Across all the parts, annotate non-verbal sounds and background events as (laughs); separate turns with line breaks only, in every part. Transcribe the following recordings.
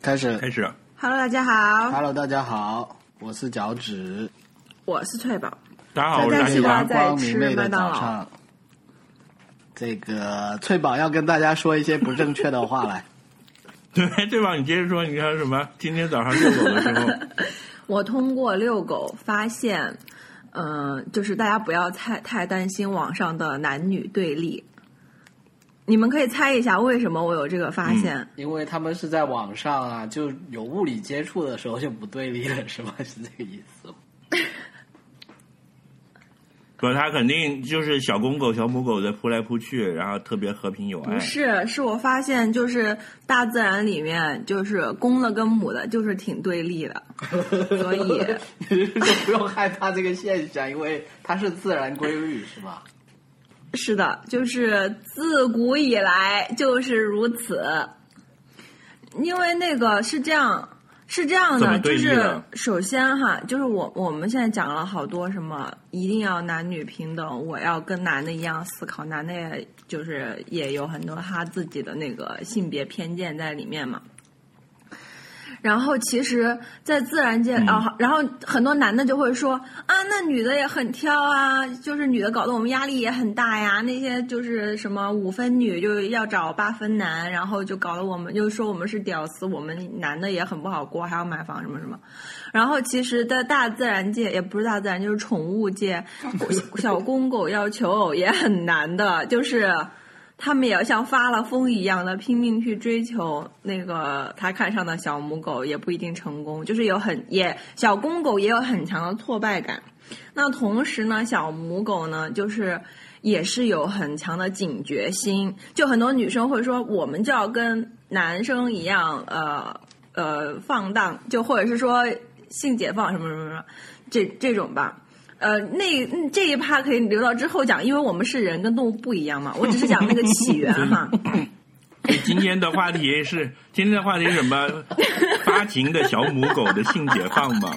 开始
开始，
Hello，大家好，
，Hello，大家好，我是脚趾，
我是翠宝。
大家好，我是
大
蓝
家
喜
这
好
阳
欢。
光明媚的早上，这个翠宝要跟大家说一些不正确的话来。
(laughs) 对，对吧？你接着说，你看什么？今天早上遛狗的时候， (laughs)
我通过遛狗发现，嗯、就是大家不要太太担心网上的男女对立。你们可以猜一下为什么我有这个发现？
(laughs) 因为他们是在网上啊，就有物理接触的时候就不对立了，是吗？是这个意思吗？
不，他肯定就是小公狗、小母狗的扑来扑去，然后特别和平友爱
不。是，是我发现就是大自然里面就是公的跟母的，就是挺对立的，所以
(laughs) 就是不用害怕这个现象，因为它是自然规律，是吧？
是的，就是自古以来就是如此。因为那个是这样，是这样
怎么
的，
对
就
立
是
呢
首先哈，就是我我们现在讲了好多什么一定要男女平等，我要跟男的一样思考，男的也就是也有很多他自己的那个性别偏见在里面嘛。然后其实，在自然界，啊、然后很多男的就会说啊，那女的也很挑啊，就是女的搞得我们压力也很大呀。那些就是什么五分女就要找八分男，然后就搞得我们就说我们是屌丝，我们男的也很不好过，还要买房什么什么。然后其实，在大自然界也不是大自然，就是宠物界，小公狗要求偶也很难的，就是。他们也要像发了疯一样的拼命去追求那个他看上的小母狗，也不一定成功。就是有很也小公狗也有很强的挫败感。那同时呢，小母狗呢，就是也是有很强的警觉心。就很多女生会说，我们就要跟男生一样，呃呃，放荡，就或者是说性解放什么什么什么，这这种吧。呃，那嗯这一趴可以留到之后讲，因为我们是人跟动物不一样嘛。我只是讲那个起源哈。
哎今天的话题是 (laughs) 今天的话题是什
(laughs)
么？发情的小母狗的性解放嘛？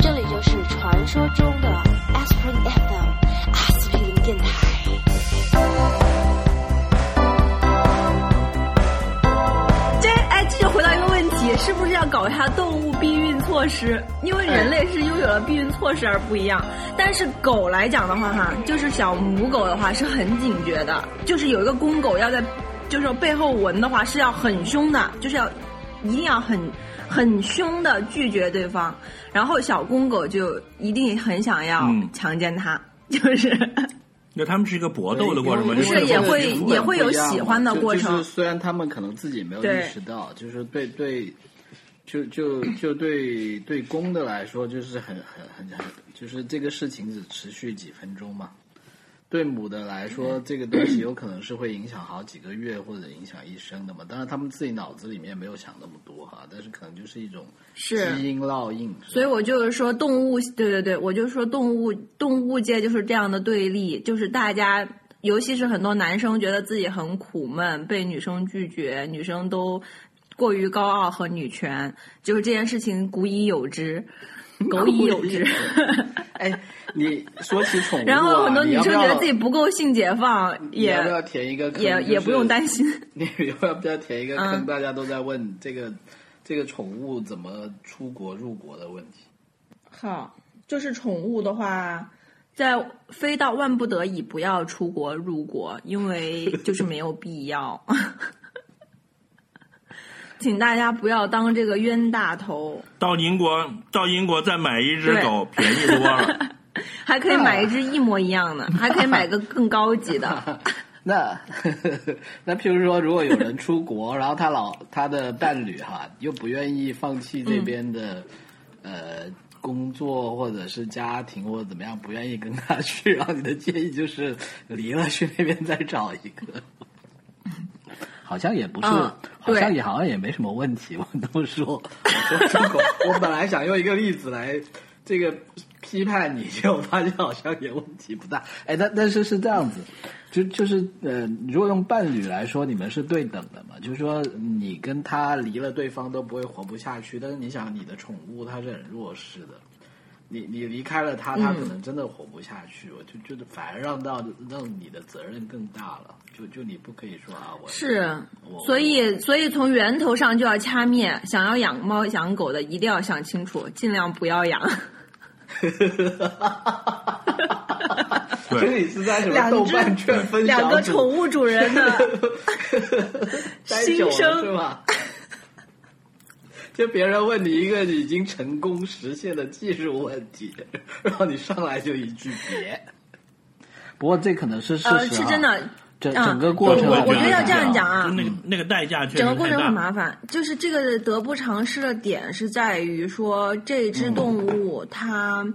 这里就是传说中的 Aspirin FM 阿司匹林电台。
这哎，这就回到一个问题，是不是要搞一下动物避孕措施？因为人类是拥有了避孕措施而不一样，但是狗来讲的话哈，就是小母狗的话是很警觉的，就是有一个公狗要在，就是背后闻的话是要很凶的，就是要一定要很很凶的拒绝对方，然后小公狗就一定很想要
嗯
强奸它，就是。
那他们是一个搏斗的过程吗？
不是
就
也
我
会
们
也会有喜欢的过程
就就是虽然他们可能自己没有意识到，就是对对，就就就对对公的来说，就是很很很很，就是这个事情只持续几分钟嘛。对母的来说，这个东西有可能是会影响好几个月或者影响一生的嘛。当然，他们自己脑子里面没有想那么多哈，但是可能就是一种
是
基因烙印。
所以
以
我就是说，动物，对对对，我就说动物，动物界就是这样的对立，就是大家，尤其是很多男生觉得自己很苦闷，被女生拒绝，女生都过于高傲和女权，就是这件事情古已
(laughs)
有之，狗已有之。
哎，你说起宠物、啊，
(laughs) 然后很多女
你要不
生觉得
要
自己不够性解放，
你
也
要不要填一个坑
也也
就是
不用担心。
你要不要填一个坑？
嗯
大家都在问这个这个宠物怎么出国入国的问题。
好，就是宠物的话，在飞到万不得已不要出国入国，因为就是没有必要。 (laughs) 请大家不要当这个冤大头，
到英国到英国再买一只
对
狗，便宜多了。
(laughs) 还可以买一只一模一样
(laughs)
的，还可以买个更高级的。
那 (laughs) 那譬如说，如果有人出国，然后他老他的伴侣哈又不愿意放弃这边的、呃工作或者是家庭或者怎么样，不愿意跟他去，然后你的建议就是离了去那边再找一个。好像也不是，
嗯
好像
对
也好像也没什么问题。 (laughs) 我都
(laughs)
说，我说出口，我本来想用一个例子来这个批判你，结果发现好像也问题不大。哎，但但是是这样子，就就是呃，如果用伴侣来说，你们是对等的嘛？就是说你跟他离了对方都不会活不下去，但是你想你的宠物它是很弱势的。你你离开了
嗯
他，他可能真的活不下去。我就觉得反而让到让你的责任更大了。就就你不可以说啊，我
是
我，
所以所以从源头上就要掐灭。想要养猫养狗的，一定要想清楚，尽量不要养。
对
所以是在什么
(laughs) 两只
豆瓣圈分享
两个宠
物
物主人的
(laughs) 待久了
心声
是吧？就别人问你一个已经成功实现的技术问题，然后你上来就一句别。不过这可能是事实、啊
呃是真的，
整
嗯
整个过程
我
来
我
讲
觉得要这样讲啊
就那个那个代价确实
整个过
太
程
大
很麻烦，就是这个得不偿失的点是在于说，这只
嗯
动物它、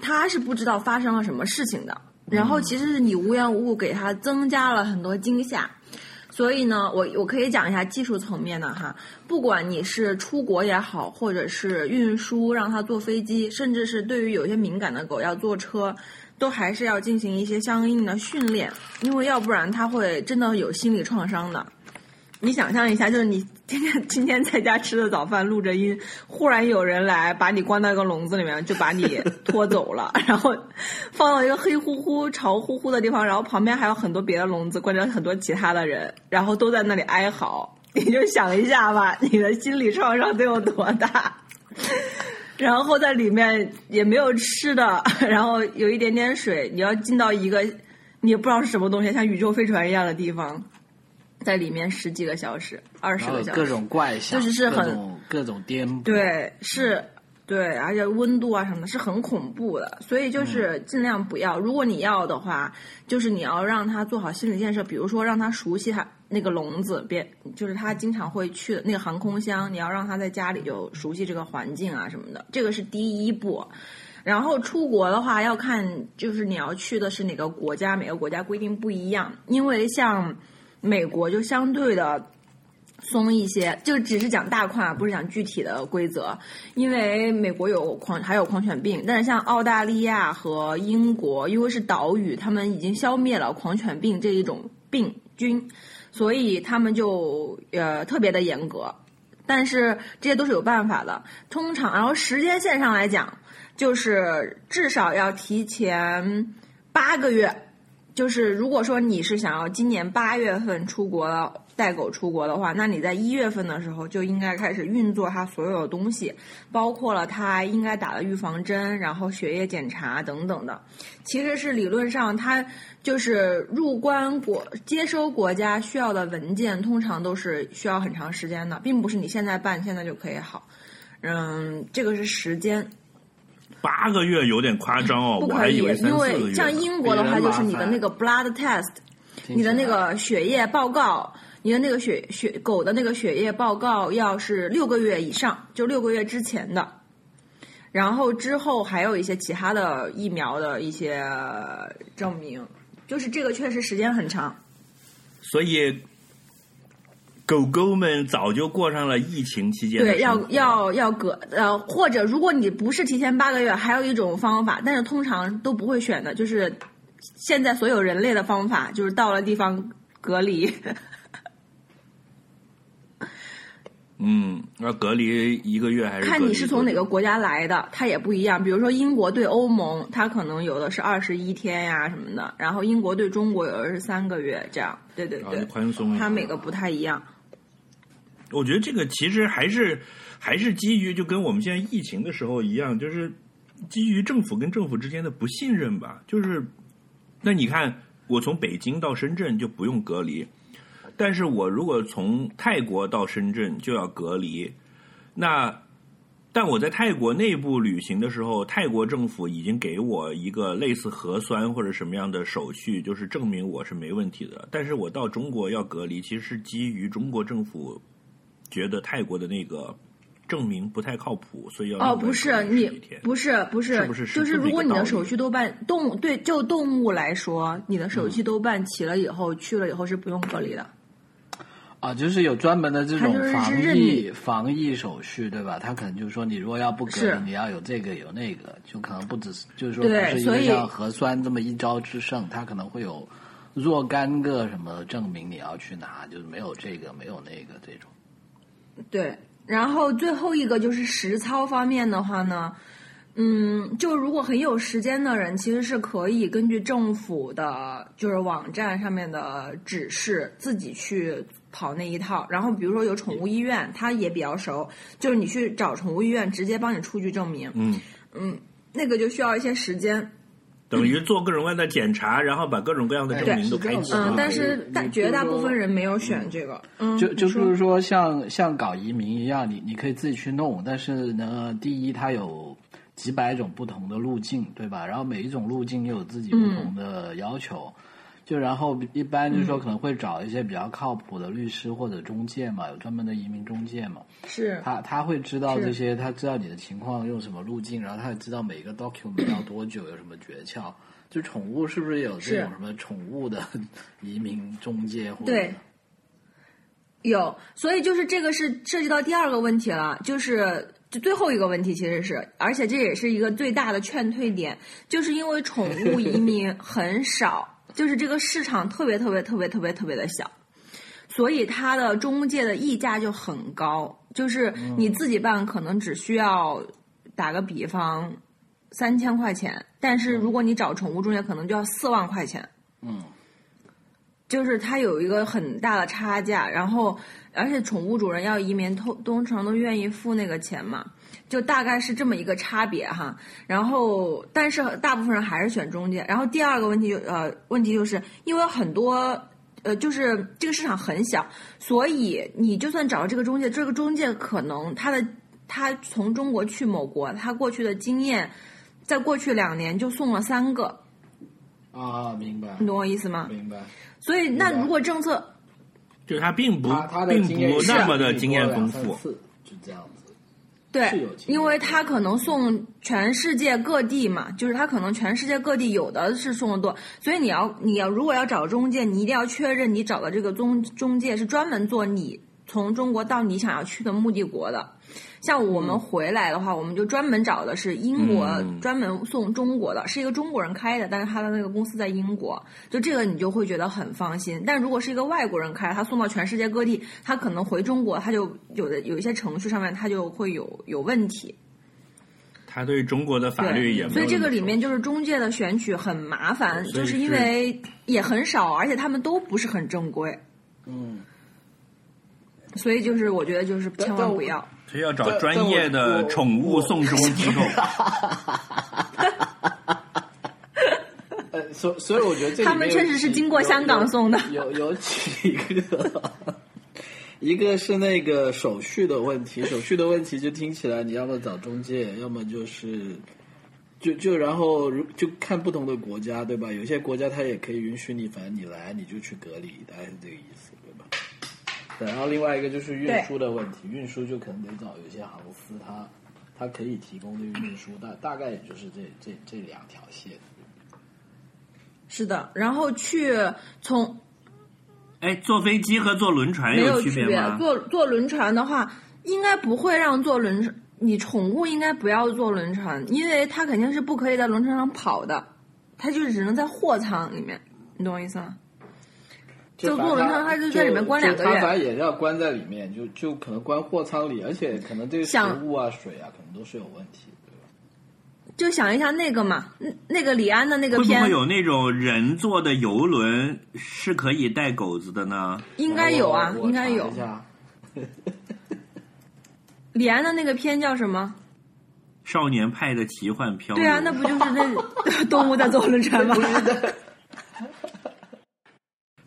它是不知道发生了什么事情的，
嗯
然后其实是你无缘无故给它增加了很多惊吓。所以呢，我我可以讲一下技术层面的哈，不管你是出国也好，或者是运输让它坐飞机，甚至是对于有些敏感的狗要坐车，都还是要进行一些相应的训练，因为要不然它会真的有心理创伤的。你想象一下，就是你天天今天在家吃着早饭，录着音，忽然有人来把你关到一个笼子里面，就把你拖走了，然后放到一个黑乎乎、潮乎乎的地方，然后旁边还有很多别的笼子，关着很多其他的人，然后都在那里哀嚎。你就想一下吧，你的心理创伤得有多大？然后在里面也没有吃的，然后有一点点水，你要进到一个你也不知道是什么东西，像宇宙飞船一样的地方，在里面十几个小时、二十
然后
个
有
小时，
各种怪象，
就是是很
各种各种颠簸。
对，是，对，而且温度啊什么的是很恐怖的，所以就是嗯尽量不要。如果你要的话，就是你要让他做好心理建设，比如说让他熟悉他那个笼子，别就是他经常会去的那个航空箱，你要让他在家里就熟悉这个环境啊什么的，这个是第一步。然后出国的话，要看就是你要去的是哪个国家，每个国家规定不一样。因为像美国就相对的松一些，就只是讲大块，不是讲具体的规则。因为美国有狂还有狂犬病，但是像澳大利亚和英国，因为是岛屿，他们已经消灭了狂犬病这一种病菌，所以他们就呃特别的严格。但是这些都是有办法的。通常，然后时间线上来讲，就是至少要提前八个月。就是如果说你是想要今年八月份出国了，带狗出国的话，那你在一月份的时候就应该开始运作它所有的东西，包括了它应该打的预防针，然后血液检查等等的。其实是理论上，它就是入关国接收国家需要的文件，通常都是需要很长时间的，并不是你现在办现在就可以好。嗯，这个是时间，
八个月有点夸张哦，
不
我
可
还
以，
以为三
因
四个
为
月。
像英国的话，
比人麻
就
烦
是你的那个 blood test，你的那个血液报告，你的那个血血狗的那个血液报告要是六个月以上，就六个月之前的。然后之后还有一些其他的疫苗的一些证明，就是这个确实时间很长。
所以狗狗们早就过上了疫情期间的
对，要
生活
要要隔呃，或者如果你不是提前八个月，还有一种方法，但是通常都不会选的，就是现在所有人类的方法，就是到了地方隔离。
嗯，要隔离一个月还是
看
隔
你
离
是从哪个国家来的，它也不一样。比如说英国对欧盟，它可能有的是二十一天呀、什么的，然后英国对中国有的是三个月这样。对对
多久啊就，
对
宽松了
它每个不太一样。
我觉得这个其实还是还是基于就跟我们现在疫情的时候一样，就是基于政府跟政府之间的不信任吧。就是那你看，我从北京到深圳就不用隔离，但是我如果从泰国到深圳就要隔离，那。但我在泰国内部旅行的时候，泰国政府已经给我一个类似核酸或者什么样的手续，就是证明我是没问题的。但是我到中国要隔离，其实是基于中国政府觉得泰国的那个证明不太靠谱，所以要
哦，
另外
不是
隔离
你
嗯十几天，
不是不是，
是不是是
就是
这么
如果
一个
你的
道理啊
手续都办动物对，就动物来说，你的
嗯
手续都办齐了以后，去了以后是不用隔离的。
啊，就是有专门的这种
它就是
防
任
疫
你
防疫手续，对吧？他可能就是说，你如果要不隔
是
离，你要有这个有那个，就可能不只是就是说不
对
是一
所
个
以
像核酸这么一招制胜，他可能会有若干个什么证明你要去拿，就是没有这个没有那个这种。
对，然后最后一个就是实操方面的话呢，嗯，就如果很有时间的人，其实是可以根据政府的，就是网站上面的指示，自己去跑那一套。然后比如说有宠物医院，他也比较熟，就是你去找宠物医院，直接帮你出具证明。
嗯
嗯，那个就需要一些时间。
等于做各种各样的检查，然后把各种各样的证明都开
嗯
启了
嗯，。但是
你
大
你
绝大
说
部分人没有选这个。嗯，
就就
你
比
说
如说像像搞移民一样，你你可以自己去弄，但是呢，第一它有几百种不同的路径，对吧？然后每一种路径又有自己不
嗯
同的要求，就然后一般就是
嗯
说可能会找一些比较靠谱的律师或者中介嘛，有专门的移民中介嘛，
是
他他会知道
是
这些，他知道你的情况用什么路径，然后他也知道每一个 document 要多久，有什么诀窍。就宠物是不是有这
是
种什么宠物的 (laughs) 移民中介或者
对有，所以就是这个是涉及到第二个问题了，就是就最后一个问题其实是，而且这也是一个最大的劝退点，就是因为宠物移民很少，就是这个市场特别特别特别特别特别的小，所以它的中介的溢价就很高，就是你自己办可能只需要打个比方三千块钱，但是如果你找宠物中介，可能就要四万块钱。
嗯。
就是它有一个很大的差价，然后而且宠物主人要移民，通通常都愿意付那个钱嘛，就大概是这么一个差别哈。然后，但是大部分人还是选中介。然后第二个问题就呃，问题就是因为很多呃，就是这个市场很小，所以你就算找到这个中介，这个中介可能他的他从中国去某国，他过去的经验，在过去两年就送了三个，
啊，明白，
你懂我意思吗？
明白。
所以那如果政策
就是他并不
他他的
并
经验
不
是
那么的经验丰
一波两
富
三。次，就这样子。是
对
有，经
因为
验的
他可能送全世界各地嘛，就是他可能全世界各地有的是送的多，所以你要你要如果要找中介，你一定要确认你找的这个中中介是专门做你从中国到你想要去的目的国的。像我们回来的话，我们就专门找的是英国，
嗯
专门送中国的，是一个中国人开的，但是他的那个公司在英国，就这个你就会觉得很放心。但如果是一个外国人开，他送到全世界各地，他可能回中国，他就有的有一些程序上面他就会有有问题。
他对中国的法律
对，
也没有那么熟悉，
所以这个里面就是中介的选取很麻烦，
所以
就是因
是
为也很少，而且他们都不是很正规，
嗯，
所以就是我觉得就是千
但
万
我
不要。
所以要找
但
专业
但
的
我
宠物送终机构。
(laughs) 呃，所所以我觉得这里面
他们确实是经过香港送的
有有有有几个， (laughs) 一个是那个手续的问题，手续的问题就听起来你要么找中介，要么就是。就就然后如就看不同的国家，对吧？有些国家它也可以允许你，反正你来你就去隔离，大概是这个意思，对吧？对，然后另外一个就是运输的问题，运输就可能得找有些航司它它可以提供的运输，大大概也就是这这这两条线。
是的，然后去从
(laughs) 哎，坐飞机和坐轮船
没有
区
区
别吗？
坐坐轮船的话，应该不会让坐轮船。你宠物应该不要坐轮船，因为它肯定是不可以在轮船上跑的，它就只能在货舱里面，你懂我意思吗？就
把
坐轮
它
船它就在里面关
就
两个
就
月
它反正也要关在里面，就就可能关货仓里，而且可能这个食
像
物啊、水啊，可能都是有问题，对吧？
就想一下那个嘛，那那个李安的那个
会不
片
会，有那种人坐的游轮是可以带狗子的呢？
应该有啊
然，后我
应该有
我查一。下
(laughs) 李安的那个片叫什么？
少年派的奇幻
嗯
漂流。
对啊，那不就是
(laughs)
那动物在坐轮船吗？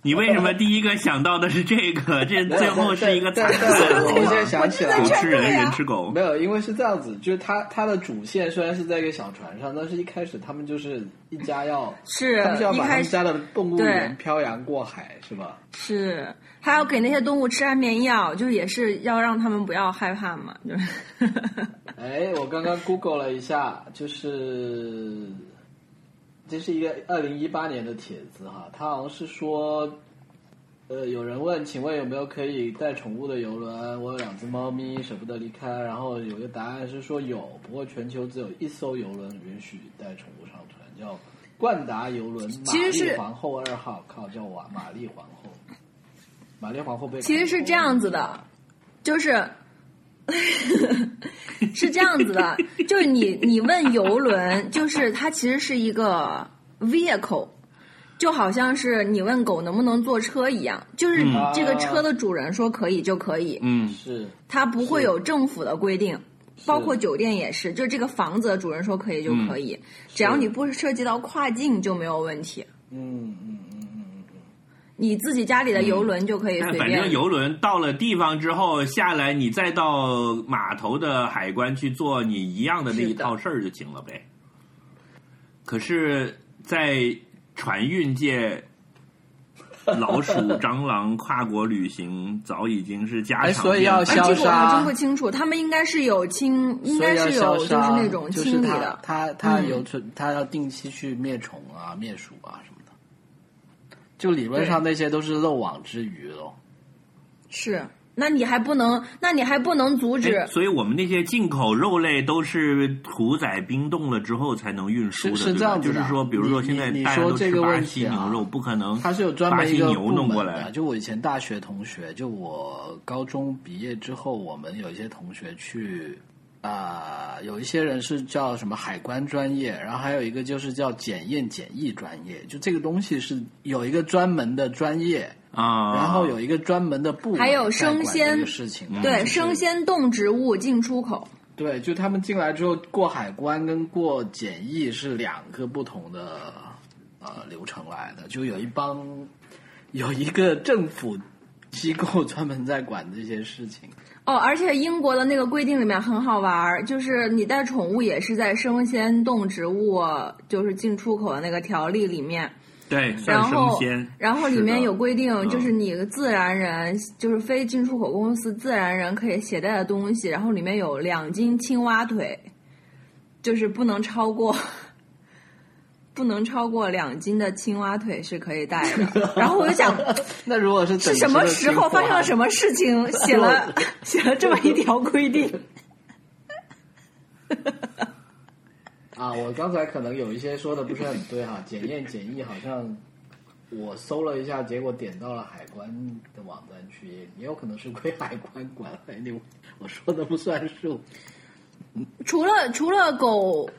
你为什么第一个想到的是这个？这
没有
最后是一个
但
惨
但但
死
我
狗
我现在
啊！
想起来
狗
了。
吃人，人吃狗
没。有，因为是这样子，就是它它的主线虽然是在一个小船上，但是一开始他们就是一家要，
是
他们是要
一
把他
开
们
始
家的动物园
对
漂洋过海，是吧？
是，还要给那些动物吃安眠药，就是也是要让他们不要害怕嘛，就是。
哎，我刚刚 Google 了一下，就是这是一个二零一八年的帖子哈，它好像是说，呃，有人问，请问有没有可以带宠物的游轮？我有两只猫咪，舍不得离开。然后有个答案是说有，不过全球只有一艘游轮允许带宠物上船，叫冠达游轮玛
其实是
丽皇后二号，靠，叫瓦玛丽皇后，玛丽皇后被
其实是这样子的，就是 (laughs) 是这样子的，就是你你问游轮，就是它其实是一个 vehicle，就好像是你问狗能不能坐车一样，就是
嗯
这个车的主人说可以就可以，
嗯
是
它不会
是
有政府的规定。包括酒店也是，就是这个房子的主人说可以就可
嗯
以，只要你不涉及到跨境就没有问题。
嗯嗯嗯嗯嗯，
你自己家里的游轮就可以
嗯但
随
哎反
便
正游轮到了地方之后下来，你再到码头的海关去做你一样的那一套事儿就行了呗。可是，在船运界，
(laughs)
老鼠、蟑螂、跨国旅行早已经是家常
哎，
便饭。
所以要
哎，这
消
个我还
杀
真不，清楚，他们应该是有清，应
所
该
以要
是有
消
就是
杀，
那种
就是
清理
它
的。
它它
嗯
有存，它要定期去灭虫啊、灭鼠啊什么的。就理论上那些都是漏网之鱼喽。
是，那你还不能，那你还不能阻止
哎。所以我们那些进口肉类都是屠宰冰冻了之后才能运输的，
是是
对吧
这样子
就
的
是说，比如说
你
现在
你
大家
你
都
说这
吃
个
巴
问
西
题啊
牛肉，不可能
它是有专
巴
门一
西
个
嗯牛
部
弄过
门
来
的。。就我以前大学同学，就我高中毕业之后，我们有一些同学去，啊、有一些人是叫什么海关专业，然后还有一个就是叫检验检疫专业。就这个东西是有一个专门的专业，
啊，
然后有一个专门的部门
还有
在管
生鲜
这个事情的，
对
嗯就是
生鲜动植物进出口，
对，就他们进来之后过海关跟过检疫是两个不同的呃流程来的，就有一帮 (laughs) 有一个政府机构专门在管这些事情。
哦，而且英国的那个规定里面很好玩儿，就是你带宠物也是在生鲜动植物就是进出口的那个条例里面，
对，
嗯然
算生
后
鲜。
然后里
是的
面有规定，
嗯
就是你自然人，就是非进出口公司自然人可以携带的东西，然后里面有两斤青蛙腿，就是不能超过。 (laughs) 不能超过两斤的青蛙腿是可以带 (laughs) 的，然后我就想，
(laughs) 那如果是
是什么时候发生了什
么？
么事 (laughs) 情，写了写了这么一条规定？
(laughs) 啊，我刚才可能有一些说的不是很对哈，检验检疫好像我搜了一下，结果点到了海关的网站去，也也有可能是归海关管。anyway，我说的不算数。
除了除了狗，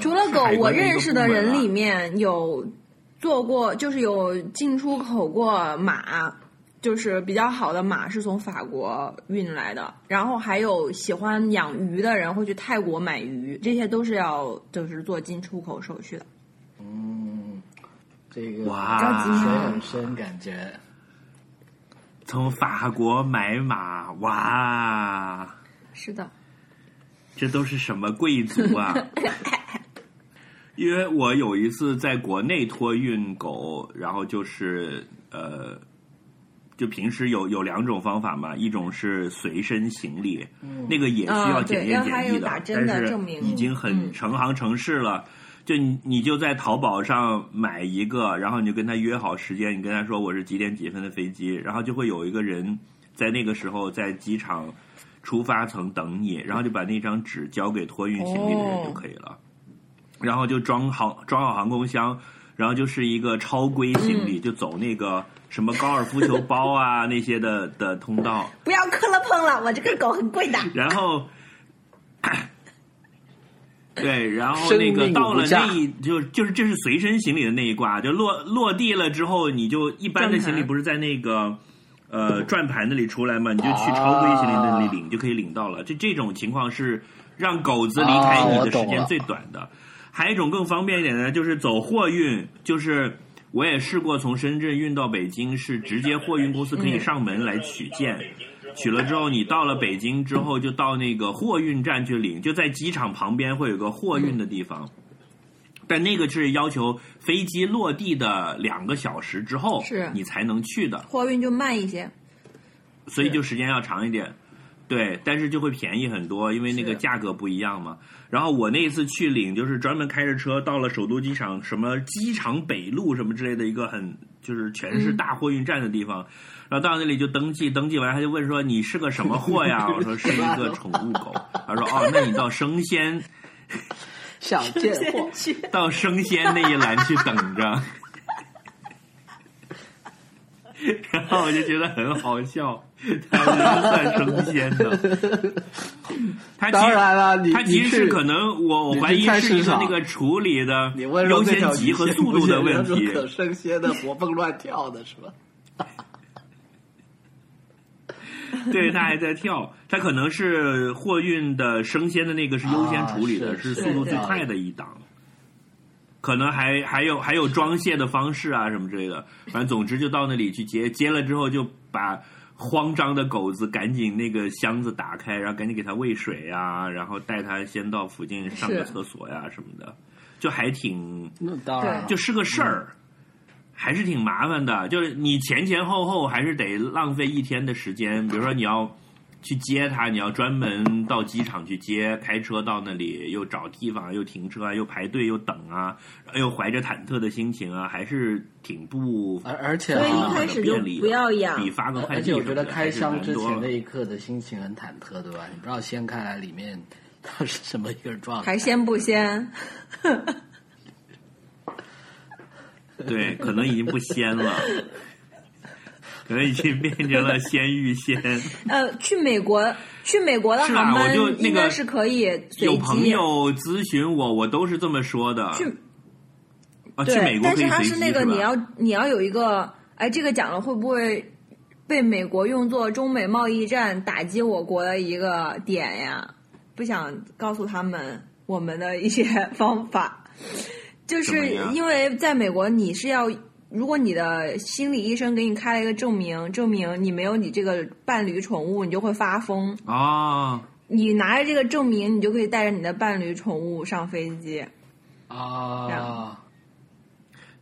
除了狗
海，
我
关的一个
认识的
部门
人
啊
里面有做过，就是有进出口过马，就是比较好的马是从法国运来的，然后还有喜欢养鱼的人会去泰国买鱼，这些都是要就是做进出口手续的。
嗯，这个
哇
水
啊
很深，感觉
从法国买马，哇，
是的，
这都是什么贵族
(laughs)
啊？因为我有一次在国内托运狗，然后就是呃，就平时有有两种方法嘛，一种是随身行李，
嗯
那个也需要
啊对
检验
要还
检疫
有打针
但
的
是
证明
已经很
嗯
成行成市了。就你你就在淘宝上买一个，然后你就跟他约好时间，你跟他说我是几点几分的飞机，然后就会有一个人在那个时候在机场出发层等你，然后就把那张纸交给托运行李的人
哦
就可以了，然后就装好装好航空箱，然后就是一个超规行
嗯
李，就走那个什么高尔夫球包啊那些的的通道，
(laughs) 不要磕了碰了，我这个狗很贵的。
(laughs)
(laughs)
然后。对，然后
生
那个
命
到
无
了
价
那一就就是这是随身行李的那一挂，就落落地了之后，你就一般的
转盘
行李不是在那个呃转盘那里出来嘛，你就去
啊
超规行李那里领，就可以领到了。这这种情况是让狗子离开你
啊我
的时
懂
间
了
最短的。还有一种更方便一点的，就是走货运，就是我也试过从深圳运到北京，是直接货运公司可以上门来取件。取了之后，你到了北京之后，就到那个货运站去领，就在机场旁边会有个货运的地方，但那个是要求飞机落地的两个小时之后，
是
你才能去的，
货运就慢一些，
所以就时间要长一点。对，但是就会便宜很多，因为那个
是
价格不一样嘛。然后我那一次去领，就是专门开着车到了首都机场，什么机场北路什么之类的一个很就是全是大货运站的地方。然后到那里就登记，登记完他就问说你是个什么货呀？我说是一个宠物狗。他说哦，那你到生鲜
小贱货。 (laughs)
到生鲜那一栏去等着。然后我就觉得很好笑，他是算升仙的。他其
当然了，你
他其
你
实
去
可能我我
你去
怀疑
菜
是
市
一个
场
那个处理的
你问
优
肉这
先
条
级
鱼
和
鲜
速
不
度的
鲜
问
那种
题。
可生鲜的活蹦乱跳的是
(laughs)
吧？
(laughs)
对他还在跳，他可能是货运的生鲜的那个是优先处理的，
啊是
速度
是
最快的一档。可能还还有还有装卸的方式啊什么之类的，反正总之就到那里去接，接了之后就把慌张的狗子赶紧那个箱子打开，然后赶紧给它喂水呀、然后带它先到附近上个
是
厕所呀、什么的，就还挺
那当然了，
就是个事儿，还是挺麻烦的。就是你前前后后还是得浪费一天的时间。比如说你要去接他，你要专门到机场去接，开车到那里又找地方，又停车啊，又排队又等啊，又怀着忐忑的心情啊，还是挺不
而而且
所以一
啊，
开始就
便利的
不要养
比发个快
而
递
且
什
我
么
觉
的
得开箱之前
还
那
是
一刻的心情很忐忑，对吧？你不知道掀开来里面 (laughs) 它是什么一个状态
还。鲜不鲜？
难多了对，可能已经不鲜
(laughs)
了。可能已经变成了鲜芋仙。
呃，去美国，去美国的
是吧
航
我
班
就那
应
个
该是可以随机。
有朋友咨询我，我都是这么说的。
去
啊，去美国
对，但
可以
是它
随
是
机
那个
吧
你要你要有一个，哎，这个讲了会不会被美国用作中美贸易战打击我国的一个点呀？不想告诉他们我们的一些 (laughs) 方法，就
什么
是
呀
因为在美国你是要。如果你的心理医生给你开了一个证明，证明你没有你这个伴侣宠物，你就会发疯。
啊，
你拿着这个证明，你就可以带着你的伴侣宠物上飞机。
啊，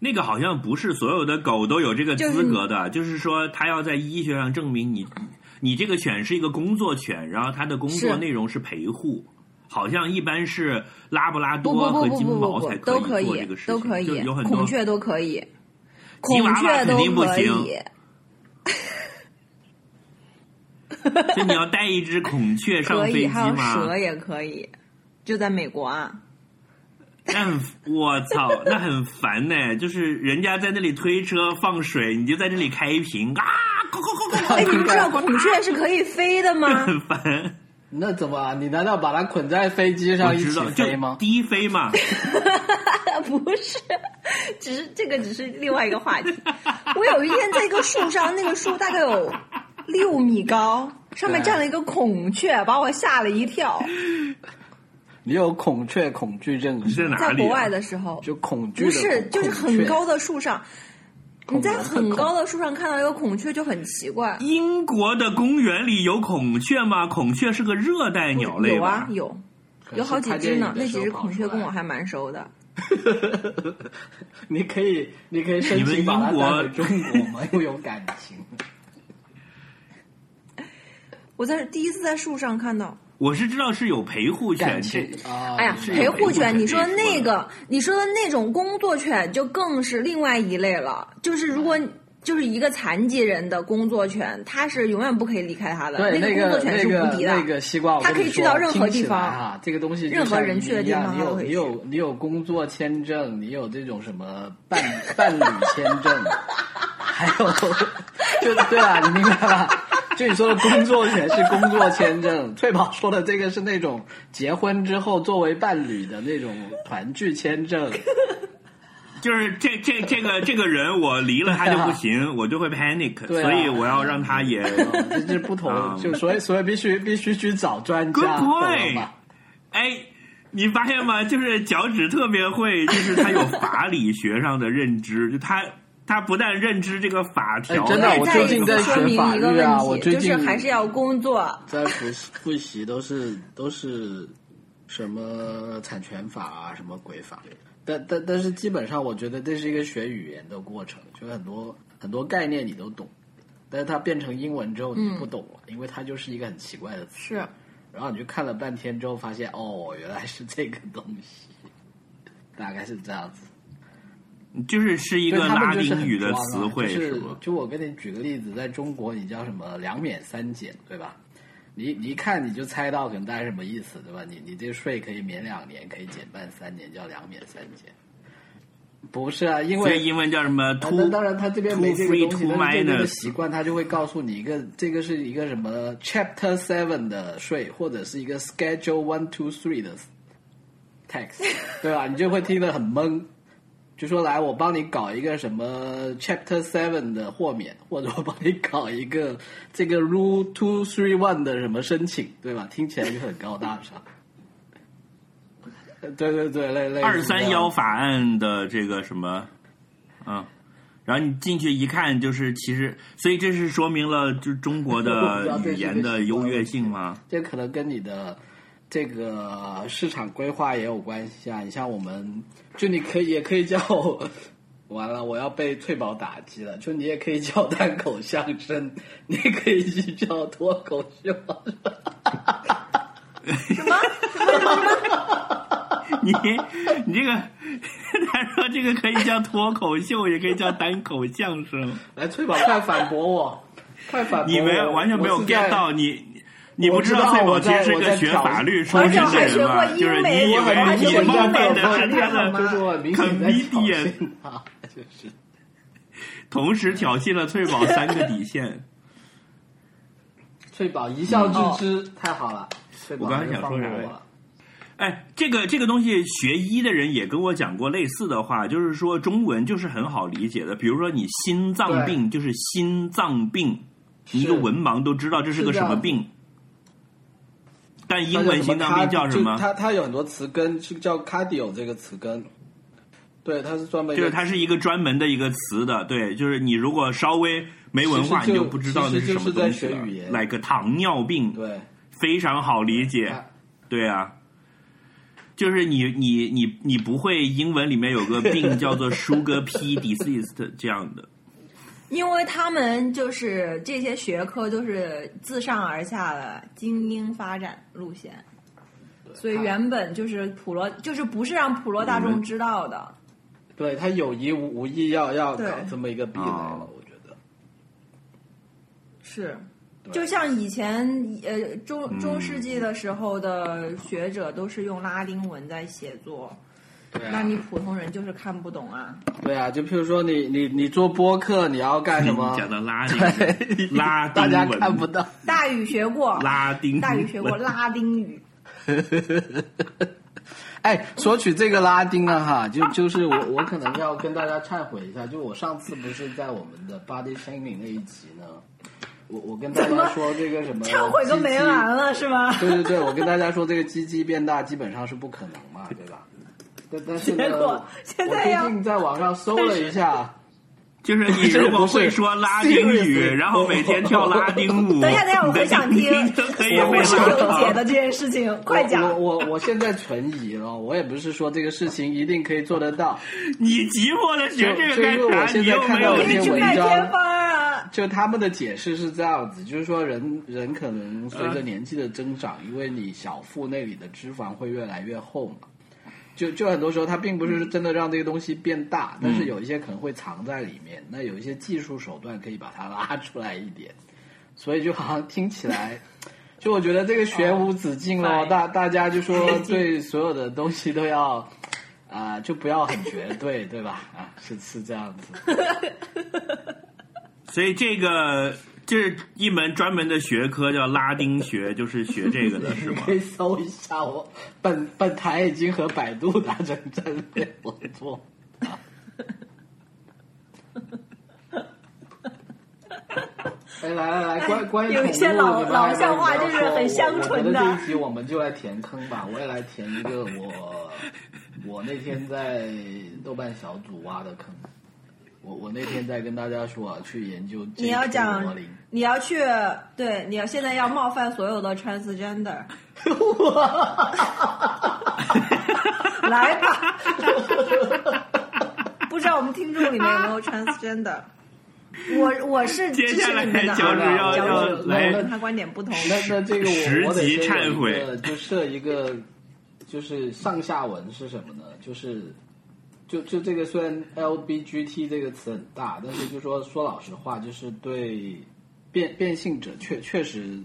那个好像不是所有的狗都有这个资格的，就是说它要在医学上证明你，你这个犬是一个工作犬，然后它的工作
是
内容是陪护。好像一般是拉布拉
不
多
不
和
不
金
不不
毛
不
才
不，都
可以做
以
这个事，情，
都可
就
以
有，很多
孔雀 (laughs) 都
(laughs)
可以，
吉
孔
娃娃
雀
肯
都
定不
可
行，
以。
就你要带一只孔雀上
可以，
飞机
还有
吗
蛇？也可以，就在美
(laughs)
国啊。
那很我操，那很烦呢、就是人家在那里推车放水，你就在这里开瓶啊，咕咕咕咕咕
哎，你们知道孔雀是可以飞的吗？
(laughs)
(laughs)
很
(laughs)
烦。
那怎么啊？你难道把它捆在飞机上
我
一
知
起
道，
飞吗
就？低飞嘛，
不是，只是这个只是另外一个话题。我有一天在一个树上，那个树大概有六米高，上面
对
站了一个孔雀，把我吓了一跳。
你有孔雀恐惧症
你在
是吗？
哪里、啊？
在国外的时候，
就恐惧
不
的
是，
孔
就是
孔
很
雀
高的树上，你
孔
在
雀
很
孔
高的树上看到一个孔雀就很奇怪。
英国的公园里有孔雀吗？孔雀是个热带鸟类
有
吧
啊，？有
可
有
是
好几
拍
只
电
呢
影。的
那
时
几
候
只
跑
孔
出
雀跟
来
我还蛮熟的。
(laughs)
你可以，你可以申
你们
请把它
英国
带回中国吗？ (laughs) 又有感情，
我在第一次在树上看到，
我是知道是有陪护
感
犬，
情
这
啊！
哎呀，
是
陪
有
护
犬
犬，你说
这一说
那个，你说的那种工作犬就更是另外一类了。就是如果就是一个残疾人的工作犬，它是永远不可以离开它的，
对，
个
那
工作
个
犬
那
是无
个
敌的。
那个西瓜，我
它
跟
可
你
以去
说
到任何
听起
地方
来啊！这个东西就
任何
像
人
鱼
去的
一
地
样
方
你
它都
有
可以
你有你有工作签证，你有这种什么
(laughs)
伴伴侣签证，还有就对啊，你明白吧？就你说的工作权是工作签证，翠宝说的这个是那种结婚之后作为伴侣的那种团聚签证。
就是这这这个这个人，我离了他就不
(laughs)
行，我就会 panic，、
对啊
所以我要让他也。
这是不同，
嗯
就所以所以必须必须去找专家，
Good
懂
point
了吧？
哎，你发现吗？ (laughs) 就是脚趾特别会，就是他有法理学上的认知，就 (laughs) 他他不但认知这个法条，
哎真的
然后
我
再
最
这
近
一
个
在
次
学
说明
法
一个
律啊我
问题，
最
就是
近
还是要工作。
在复习复习都是都是什么产权法啊，什么鬼法，但但但是基本上我觉得这是一个学语言的过程，就是很多很多概念你都懂，但是它变成英文之后你不懂了，因为它就是一个很奇怪的词，
是，
然后你就看了半天之后发现哦，原来是这个东西，大概是这样子。
就是是一
对
个
他
拉
们就是
丁语的
很
词
装啊
汇，
就是
吗？
就我给你举个例子，在中国你叫什么两免三减，对吧？你你一看你就猜到可能大概什么意思，对吧？你你这税可以免两年，可以减半三年，叫两免三减。不是啊，因
这
为
英文叫什么
啊
？too
那当然他这边
too
没这
free
个东
too
西，但是这边的
minus
习惯他就会告诉你一个这个是一个什么 Chapter Seven 的税，或者是一个 Schedule One Two Three 的
(laughs)
tax，对吧？你就会听得很懵。就说来，我帮你搞一个什么 Chapter Seven 的豁免，或者我帮你搞一个这个 Rule Two Three One 的什么申请，对吧？听起来就很高大上。 (laughs) 呃对对对，类类似
二
这
三
样
幺法案的这个什么，嗯，然后你进去一看，就是其实，所以这是说明了就是中
(laughs)
国
我不知道
的
这是
语言
个
的
习惯
优
问
越
题
性吗？
这可能跟你的这个市场规划也有关系啊。你像我们，就你可以也可以叫我，完了我要被翠宝打击了。就你也可以叫单口相声，你也可以去叫脱口秀。
你你这个，他说这个可以叫脱口秀，也可以叫单口相声。
来，翠宝，快反驳我，快反驳我！
你没有完全没有
我是在
get 到你，你
我
不
知道
翠宝
我
其实
在
是
我
个
在
学
挑
法律出
我
身
小
的
孩
人
学
嘛
过，
就是
英
你
美
以
我
为
很
你
明显
冒
在
昧
挑
的是
战
他
好
的
吗
就是我很明显在挑衅他，就是。
同时挑衅了翠宝三个底线。
翠宝一笑置之，太好了！翠宝
哦我刚才想
又放
说啥
过
来
我
着
了
哎，这个这个东西，学医的人也跟我讲过类似的话，就是说中文就是很好理解的。比如说你心脏病就是心脏病，你一个
是
文盲都知道这是个
是这
什
样
么
子
病。但英
它叫
文
什
心
么
脏病叫
cardi-
什么
就？它它有很多词根是叫 cardio 这个词根，对，它是专门一
就
个
是它是一个专门的一个词的，对，就是你如果稍微没文化，
其实
你
就
就不知道那什么
其
东西
实就是在
了
学语。言
like 糖尿病，
对，
非常好理解
它，
对啊，就是你你你你不会英文里面有个病叫做 sugar (laughs) p disease 这样的，
因为他们就是这些学科都是自上而下的精英发展路线，所以原本就是普罗，就是不是让普罗大众知道的。
对它有意无无意要要搞
对
这么一个壁垒了
哦，
我觉得
是，
对
就像以前呃中中世纪的时候的学者都是用拉丁文在写作，
对啊
那你普通人就是看不懂啊。
对啊，就譬如说你你你做播客，你要干什么
你？嗯
(laughs)
讲的拉丁
对
文，拉丁
大
文，
家看不到，
大禹学过，
拉丁文，
大禹学过拉丁语，
(laughs) 哎，说起这个拉丁啊，哈，就就是我我可能要跟大家忏悔一下，就我上次不是在我们的 body shaming 那一集呢，我我跟大
怎么
家说这个什么
忏悔个没
鸡鸡
完了是吗？
对对对，我跟大家说，这个鸡鸡变大基本上是不可能嘛，对吧？但但是呢
结果现
我
在
最
要
近在网上搜了一下，
就是你如果会说拉丁
(laughs)
语，
Seriously，
然后每天跳拉丁舞，
(laughs) 等一下，等一下，我很想听，
你的音都 (laughs) 可以啊
我
被
我是
拉
有解
长。
的这件事情，快讲。
我我我我现在存疑了，我也不是说这个事情一定可以做得到，
你急迫的学这
就就因
个
为
干
我
啥？
现
你
在
又没
看到
有
有
你
一
那
些
去
个
文
拜
章
天方啊！
就他们的解释是这样子，就是说人人可能随着年纪的增长，因为你小腹那里的脂肪会越来越厚嘛，就就很多时候它并不是真的让这个东西变大，但是有一些可能会藏在里面，那有一些技术手段可以把它拉出来一点，所以就好像听起来。 (laughs) 就我觉得这个学无止境咯，
哦
大大家就说对所有的东西都要，啊、就不要很绝对，对吧？啊，是是这样子。
(laughs) 所以这个这是一门专门的学科，叫拉丁学，就是学这个的是吗
可？以搜一下我本本台已经和百度达成战略合作。哎，来来来，关关于
有一些老
宠物你们还
老笑话就是很乡
我我
村
觉
的
得这一集我们就来填坑吧，我也来填一个我我那天在豆瓣小组挖的坑。我我那天在跟大家说啊，去研究
你要
JK
讲
罗琳， (laughs)
你要去对，你要现在要冒犯所有的 transgender，来吧！不知道我们听众里面有没有 transgender？我我是
接
支
下来
持你们的啊，
乔
治要
乔治
要
我
来
跟他观点不同。
那那这个
十
我我得
级
先有
忏
一
悔
个就设一个，就是上下文是什么呢？就是就就这个虽然 LBGT 这个词很大，但是就说说老实话，就是对变变性者确确实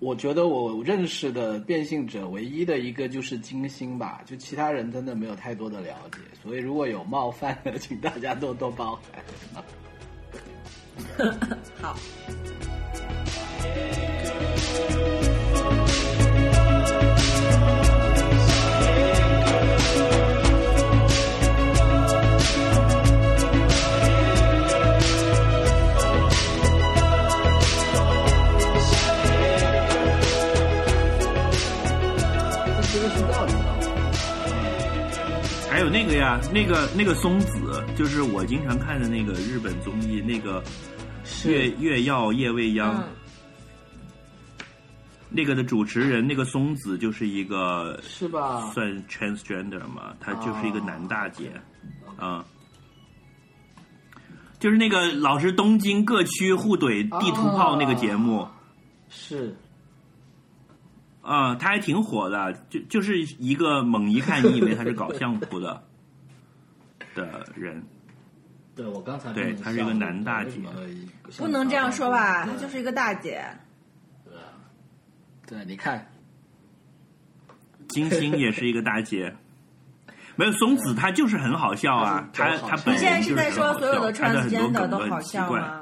我觉得我认识的变性者唯一的一个就是金星吧，就其他人真的没有太多的了解，所以如果有冒犯的， (laughs) 请大家多多包涵。
好。
(laughs) 这个是道理吗？
还有那个呀，那个那个松子，就是我经常看的那个日本综艺，那个月
是
月曜夜未央、
嗯，
那个的主持人，那个松子就是一个
是吧？
算 transgender 嘛，他就是一个男大姐，啊、就是那个老是东京各区互怼地图炮那个节目
是
啊、他还挺火的，就就是一个猛一看你以为他是搞相扑的的人，
对我刚才
对
弄得
她是一个
像
男大姐
为什么一个像
不能这样说吧，
对
她就是一个大姐。
对啊对，你看
金星也是一个大姐。没有松子，她就是很好笑啊！
她
她
是
她
对
本
你现在
人
是在
哎就是很
说
好
所有
笑
的
她的很多
transgender
梗
都好
很奇
笑
怪。
吗？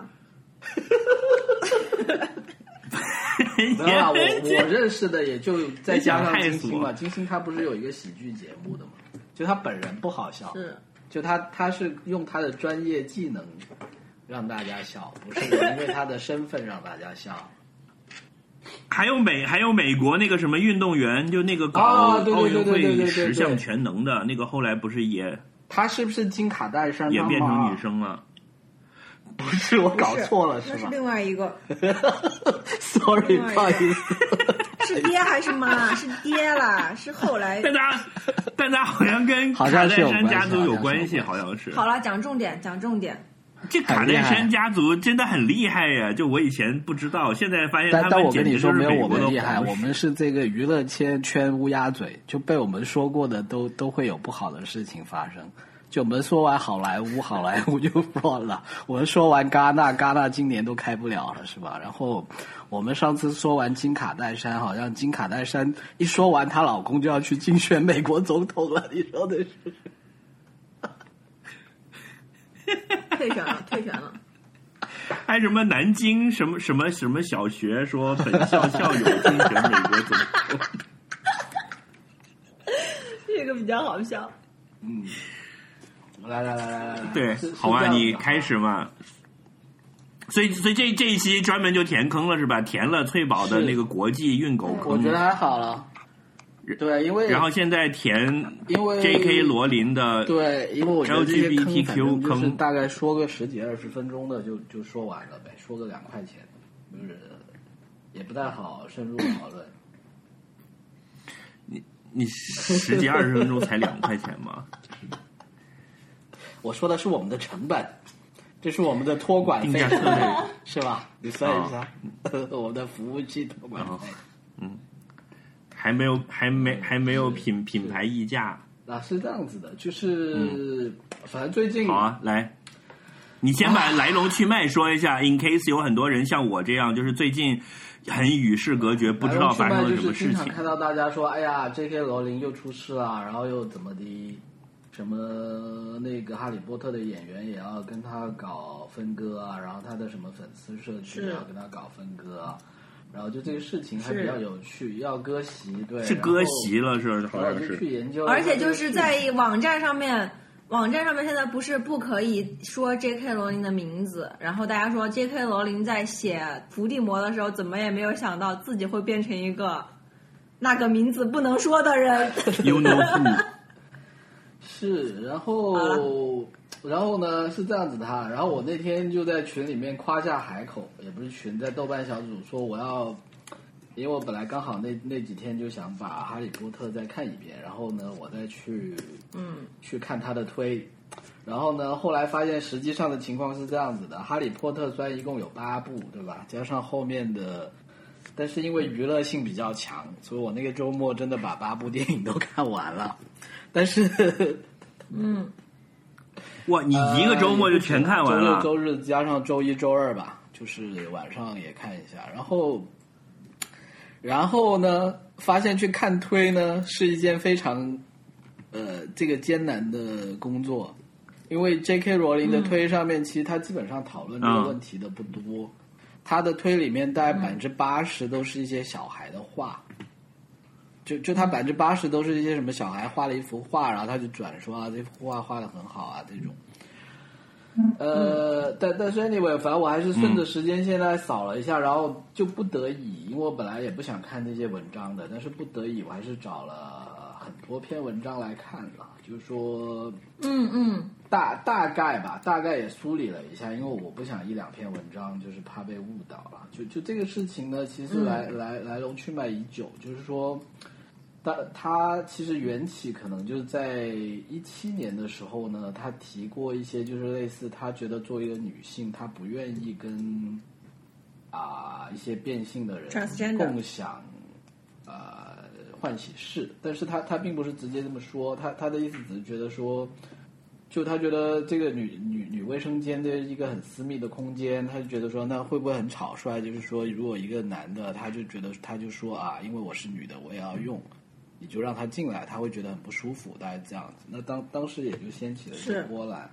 没有啊，我我认识的也就再加上金星嘛，
你想害死我
金星她不是有一个喜剧节目的嘛，就她本人不好
哦
笑，
是，
就她她是用她的专业技能让大家笑，
(laughs)
不是因为她的身份让大家笑。
还有美还有美国那个什么运动员，就那个搞
啊对对
奥运
对对对对
会
对
十项全能的那个，后来不是也
她是不是金卡戴珊？
也变成女？生了？
不是，我搞错了
那是
吧 (laughs)
另外一个，
？Sorry，
另外一个
不好意思。
是爹还是 (laughs) 妈？是爹啦，是后来。
但他但他好像跟
好
卡
像
戴
是有
珊家族有
关
关
系
系，好像是。
(laughs) 好了，讲重点，讲重点。
这卡
很厉
戴
害
珊家族真的很厉害呀！就我以前不知道，现在发现
但
他
但
们
我
简
跟你
直
说，
就是
没有
美
我
国
们
的
厉害，
皇
我
室。
们是这个娱乐圈圈乌鸦嘴，就被我们说过的都都会有不好的事情发生。就我们说完好莱坞，好莱坞就 (laughs) 乱了；我们说完戛纳，戛纳今年都开不了了，是吧？然后我们上次说完金卡戴珊，好像金卡戴珊一说完，她老公就要去竞选美国总统了，你说的是？
退选了， (laughs) 退选了。
还什么南京什么什么什么小学说本校校友竞选美国总统。
这个比较好笑。
来来来来来，
对
是，
好啊，你
始。
开始嘛。所以，所以这这一期专门就填坑了是吧？填了翠宝的
是
那个国际运狗
我
坑
觉，得还好了，对，因为
嗯然后现在填
因为
J.K. 罗琳
(laughs)
的，
对，因为我觉得这些坑
LGBTQ
反正就是
E 坑
大概说个十几二十分钟的就就说完了呗，说个两块钱，就是也不太好深入讨论。
你十几二十分钟才两块钱吗？
我说的是我们的成本，这是我们的托管
定
费
价策略，哦
是吧？你算一算， (laughs) 我们的服务器托管费。
嗯还没有，还没，还没有品品牌溢价。
那、是这样子的，就是、反正最近
嗯好啊，来，你先把来龙去脉说一下，in case 有很多人像我这样，就是最近很与世隔绝，不知道发生了什么事
然后去卖就是经常
情。
看到大家说，哎呀，J.K. 罗琳又出事了，然后又怎么的，什么那个《哈利波特》的演员也要跟他搞分割啊，然后他的什么粉丝社区也要跟他搞分割啊，然后就这个事情还
是
比较有趣，要割席，对，
是割席了，是
然
好
后，然后
像。
我就是去研究，
而且就是在网站上面，网站上面现在不是不可以说 J.K. 罗琳的名字，然后大家说 J.K. 罗琳在写《伏地魔》的时候，怎么也没有想到自己会变成一个那个名字不能说的 (laughs) 人。
You know
(laughs)
who？
是，然
好
后然后呢是这样子的哈，然后我那天就在群里面夸下海口，也不是群，在豆瓣小组说我要，因为我本来刚好那那几天就想把《哈利波特》再看一遍，然后呢我再去
嗯，
去看他的推，然后呢后来发现实际上的情况是这样子的，《哈利波特》虽然一共有八部，对吧？加上后面的。但是因为娱乐性比较强，所以我那个周末真的把八部电影都看完了。但是
嗯
哇，你一个周末就全看完了
呃。周六、周日加上周一、周二吧，就是晚上也看一下。然后，然后呢，发现去看推呢是一件非常呃这个艰难的工作，因为 J.K. 罗琳的推上面其实他基本上讨论这个
嗯
问题的不多，他的推里面大概百分之八十都是一些小孩的画。就就他百分之八十都是一些什么小孩画了一幅画，然后他就转说啊，这幅画画的很好啊，这种。呃，但但是 anyway，反正我还是顺着时间线来扫了一下，然后就不得已，因为我本来也不想看这些文章的，但是不得已，我还是找了很多篇文章来看了，就是说
嗯嗯，
大大概吧，大概也梳理了一下，因为我不想一两篇文章，就是怕被误导了。就就这个事情呢，其实来、来来龙去脉已久，就是说，它它其实缘起可能就是在一七年的时候呢，他提过一些就是类似他觉得作为一个女性，她不愿意跟啊、一些变性的人
Transgender
共享呃换洗室，但是他他并不是直接这么说，他他的意思只是觉得说。就他觉得这个女女女卫生间这是一个很私密的空间，他就觉得说那会不会很草率？就是说，如果一个男的，他就觉得他就说啊，因为我是女的，我也要用，你就让他进来，他会觉得很不舒服，大概这样子。那当当时也就掀起了一个
是
波澜。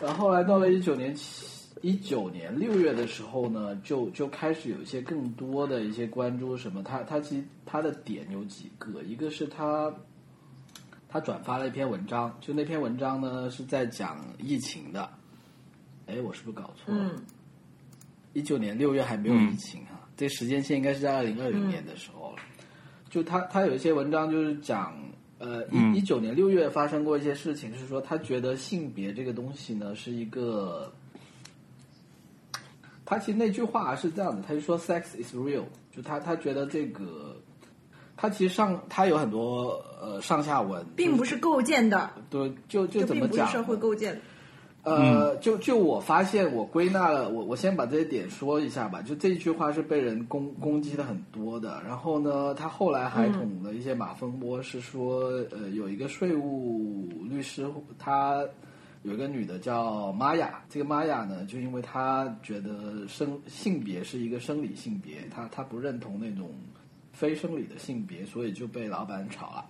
然后后来到了一九年七一九年六月的时候呢，就就开始有一些更多的一些关注什么，他他其实他的点有几个，一个是他他转发了一篇文章，就那篇文章呢是在讲疫情的，哎，我是不是搞错了？
嗯
一九、年六月还没有疫情啊，这时间线应该是在二零二
嗯
零年的时候了。就他他有一些文章就是讲，呃，一一九年六月发生过一些事情，是说他觉得性别这个东西呢是一个，他其实那句话是这样子，他就说 “sex is real”，就他他觉得这个，他其实上他有很多呃上下文，
并不是构建的，
对，就就
这
怎
并
么
不是
讲呢？
社会构建的。
呃，就就我发现，我归纳了，我我先把这些点说一下吧。就这一句话是被人攻攻击的很多的。然后呢，他后来还捅了一些马蜂窝，是说，呃，有一个税务律师，他有一个女的叫玛雅，这个玛雅呢，就因为她觉得生性别是一个生理性别，她她不认同那种非生理的性别，所以就被老板炒了。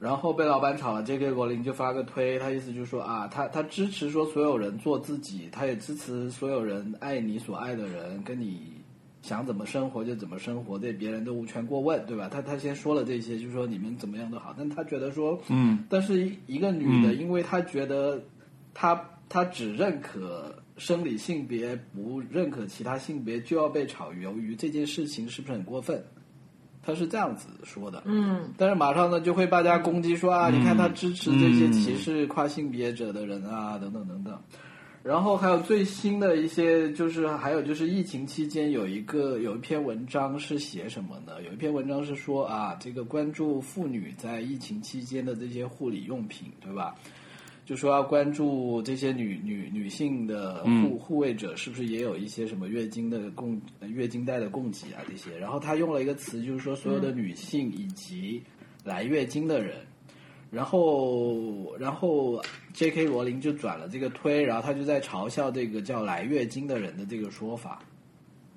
然后被老板炒了，J.K. 罗琳就发个推，他意思就是说啊，他他支持说所有人做自己，他也支持所有人爱你所爱的人，跟你想怎么生活就怎么生活，对别人都无权过问，对吧？他他先说了这些，就说你们怎么样都好，但他觉得说，
嗯，
但是一个女的，
嗯
因为她觉得她她只认可生理性别，不认可其他性别，就要被炒鱿鱼，这件事情是不是很过分？他是这样子说的，
嗯，
但是马上呢就会大家攻击说啊，你看他支持这些歧视跨性别者的人啊，等等等等。然后还有最新的一些，就是还有就是疫情期间有一个有一篇文章是写什么呢？有一篇文章是说啊，这个关注妇女在疫情期间的这些护理用品，对吧？就说要关注这些女女女性的护护卫者是不是也有一些什么月经的供月经带的供给啊这些，然后他用了一个词，就是说所有的女性以及来月经的人，然后然后 J.K. 罗琳就转了这个推，然后他就在嘲笑这个叫来月经的人的这个说法，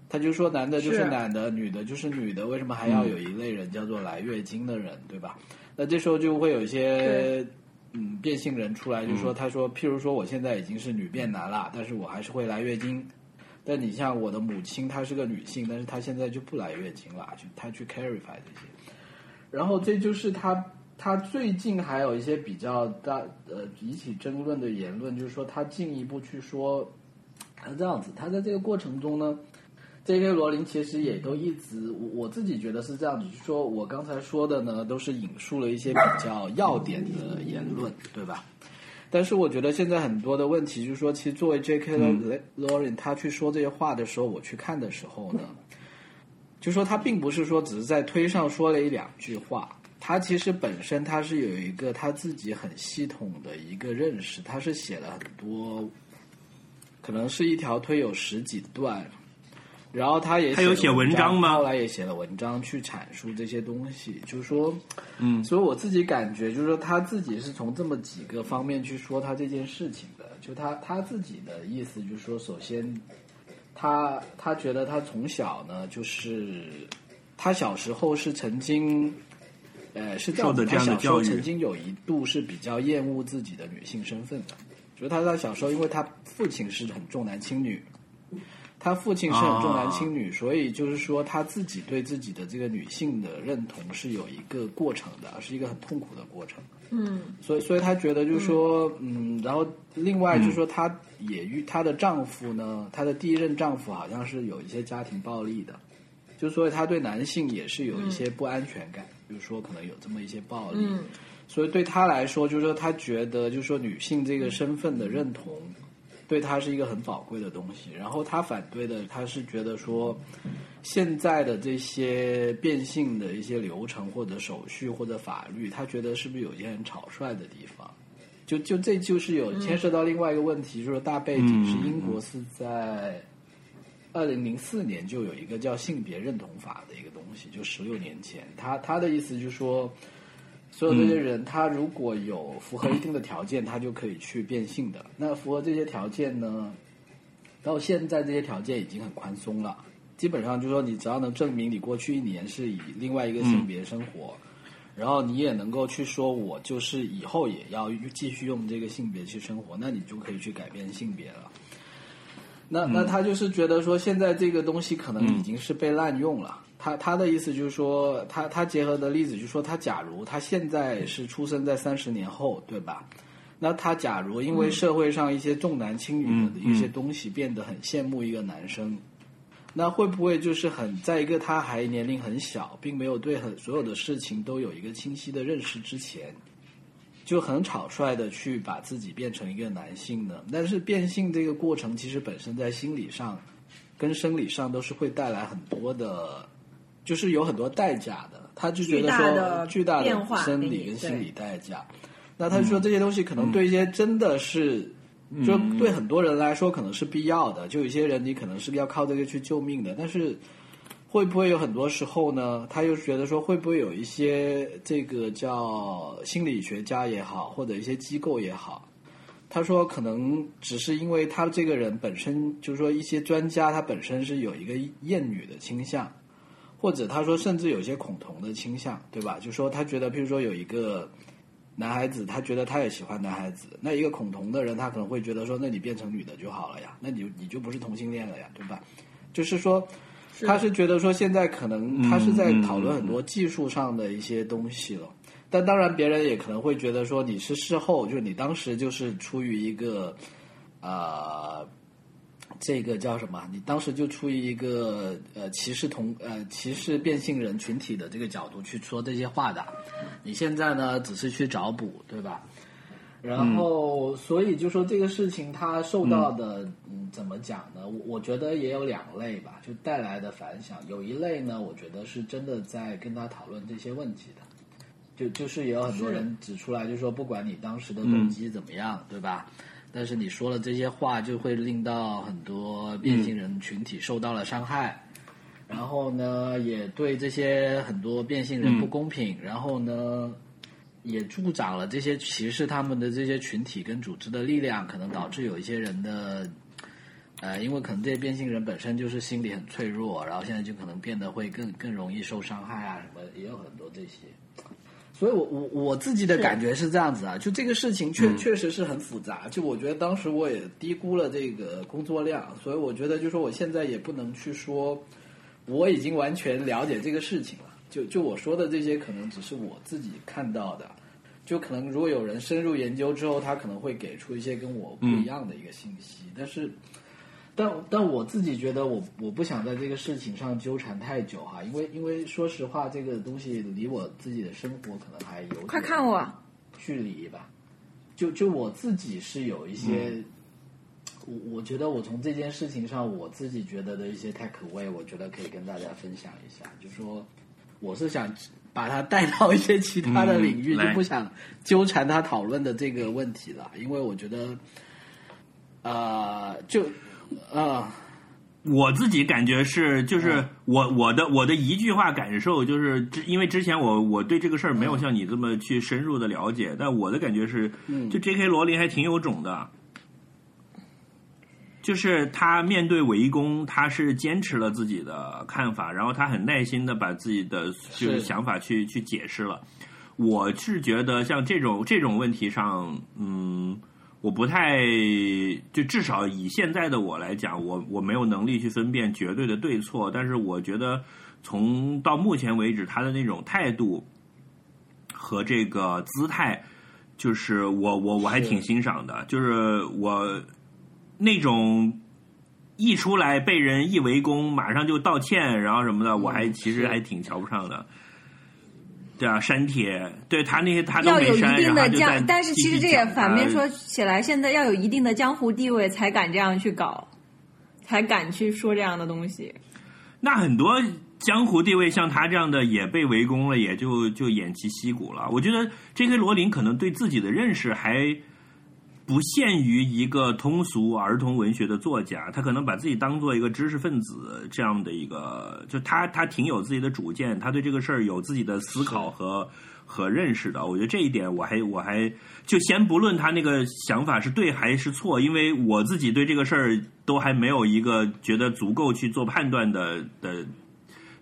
他就说男的就是
是
男的，女的就是女的，为什么还要有一类人叫做来月经的人，对吧？那这时候就会有一些
对
嗯变性人出来，就说他说，譬如说我现在已经是女变男了，但是我还是会来月经。但你像我的母亲，她是个女性，但是她现在就不来月经了，就她去 clarify 这些。然后这就是他他最近还有一些比较大呃引起争论的言论，就是说他进一步去说，他这样子，他在这个过程中呢。J.K. 罗琳其实也都一直，我我自己觉得是这样子，就是说我刚才说的呢，都是引述了一些比较要点的言论，对吧？但是我觉得现在很多的问题，就是说，其实作为 J.K. 罗罗琳他去说这些话的时候，我去看的时候呢，就说他并不是说只是在推上说了一两句话，他其实本身他是有一个他自己很系统的一个认识，他是写了很多，可能是一条推有十几段，然后他也
他有写
了文
文章吗
后来也写了文章去阐述这些东西，就是说，嗯，所以我自己感觉就是说他自己是从这么几个方面去说他这件事情的，就他他自己的意思就是说，首先他他觉得他从小呢就是他小时候是曾经，呃，是这样
受
子，
的
他
这样的
小时候
教育
曾经有一度是比较厌恶自己的女性身份的，就是他在小时候，因为他父亲是很重男轻女，他父亲是很重男轻女，
啊
所以就是说他自己对自己的这个女性的认同是有一个过程的，是一个很痛苦的过程。
嗯
所以，所以她觉得就是说，嗯，然后另外就是说，她也遇她的丈夫呢，她的第一任丈夫好像是有一些家庭暴力的，就所以她对男性也是有一些不安全感，就是说可能有这么一些暴力，
嗯
所以对她来说，就是说她觉得就是说女性这个身份的认同，对她是一个很宝贵的东西。然后她反对的，她是觉得说，现在的这些变性的一些流程或者手续或者法律，她觉得是不是有一些很草率的地方？就就这就是有牵涉到另外一个问题，就是大背景是英国是在二零零四年就有一个叫性别认同法的一个东西，就十六年前，他他的意思就是说，所有这些人他如果有符合一定的条件，他就可以去变性的。那符合这些条件呢，到现在这些条件已经很宽松了，基本上就是说你只要能证明你过去一年是以另外一个性别生活。然后你也能够去说，我就是以后也要继续用这个性别去生活，那你就可以去改变性别了。那那他就是觉得说，现在这个东西可能已经是被滥用了。他他的意思就是说，他他结合的例子就是说，他假如他现在是出生在三十年后，对吧？那他假如因为社会上一些重男轻女的一些东西变得很羡慕一个男生，那会不会就是很在一个他还年龄很小，并没有对很所有的事情都有一个清晰的认识之前，就很草率的去把自己变成一个男性呢？但是变性这个过程其实本身在心理上跟生理上都是会带来很多的，就是有很多代价的。他就觉得
巨大的
说巨大
变化
的生
给
理
你
跟
对
心理代价，那他就说这些东西可能对一些真的是。就
嗯
对很多人来说可能是必要的，就有些人你可能是要靠这个去救命的，但是会不会有很多时候呢？他又觉得说，会不会有一些这个叫心理学家也好，或者一些机构也好，他说可能只是因为他这个人本身，就是说一些专家他本身是有一个厌女的倾向，或者他说甚至有些恐同的倾向，对吧？就说他觉得，譬如说有一个男孩子，他觉得他也喜欢男孩子，那一个恐同的人，他可能会觉得说，那你变成女的就好了呀，那你就你就不是同性恋了呀，对吧？就是说，
的
他是觉得说现在可能他是在
嗯嗯
讨论很多技术上的一些东西了。但当然，别人也可能会觉得说你是事后，就是你当时就是出于一个，呃，这个叫什么？你当时就出于一个呃歧视同呃歧视变性人群体的这个角度去说这些话的，啊你现在呢只是去找补，对吧？然后，所以就说这个事情它受到的，嗯，怎么讲呢？我我觉得也有两类吧，就带来的反响。有一类呢，我觉得是真的在跟他讨论这些问题的，就就是也有很多人指出来，就说不管你当时的动机怎么样，对吧？但是你说了这些话，就会令到很多变性人群体受到了伤害。然后呢，也对这些很多变性人不公平，然后呢，也助长了这些歧视他们的这些群体跟组织的力量，可能导致有一些人的，呃，因为可能这些变性人本身就是心理很脆弱，然后现在就可能变得会更更容易受伤害啊，什么也有很多这些。所以我，我我自己的感觉是这样子啊，就这个事情确、确实是很复杂。就我觉得当时我也低估了这个工作量，所以我觉得就说我现在也不能去说我已经完全了解这个事情了。就就我说的这些，可能只是我自己看到的。就可能如果有人深入研究之后，他可能会给出一些跟我不一样的一个信息。但是，但但我自己觉得我我不想在这个事情上纠缠太久哈，因为因为说实话，这个东西离我自己的生活可能还有点
快看我，
距离吧。就就我自己是有一些，
嗯
我我觉得我从这件事情上，我自己觉得的一些 take away，我觉得可以跟大家分享一下，就说我是想把它带到一些其他的领域，
嗯来
就不想纠缠他讨论的这个问题了，因为我觉得，呃，就呃，
我自己感觉是，
嗯
就是我我的我的一句话感受就是之，因为之前我我对这个事儿
嗯
没有像你这么去深入的了嗯
嗯
解，但我的感觉是，就 J.K. 罗琳还挺有种的，就是他面对围攻，他是坚持了自己的看法，然后他很耐心的把自己的就
是
是想法去去解释了。我是觉得像这种这种问题上，嗯，我不太就至少以现在的我来讲，我我没有能力去分辨绝对的对错，但是我觉得从到目前为止他的那种态度和这个姿态，就是我我我还
是
挺欣赏的，就是我那种。一出来被人一围攻，马上就道歉，然后什么
嗯
的，我还其实
是
还挺瞧不上的。对啊，删帖，对他那些他都
要
没
有一
删，
定
然后
的
他就在
江，但是其实这
继续
也
讲啊
反面
他
说起来，现在要有一定的江湖地位才敢这样去搞，才敢去说这样的东西。
那很多江湖地位像他这样的也被围攻了，也就就偃旗息鼓了。我觉得 J.K. 罗琳可能对自己的认识还不限于一个通俗儿童文学的作家，他可能把自己当做一个知识分子这样的一个，就他他挺有自己的主见，他对这个事儿有自己的思考和。和认识的，我觉得这一点我还我还就先不论他那个想法是对还是错，因为我自己对这个事儿都还没有一个觉得足够去做判断的的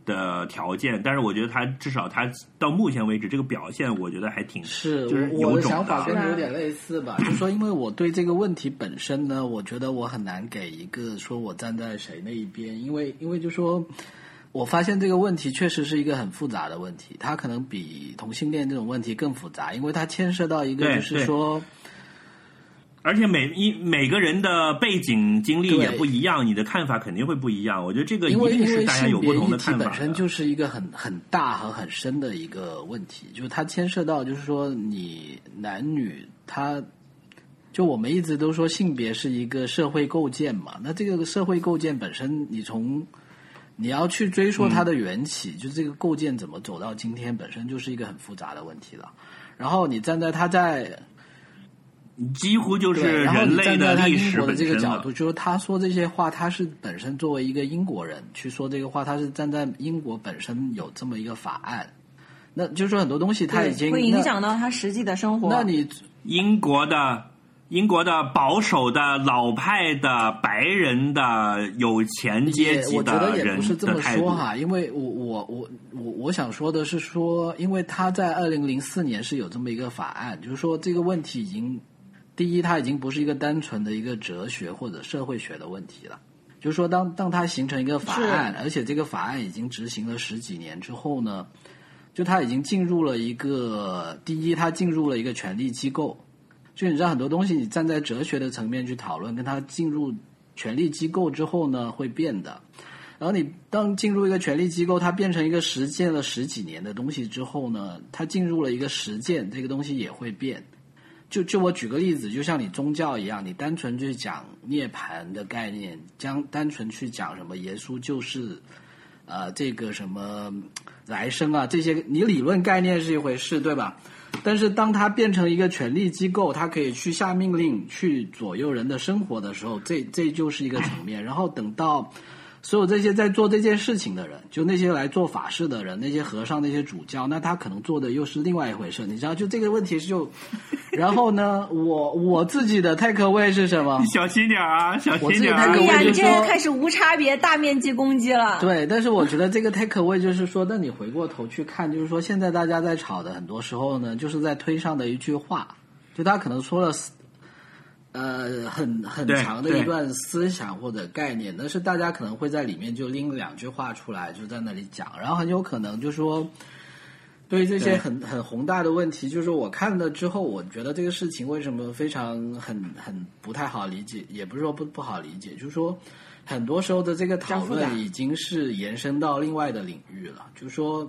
的条件。但是我觉得他至少他到目前为止这个表现，我觉得还挺
是
就是
我我
有
的
种
想法
的
跟
是
你
啊
有点类似吧，就说因为我对这个问题本身呢，我觉得我很难给一个说我站在谁那一边，因为因为就说。我发现这个问题确实是一个很复杂的问题，它可能比同性恋这种问题更复杂，因为它牵涉到一个
对
就是
对
说，
而且每一每个人的背景经历
对
也不一样，你的看法肯定会不一样。我觉得这个一
因为因
定是
为
大家有
性
不
别
同
议
的
题
看法
本
的
身就是一个很很大和很深的一个问题，就是它牵涉到就是说你男女它。就我们一直都说性别是一个社会构建嘛，那这个社会构建本身，你从你要去追溯它
嗯
的缘起，就这个构建怎么走到今天，本身就是一个很复杂的问题了。然后你站在它在
几乎就
对，
是
然后
人
你
类
站在他
历
英
史
国的
本
这个
身
角
了
度，。就是他说这些话，他是本身作为一个英国人去说这个话，他是站在英国本身有这么一个法案，那就是说很多东西他
对，
已经
会影响到他实际的生活。
那。那你
英国的英国的保守的老派的白人的有钱阶
也
级
我觉
的
得也
人
不是这
的
么
态度
说，哈，因为我我我我我想说的是说，因为他在二零零四年是有这么一个法案，就是说这个问题已经，第一，它已经不是一个单纯的一个哲学或者社会学的问题了。就是说当，当它形成一个法案，而且这个法案已经执行了十几年之后呢，就它已经进入了一个第一，它进入了一个权力机构，就你知道很多东西，你站在哲学的层面去讨论，跟它进入权力机构之后呢，会变的。然后你当进入一个权力机构，它变成一个实践了十几年的东西之后呢，它进入了一个实践，这个东西也会变。就就我举个例子，就像你宗教一样，你单纯去讲涅槃的概念，将单纯去讲什么耶稣就是，呃，这个什么嗯来生啊，这些你理论概念是一回事，对吧？但是当它变成一个权力机构，它可以去下命令、去左右人的生活的时候，这这就是一个层面。然后等到所有这些在做这件事情的人，就那些来做法事的人，那些和尚、那些主教，那他可能做的又是另外一回事。你知道，就这个问题是就，然后呢，我我自己的 take away 是什么
你？ (laughs) 小心点儿啊，小
我自
心
己
点儿、
那
啊
个
哎。呀，
我就
你这
说
开始无差别大面积攻击了。
对，但是我觉得这个 take away 就是说，那你回过头去看，就是说现在大家在吵的很多时候呢，就是在推上的一句话，就他可能说了四，呃，很很
对
长的
对
一段思想或者概念，但是大家可能会在里面就拎两句话出来，就在那里讲，然后很有可能就说。对于这些
对
很很宏大的问题，就是我看了之后，我觉得这个事情为什么非常很很不太好理解，也不是说不不好理解，就是说很多时候的这个讨
比较复杂
论已经是延伸到另外的领域了，就是说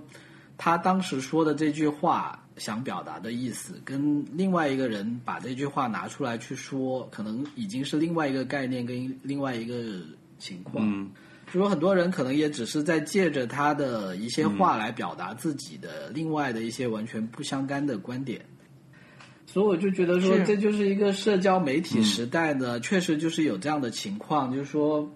他当时说的这句话想表达的意思，跟另外一个人把这句话拿出来去说，可能已经是另外一个概念跟另外一个情况。
嗯，
就说很多人可能也只是在借着他的一些
嗯
话来表达自己的另外的一些完全不相干的观点，所以我就觉得说，
是嗯
这就是一个社交媒体时代呢，确实就是有这样的情况，就是说，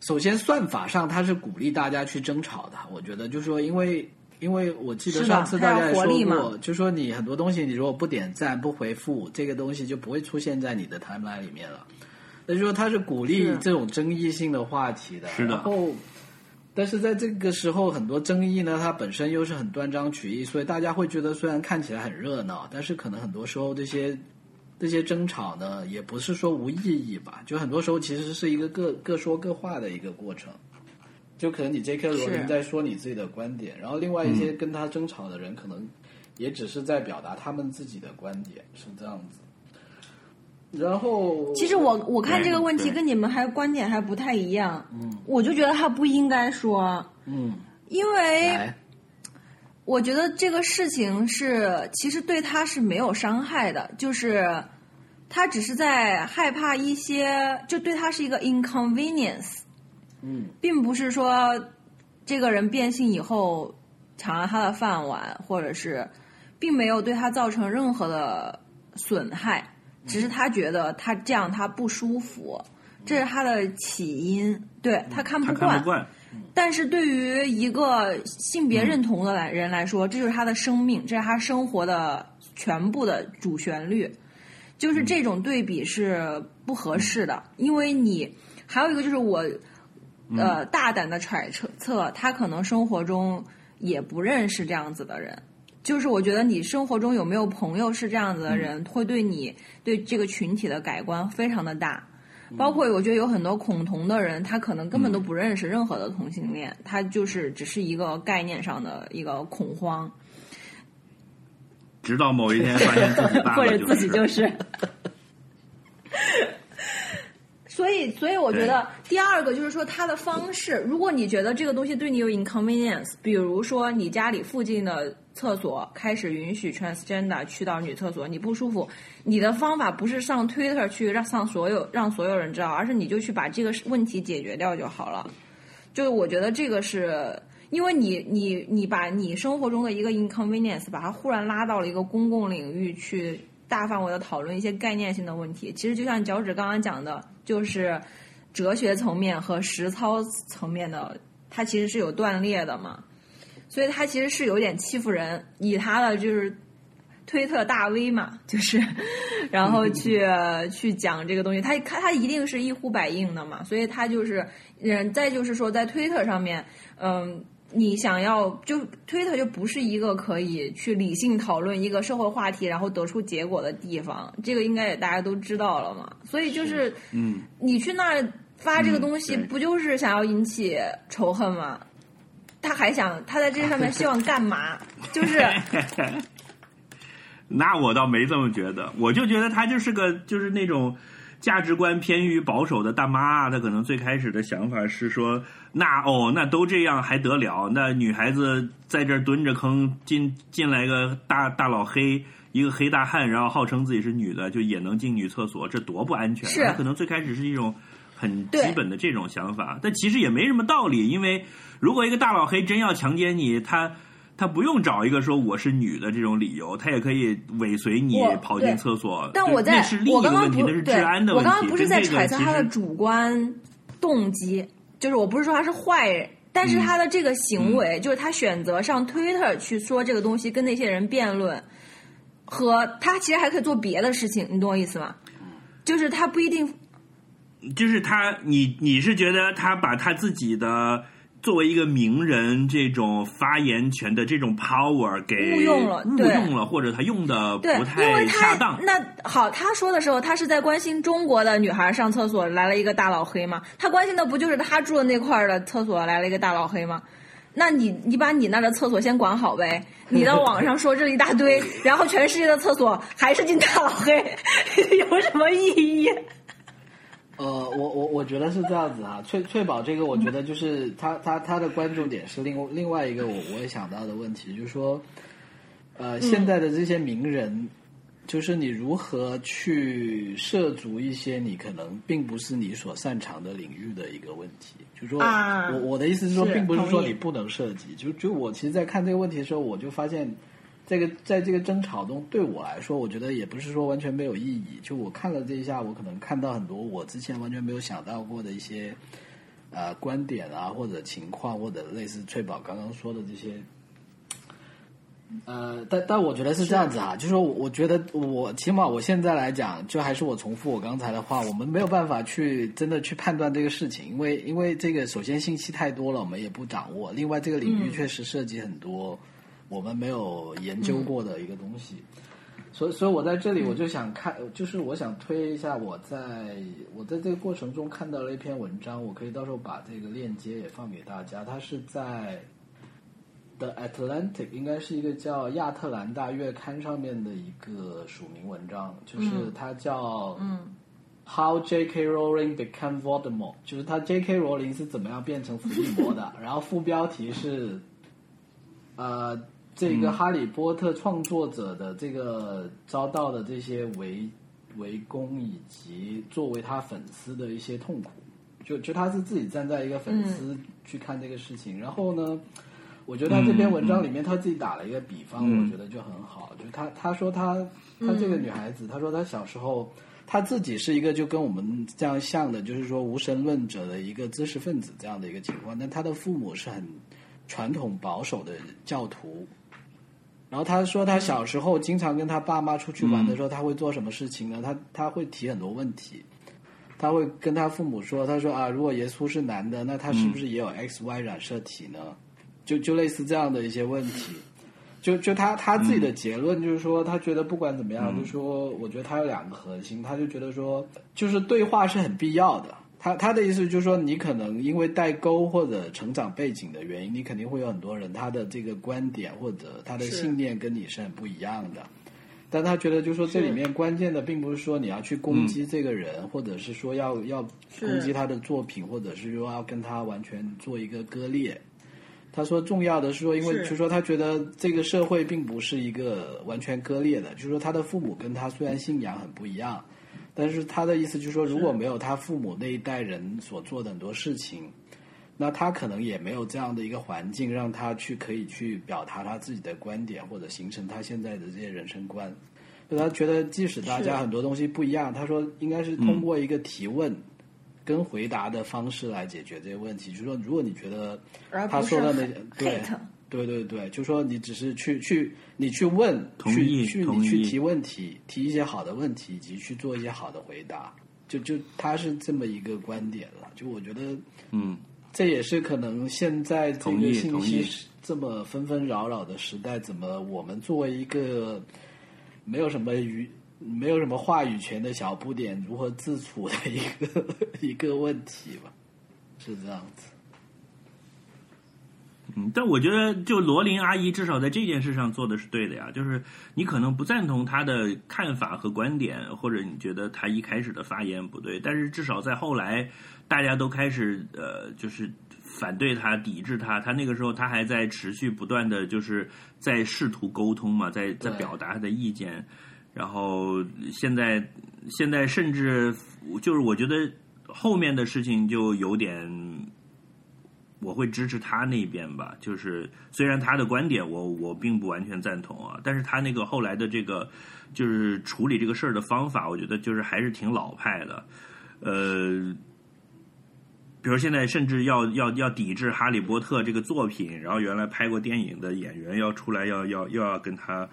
首先算法上它是鼓励大家去争吵的，我觉得就是说，因为因为我记得
是的
上次大家也
它要活力
说
嘛
过，就说你很多东西你如果不点赞不回复，这个东西就不会出现在你的 timeline 里面了。那就是说他是鼓励这种争议性的话题的。
是的
然
哦
后，但是在这个时候，很多争议呢，它本身又是很断章取义，所以大家会觉得虽然看起来很热闹，但是可能很多时候这些这些争吵呢，也不是说无意义吧，就很多时候其实是一个各各说各话的一个过程。就可能你 J.K. 罗
是
琳在说你自己的观点，然后另外一
嗯
些跟他争吵的人，可能也只是在表达他们自己的观点，是这样子。然后，
其实我我看这个问题
对
跟你们还观点还不太一样，嗯，我就觉得他不应该说，
嗯，
因为
来，
我觉得这个事情是其实对他是没有伤害的，就是他只是在害怕一些，就对他是一个 inconvenience，
嗯，
并不是说这个人变性以后抢了他的饭碗，或者是并没有对他造成任何的损害，只是他觉得他这样他不舒服，这是他的起因，对他看
他
不
看
惯
不。惯，
但是对于一个性别认同的来人来说，这就是他的生命，这是他生活的全部的主旋律。就是这种对比是不合适的，因为你还有一个就是我，呃，大胆的揣测，测他可能生活中也不认识这样子的人。就是我觉得你生活中有没有朋友是这样子的人，会对你对这个群体的改观非常的大。包括我觉得有很多恐同的人，他可能根本都不认识任何的同性恋，他就是只是一个概念上的一个恐慌，
直到某一天发现自
(laughs)
己爸
或
爸
者
就
自己
是
就是。所以，所以我觉得第二个就是说他的方式。如果你觉得这个东西对你有 inconvenience，比如说你家里附近的厕所开始允许 transgender 去到女厕所，你不舒服，你的方法不是上 Twitter 去让上所有让所有人知道，而是你就去把这个问题解决掉就好了。就是我觉得这个是因为你你你把你生活中的一个 inconvenience 把它忽然拉到了一个公共领域去大范围的讨论一些概念性的问题，其实就像脚趾刚刚讲的，就是哲学层面和实操层面的，它其实是有断裂的嘛，所以它其实是有点欺负人，以他的就是。推特大 V 嘛，就是， (laughs) 然后去
嗯
去讲这个东西，他他一定是一呼百应的嘛，所以他就是，嗯，再就是说在推特上面，嗯，你想要就推特就不是一个可以去理性讨论一个社会话题然后得出结果的地方，这个应该也大家都知道了嘛，所以就是，
嗯，
你去那儿发这个东西，
嗯对
不就是想要引起仇恨吗？他还想他在这上面希望干嘛？就是。
那我倒没这么觉得，我就觉得他就是个就是那种价值观偏于保守的大妈，啊她可能最开始的想法是说，那哦，那都这样还得了？那女孩子在这儿蹲着坑，进进来个大大老黑。一个黑大汉，然后号称自己是女的，就也能进女厕所，这多不安全啊！
是
她可能最开始是一种很基
对
本的这种想法，但其实也没什么道理，因为如果一个大老黑真要强奸你，他他不用找一个说我是女的这种理由，他也可以尾随你
我
跑进
对
厕所。
但
对
我
那
在
是另
我
一个
刚
问
刚不
题，那是治
对，
安的
我
问题。
刚刚不是
跟
在
这个
揣测
其
他的
实
主观动机，就是我不是说他是坏人，但
嗯
是他的这个行为，就是他选择上 Twitter 去说这个东西，跟那些人辩论，和他其实还可以做别的事情，你懂我意思吗？就是他不一定
就是他，你你是觉得他把他自己的作为一个名人这种发言权的这种 power 给
误用了
误
对
用了，或者他用的
对
不，
因
太
为他
恰当。
那好，他说的时候，他是在关心中国的女孩上厕所来了一个大老黑吗？他关心的不就是他住的那块儿的厕所来了一个大老黑吗？那你你把你那儿的厕所先管好呗，
(laughs)
你到网上说这一大堆，然后全世界的厕所还是进大老黑， (laughs) 有什么意义？
呃，我我我觉得是这样子啊，翠翠宝这个，我觉得就是他他他的关注点是另另外一个我我也想到的问题，就是说，呃，现在的这些名人，就是你如何去涉足一些你可能并不是你所擅长的领域的一个问题，就是说，
啊
我我的意思是说，
是
并不是说
同意
你不能涉及，就就我其实，在看这个问题的时候，我就发现。这个在这个争吵中，对我来说，我觉得也不是说完全没有意义。就我看了这一下，我可能看到很多我之前完全没有想到过的一些呃观点啊，或者情况，或者类似翠宝刚刚说的这些呃，但但我觉得是这样子啊，就是说我我觉得我起码我现在来讲，就还是我重复我刚才的话，我们没有办法去真的去判断这个事情，因为因为这个首先信息太多了，我们也不掌握，另外这个领域确实涉及很多我们没有研究过的一个东西，所以所以我在这里我就想看，就是我想推一下我在我在这个过程中看到了一篇文章，我可以到时候把这个链接也放给大家，它是在。The Atlantic 应该是一个叫亚特兰大月刊上面的一个署名文章，就是它叫嗯 How J.K. Rowling Became Voldemort，就是他 J.K. 罗琳是怎么样变成伏地魔的。然后副标题是呃这个哈利波特创作者的这个遭到的这些围围攻以及作为他粉丝的一些痛苦，就就他是自己站在一个粉丝去看这个事情，然后呢。我觉得他这篇文章里面他自己打了一个比方，
嗯
我觉得就很好。就他他说他他这个女孩子，她说她小时候她自己是一个就跟我们这样像的，就是说无神论者的一个知识分子这样的一个情况，但她的父母是很传统保守的教徒。然后她说她小时候经常跟她爸妈出去玩的时候，她会做什么事情呢？她她会提很多问题。他会跟他父母说：“他说啊，如果耶稣是男的，那他是不是也有 X Y 染色体呢？”就就类似这样的一些问题。就就他他自己的结论就是说，他觉得不管怎么样，就说我觉得他有两个核心，他就觉得说，就是对话是很必要的。他他的意思就是说，你可能因为代沟或者成长背景的原因，你肯定会有很多人他的这个观点或者他的信念跟你是很不一样的。但他觉得，就是嗯说这里面关键的，并不是说你要去攻击这个人，或者是说要要攻击他的作品，或者是说要跟他完全做一个割裂。他说，重要的是说，因为
是
就是说他觉得这个社会并不是一个完全割裂的，就是说他的父母跟他虽然信仰很不一样，但是他的意思就是说，如果没有他父母那一代人所做的很多事情，那他可能也没有这样的一个环境，让他去可以去表达他自己的观点，或者形成他现在的这些人生观。就他觉得，即使大家很多东西不一样，他说应该是通过一个提问跟回答的方式来解决这些问题。就是说，如果你觉得
而
他
不是
说的那对
hate。
对对对，就说你只是去去你去问，
同
去
意
去
同
你去
意
提问题，提一些好的问题，以及去做一些好的回答。就就他是这么一个观点了。就我觉得
嗯，
这也是可能现在这
同
个
意
信
同
息
意
是这么纷纷扰扰的时代，怎么我们作为一个没有什么语、没有什么话语权的小不点，如何自处的一个 (laughs) 一个问题吧？是这样子。
嗯，但我觉得，就罗琳阿姨至少在这件事上做的是对的呀。就是你可能不赞同她的看法和观点，或者你觉得她一开始的发言不对，但是至少在后来，大家都开始呃，就是反对她、抵制她。她那个时候，她还在持续不断的就是在试图沟通嘛，在在
对
表达她的意见。然后现在，现在甚至就是我觉得后面的事情就有点我会支持他那边吧，就是虽然他的观点我我并不完全赞同啊，但是他那个后来的这个就是处理这个事儿的方法，我觉得就是还是挺老派的，呃，比如现在甚至要要要抵制《哈利波特》这个作品，然后原来拍过电影的演员要出来要要又要跟他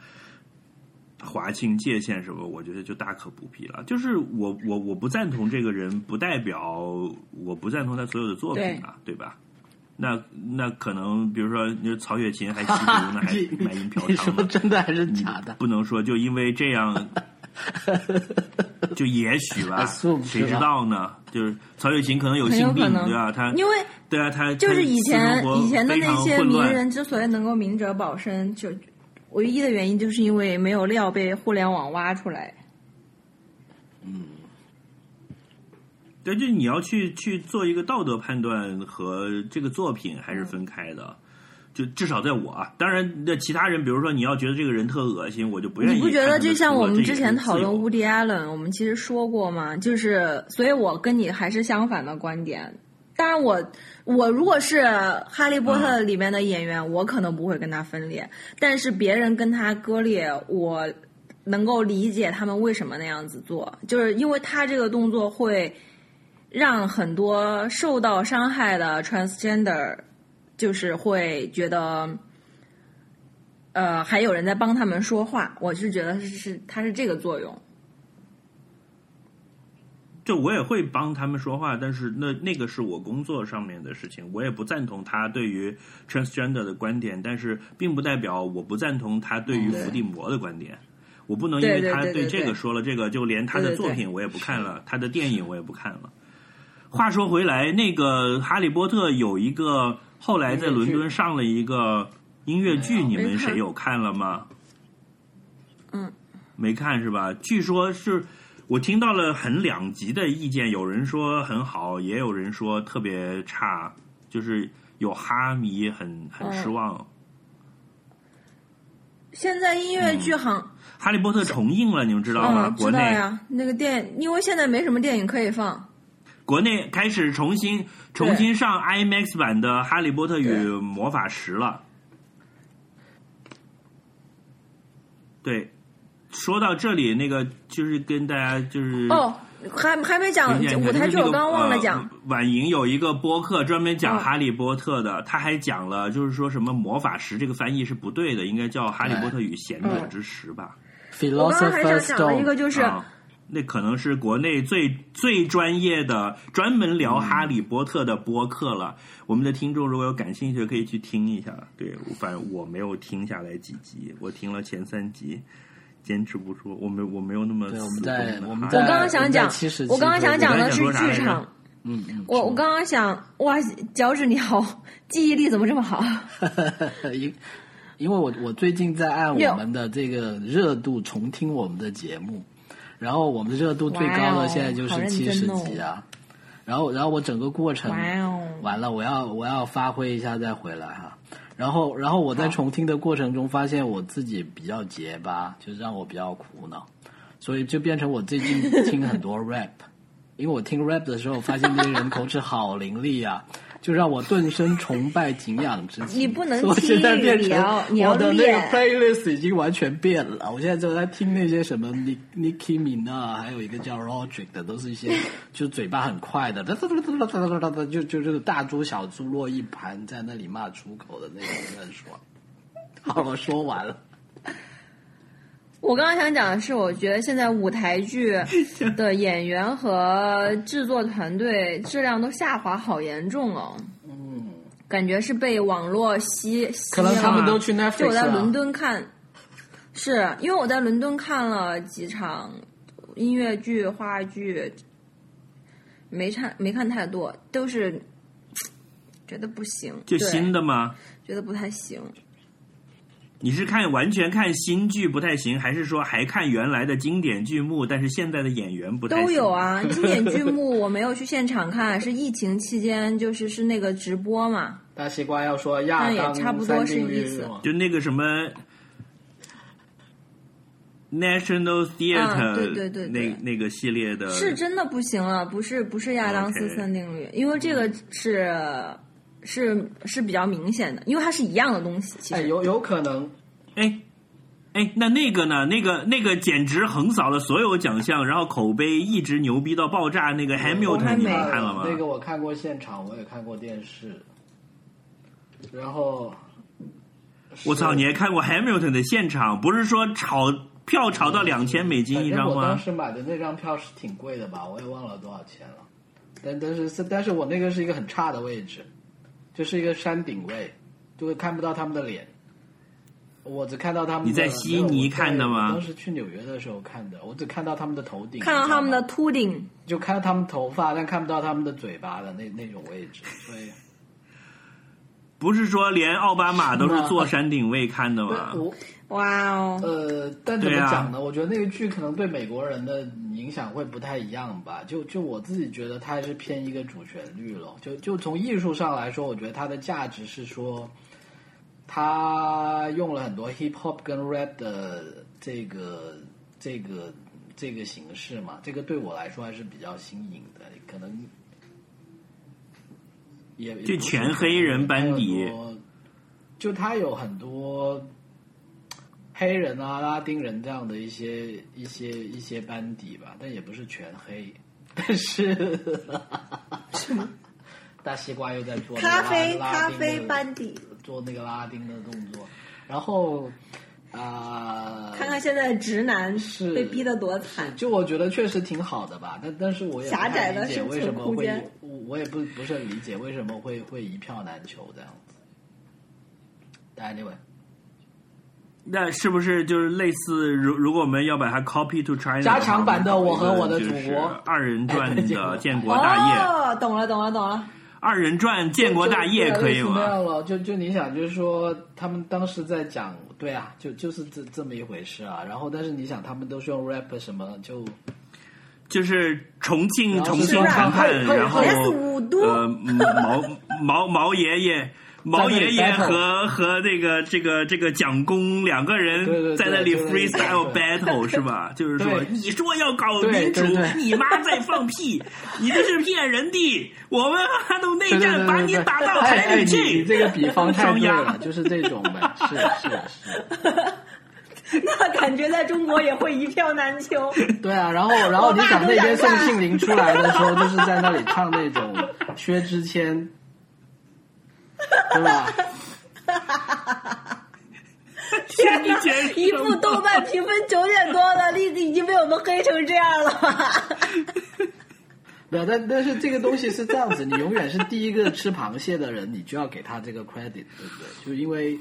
划清界限什么，我觉得就大可不必了。就是我我我不赞同这个人，不代表我不赞同他所有的作品啊，对吧？那那可能，比如说，你说曹雪芹还吸毒
(laughs)
呢，还卖淫嫖
你
娼
说
呢，
真的还是
你
假的？
不能说就因为这样，就也许吧，
Assume
谁知
(laughs) 是吧
道呢？就是曹雪芹可能有
很有
性病
可，能
对吧？他
因为
对啊，他
就是
他
以
私
前
生活
以前的
非
那
常
些
混
名
乱
人之所以能够明哲保身，就唯一的原因就是因为没有料被互联网挖出来。
对，就是你要去去做一个道德判断和这个作品还是分开的。就至少在我，啊，当然，那其他人，比如说你要觉得这个人特恶心，我就不愿意
你
看他的
不
书
觉
了。
得就像我
这
们
也
之
是
前
自
讨论
由
Woody Allen，我们其实说过嘛，就是，所以我跟你还是相反的观点。当然我，我如果是《哈利
嗯
波特》里面的演员，我可能不会跟他分裂，但是别人跟他割裂，我能够理解他们为什么那样子做，就是因为他这个动作会让很多受到伤害的 transgender，就是会觉得呃，还有人在帮他们说话，我是觉得是是它是这个作用。
就我也会帮他们说话，但是那那个是我工作上面的事情，我也不赞同他对于 transgender 的观点，但是并不代表我不赞同他对于伏地魔的观点。我不能因为
嗯对对
他
对对
这个
对
说了这个，就连他的
对对
作
对
品我也不看了，他的电影我也不看了。话说回来，那个《哈利波特》有一个后来在伦敦上了一个音乐剧，你们谁有看了吗？
嗯，
没看是吧？据说是我听到了很两极的意见，有人说很好，也有人说特别差，就是有哈迷很
嗯
很失望。
现在音乐剧行、
哈利波特》重映了，你嗯们知道吗？
嗯，
国
知道
内
呀，那个电，因为现在没什么电影可以放，
国内开始重新重新上 IMAX 版的《哈利波特与魔法石》了。对，说到这里，那个就是跟大家就是
哦，还还没讲
推荐一下
啊舞台剧，
就是那个
我刚刚忘了讲。
呃婉莹有一个播客专门讲
嗯
哈利波特的，他还讲了，就是说什么魔法石这个翻译是不对的，应该叫《哈利波特与贤者之石》吧？
(laughs)
我刚刚还
Philosopher's
想讲了一
Stone，
个，嗯就是、
啊，那可能是国内最最专业的专门聊
嗯
哈利波特的播客了。我们的听众如果有感兴趣，的，可以去听一下。对，反正我没有听下来几集，我听了前三集，坚持不住，我没我没有那么
对我们
死
在
忠的
我们
哈
在
我刚刚想讲
在77，
我刚刚想讲的是
我刚才想说啥来
剧场
着。
嗯嗯，
我我刚刚想，哇，脚趾你好，记忆力怎么这么好？
嗯 (laughs) 因因为我我最近在按
哟
我们的这个热度重听我们的节目，然后我们热度最
哇
高
哦
的现在就
好
是
认
七十
真哦
集啊，然后然后我整个过程
哇哦
完了，我要我要发挥一下再回来哈。然后，然后我在重听的过程中发现我自己比较结巴，就是让我比较苦恼，所以就变成我最近听很
(laughs)
多 rap，因为我听 rap 的时候发现那些人口齿好伶俐啊， (laughs) 就让我顿生崇拜敬仰之情。
你不能
所以我现在
听
变
你
成
要你要
我的那个
练
playlist 已经完全变了，我现在就在听那些什么 Nick Nicki Minaj，还有一个叫 Rodrick 的，都是一些就嘴巴很快的，哒 (laughs) 哒哒哒哒哒哒哒，就就这个大猪小猪落一盘在那里骂出口的那种，很爽。好，我说完了。
我刚刚想讲的是，我觉得现在舞台剧的演员和制作团队质量都下滑好严重哦。嗯，感觉是被网络吸吸
可能他们
了。
都去 Netflix
就我在
了
伦敦看，是因为我在伦敦看了几场音乐剧、话剧，没看没看太多，都是觉得不行，
就
对
新的吗？
觉得不太行。
你是看完全看新剧不太行，还是说还看原来的经典剧目，但是现在的演员不太行
都有？啊，经典剧目我没有去现场看，是疫情期间，就是是那个直播嘛。
大西瓜要说亚
那也
当
差不多
三
是
定
意
律
思
吗
就那个什么 National Theatre，、
啊对对对对
那那个系列的，
是真的不行了，不是不是亚当斯
嗯 OK
三定律因为这个是是是比较明显的，因为它是一样的东西。其
哎，
实
有有可能，
哎哎，那那个呢？那个那个简直横扫了所有奖项，然后口碑一直牛逼到爆炸。那个 Hamilton
还
你
没
们看了吗？
那个我看过现场，我也看过电视，然后
我操，
是
你还看过 Hamilton 的现场？不是说炒票炒到两千美金一
反
张
正我当
吗？
时买的那张票是挺贵的吧，我也忘了多少钱了。但但是是但是我那个是一个很差的位置，就是一个山顶位，就是看不到他们的脸。我只看到他们的。
你在悉尼
没有我
看的吗
我当时去纽约的时候看的，我只看到他们的头顶，
看到他们的
你知道吗
秃顶，
就看到他们头发，但看不到他们的嘴巴的那那种位置，所以。
不是说连奥巴马都是坐山顶位看的吗
对？我
哇哦！
呃，但怎么
对啊
讲呢？我觉得那个剧可能对美国人的影响会不太一样吧。就就我自己觉得，它还是偏一个主旋律了。就就从艺术上来说，我觉得它的价值是说，它用了很多 hip hop 跟 rap 的这个这个这个形式嘛。这个对我来说还是比较新颖的，可能也
就全黑人班底。
也不是说很多就他有很多黑人啊、拉丁人这样的一些一些一些班底吧，但也不是全黑， (laughs) 但是 (laughs) 大西瓜又在做那个拉拉丁的
底，
嗯做那个拉丁的动作，然后啊，
看看现在直男
是
被逼得多惨。
就我觉得确实挺好的吧，但但是我也不
狭
太
窄的
理解
生
为
存
什么
空
会
间，
我我也不不是很理解为什么会会一票难求这样子。大家 anyway，
那是不是就是类似如如果我们要把它 copy to China
加强版的
话
我和我的
就
祖
是
国哎
二人转的建国大业，
啊
哦，懂了，懂了，懂了。 (laughs)
二人转建国大业可以
就那
吗？
样了，就就你想，就是说他们当时在讲，对啊，就就是这这么一回事啊。然后，但是你想，他们都是用 rap 什么，就
就是重庆
然后
重
是
庆
这样
谈判
还有，
然后
还有
五都
呃毛毛毛爷爷。毛爷爷
在那里 battle
和和那个这个这个蒋公两个
对对
人
对
在那里
对对对
freestyle
对
battle 是
(laughs)
吧？就是说
对
你说要搞
对
民主
对对，
你妈在放屁，你这是骗人的！我们发动内战，把你打到海里
哎哎你
去
你。这个比方太对
双
了
鸭，
就是这种呗，是是是，
那感觉在中国也会一票
(laughs)
难求。
对啊。然后然后
我
你
爸
想
都
那天
想
宋
看
庆龄出来的时候，就是在那里唱那种薛之谦，对吧？
天哪
(laughs)
一部豆瓣评分九点多的，那个已经被我们黑成这样了吧？
(laughs) 没有，啊但但是这个东西是这样子，你永远是第一个吃螃蟹的人，你就要给他这个 credit，对不对？就因为，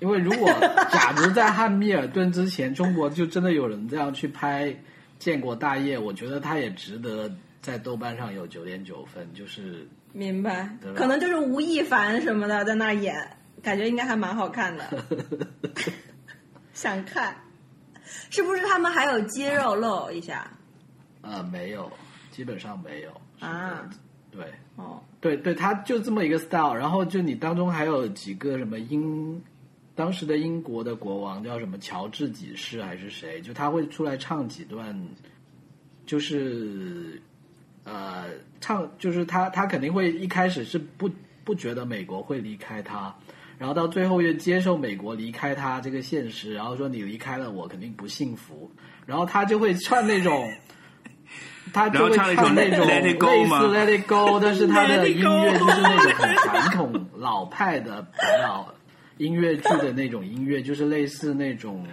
因为如果假如在汉密尔顿之前，中国就真的有人这样去拍《建国大业》，我觉得他也值得在豆瓣上有九点九分，就是
明白
对，吧
可能就是吴亦凡什么的在那儿演，感觉应该还蛮好看的，
(laughs)
想看。是不是他们还有肌肉露一下
呃没有，基本上没有，
啊？
对。
哦，
对对，他就这么一个 style，然后就你当中还有几个什么英，当时的英国的国王叫什么乔治几世还是谁，就他会出来唱几段，就是呃唱，就是他他肯定会一开始是不不觉得美国会离开他，然后到最后又接受美国离开他这个现实，然后说你离开了我肯定不幸福，然后他就会唱那种。他就会
然后唱那
那
首
种
Let
类
It
似
Go 吗
Let It Go，但是他
Let
的
it
音
go
乐就是那种很传统老派的百老音乐剧的那种音乐，就是类似那种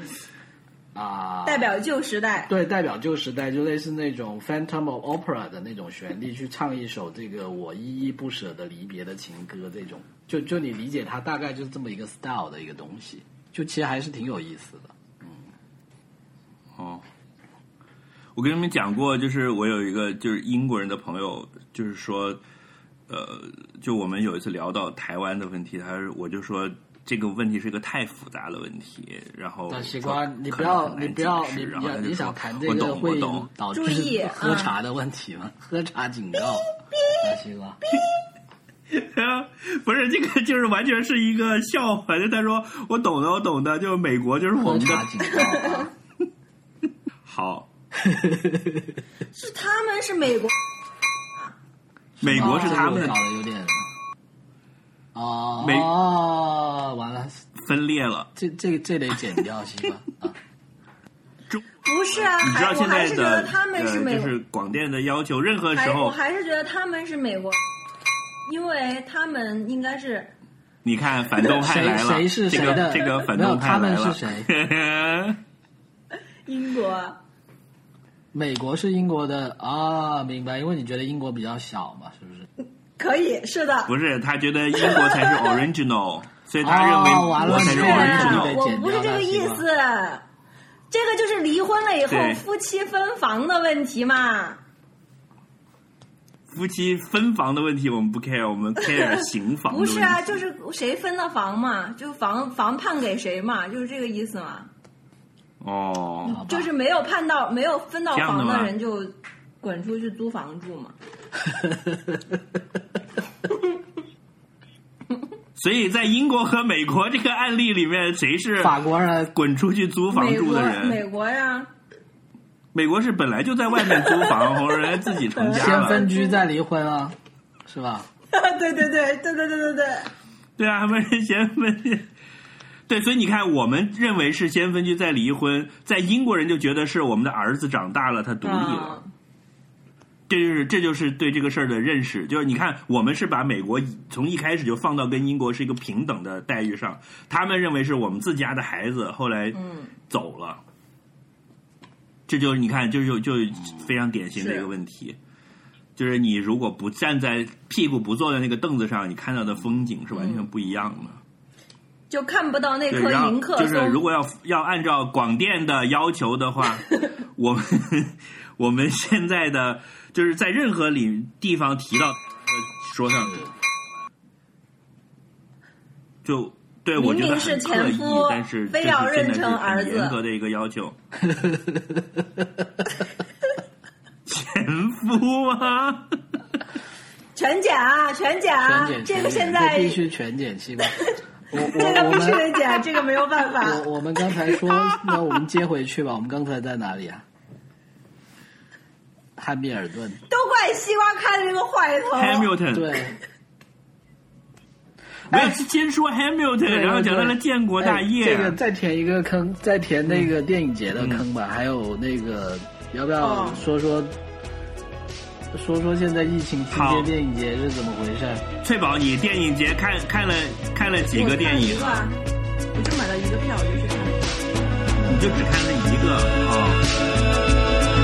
啊、
代表旧时代，
对代表旧时代，就类似那种 Phantom of Opera 的那种旋律去唱一首这个我依依不舍的离别的情歌，这种就就你理解它大概就是这么一个 style 的一个东西，就其实还是挺有意思的。
哦，我跟你们讲过，就是我有一个就是英国人的朋友，就是说，呃，就我们有一次聊到台湾的问题，他说我就说这个问题是个太复杂的问题，然后
但西
说
瓜，你
可
不
能
要，
很
你
难
不要，
解释
你你
然后
要
他就
你
说
想谈这
啊我
个
懂我
会
懂，
导
注意啊
致喝茶的问题吗？ (laughs) 喝茶警告，大西瓜。
啊，不是这个，就是完全是一个笑话。就他说我懂的，我懂的，就是美国就是我
喝
们的
茶警告
(laughs)
啊！
好，
是他们是美国，
美国是他们
哦搞
的
得有点哦，
美
哦，完了，
分裂了。
这这这得剪掉，西
(laughs)
瓜啊！
不是啊？
你知道
还我
现
还
在
是觉
的
得他们是美
呃，就
国，
是广电的要求，任何时
还我
候
还是觉得他们是美国，因为他们应该是
你看反动派来了，
谁谁是谁的
这个这个反
没有
动派来
他
了，
们是
谁？
英国。
美国是英国的啊，明白？因为你觉得英国比较小嘛，是不是？
可以，是
(laughs)
的，
不是，他觉得英国才是 original，所以他
哦
认
完
为
了
我才
这
是
个
啊
original。
对
我不是这个意思，这个就是离婚了以后
对
夫妻分房的问题嘛。
夫妻分房的问题我们不 care，我们
(laughs)
care 行房的
不
问题。
是啊，就是谁分的房嘛，就房房判给谁嘛，就是这个意思嘛。
哦，
好吧
就是没有判到没有分到
这样的
房
吗
的人就滚出去租房住嘛。
(laughs) 所以在英国和美国这个案例里面，谁是
法国人
滚出去租房
美
住
国
的人？
美国呀，
美国是本来就在外面租
(laughs)
房，后来自己成家
先
了
分。居再离婚啊，是
(laughs)
吧？
(laughs) 对对对对对对对对，
对啊，他们是先分居。对，所以你看，我们认为是先分居再
啊
离婚，在英国人就觉得是我们的儿子长大了，他独立了。
嗯
这就是这就是对这个事儿的认识，就是你看，我们是把美国从一开始就放到跟英国是一个平等的待遇上，他们认为是我们自家的孩子，后来
嗯
走了，这就是你看，就是就非常典型的一个问题，就是你如果不站在屁股不坐在那个凳子上，你看到的风景是完全不一样的。
就看不到那
对，
颗
然后
迎客
啊就是
松。
如果要要按照广电的要求的
(laughs)
话，我们我们现在的就是在任何领地方提到呃说上，就对我觉
明
得
明是
很刻
前
意
夫，
但是
非
这
要
是现在
认
是
成儿
很
子
严格的一个要求。 (laughs) 前夫啊，
全剪啊，全剪啊，
全
这
剪，
个
全
现
剪
在
这必须全剪七
(laughs)
吧。我
(laughs) 这个
我我
必须
们
得剪，这个没有办法。
(laughs) 我我们刚才说，那我们接回去吧。我们刚才在哪里啊？汉密尔顿。
都怪西瓜开的这个坏头。
Hamilton， (laughs)
对，
没
哎
有先说 Hamilton，然后讲到了建国大业啊
哎这个再填一个坑，再填那个电影节的坑
嗯
吧。还有那个，要不要
哦
说说、说说现在疫情期
好
间电影节是怎么回事？
翠宝，你电影节看看了看了几个电影
我？看了一个我就买了一个票，我就
你就
去看了。
只看了一个哦。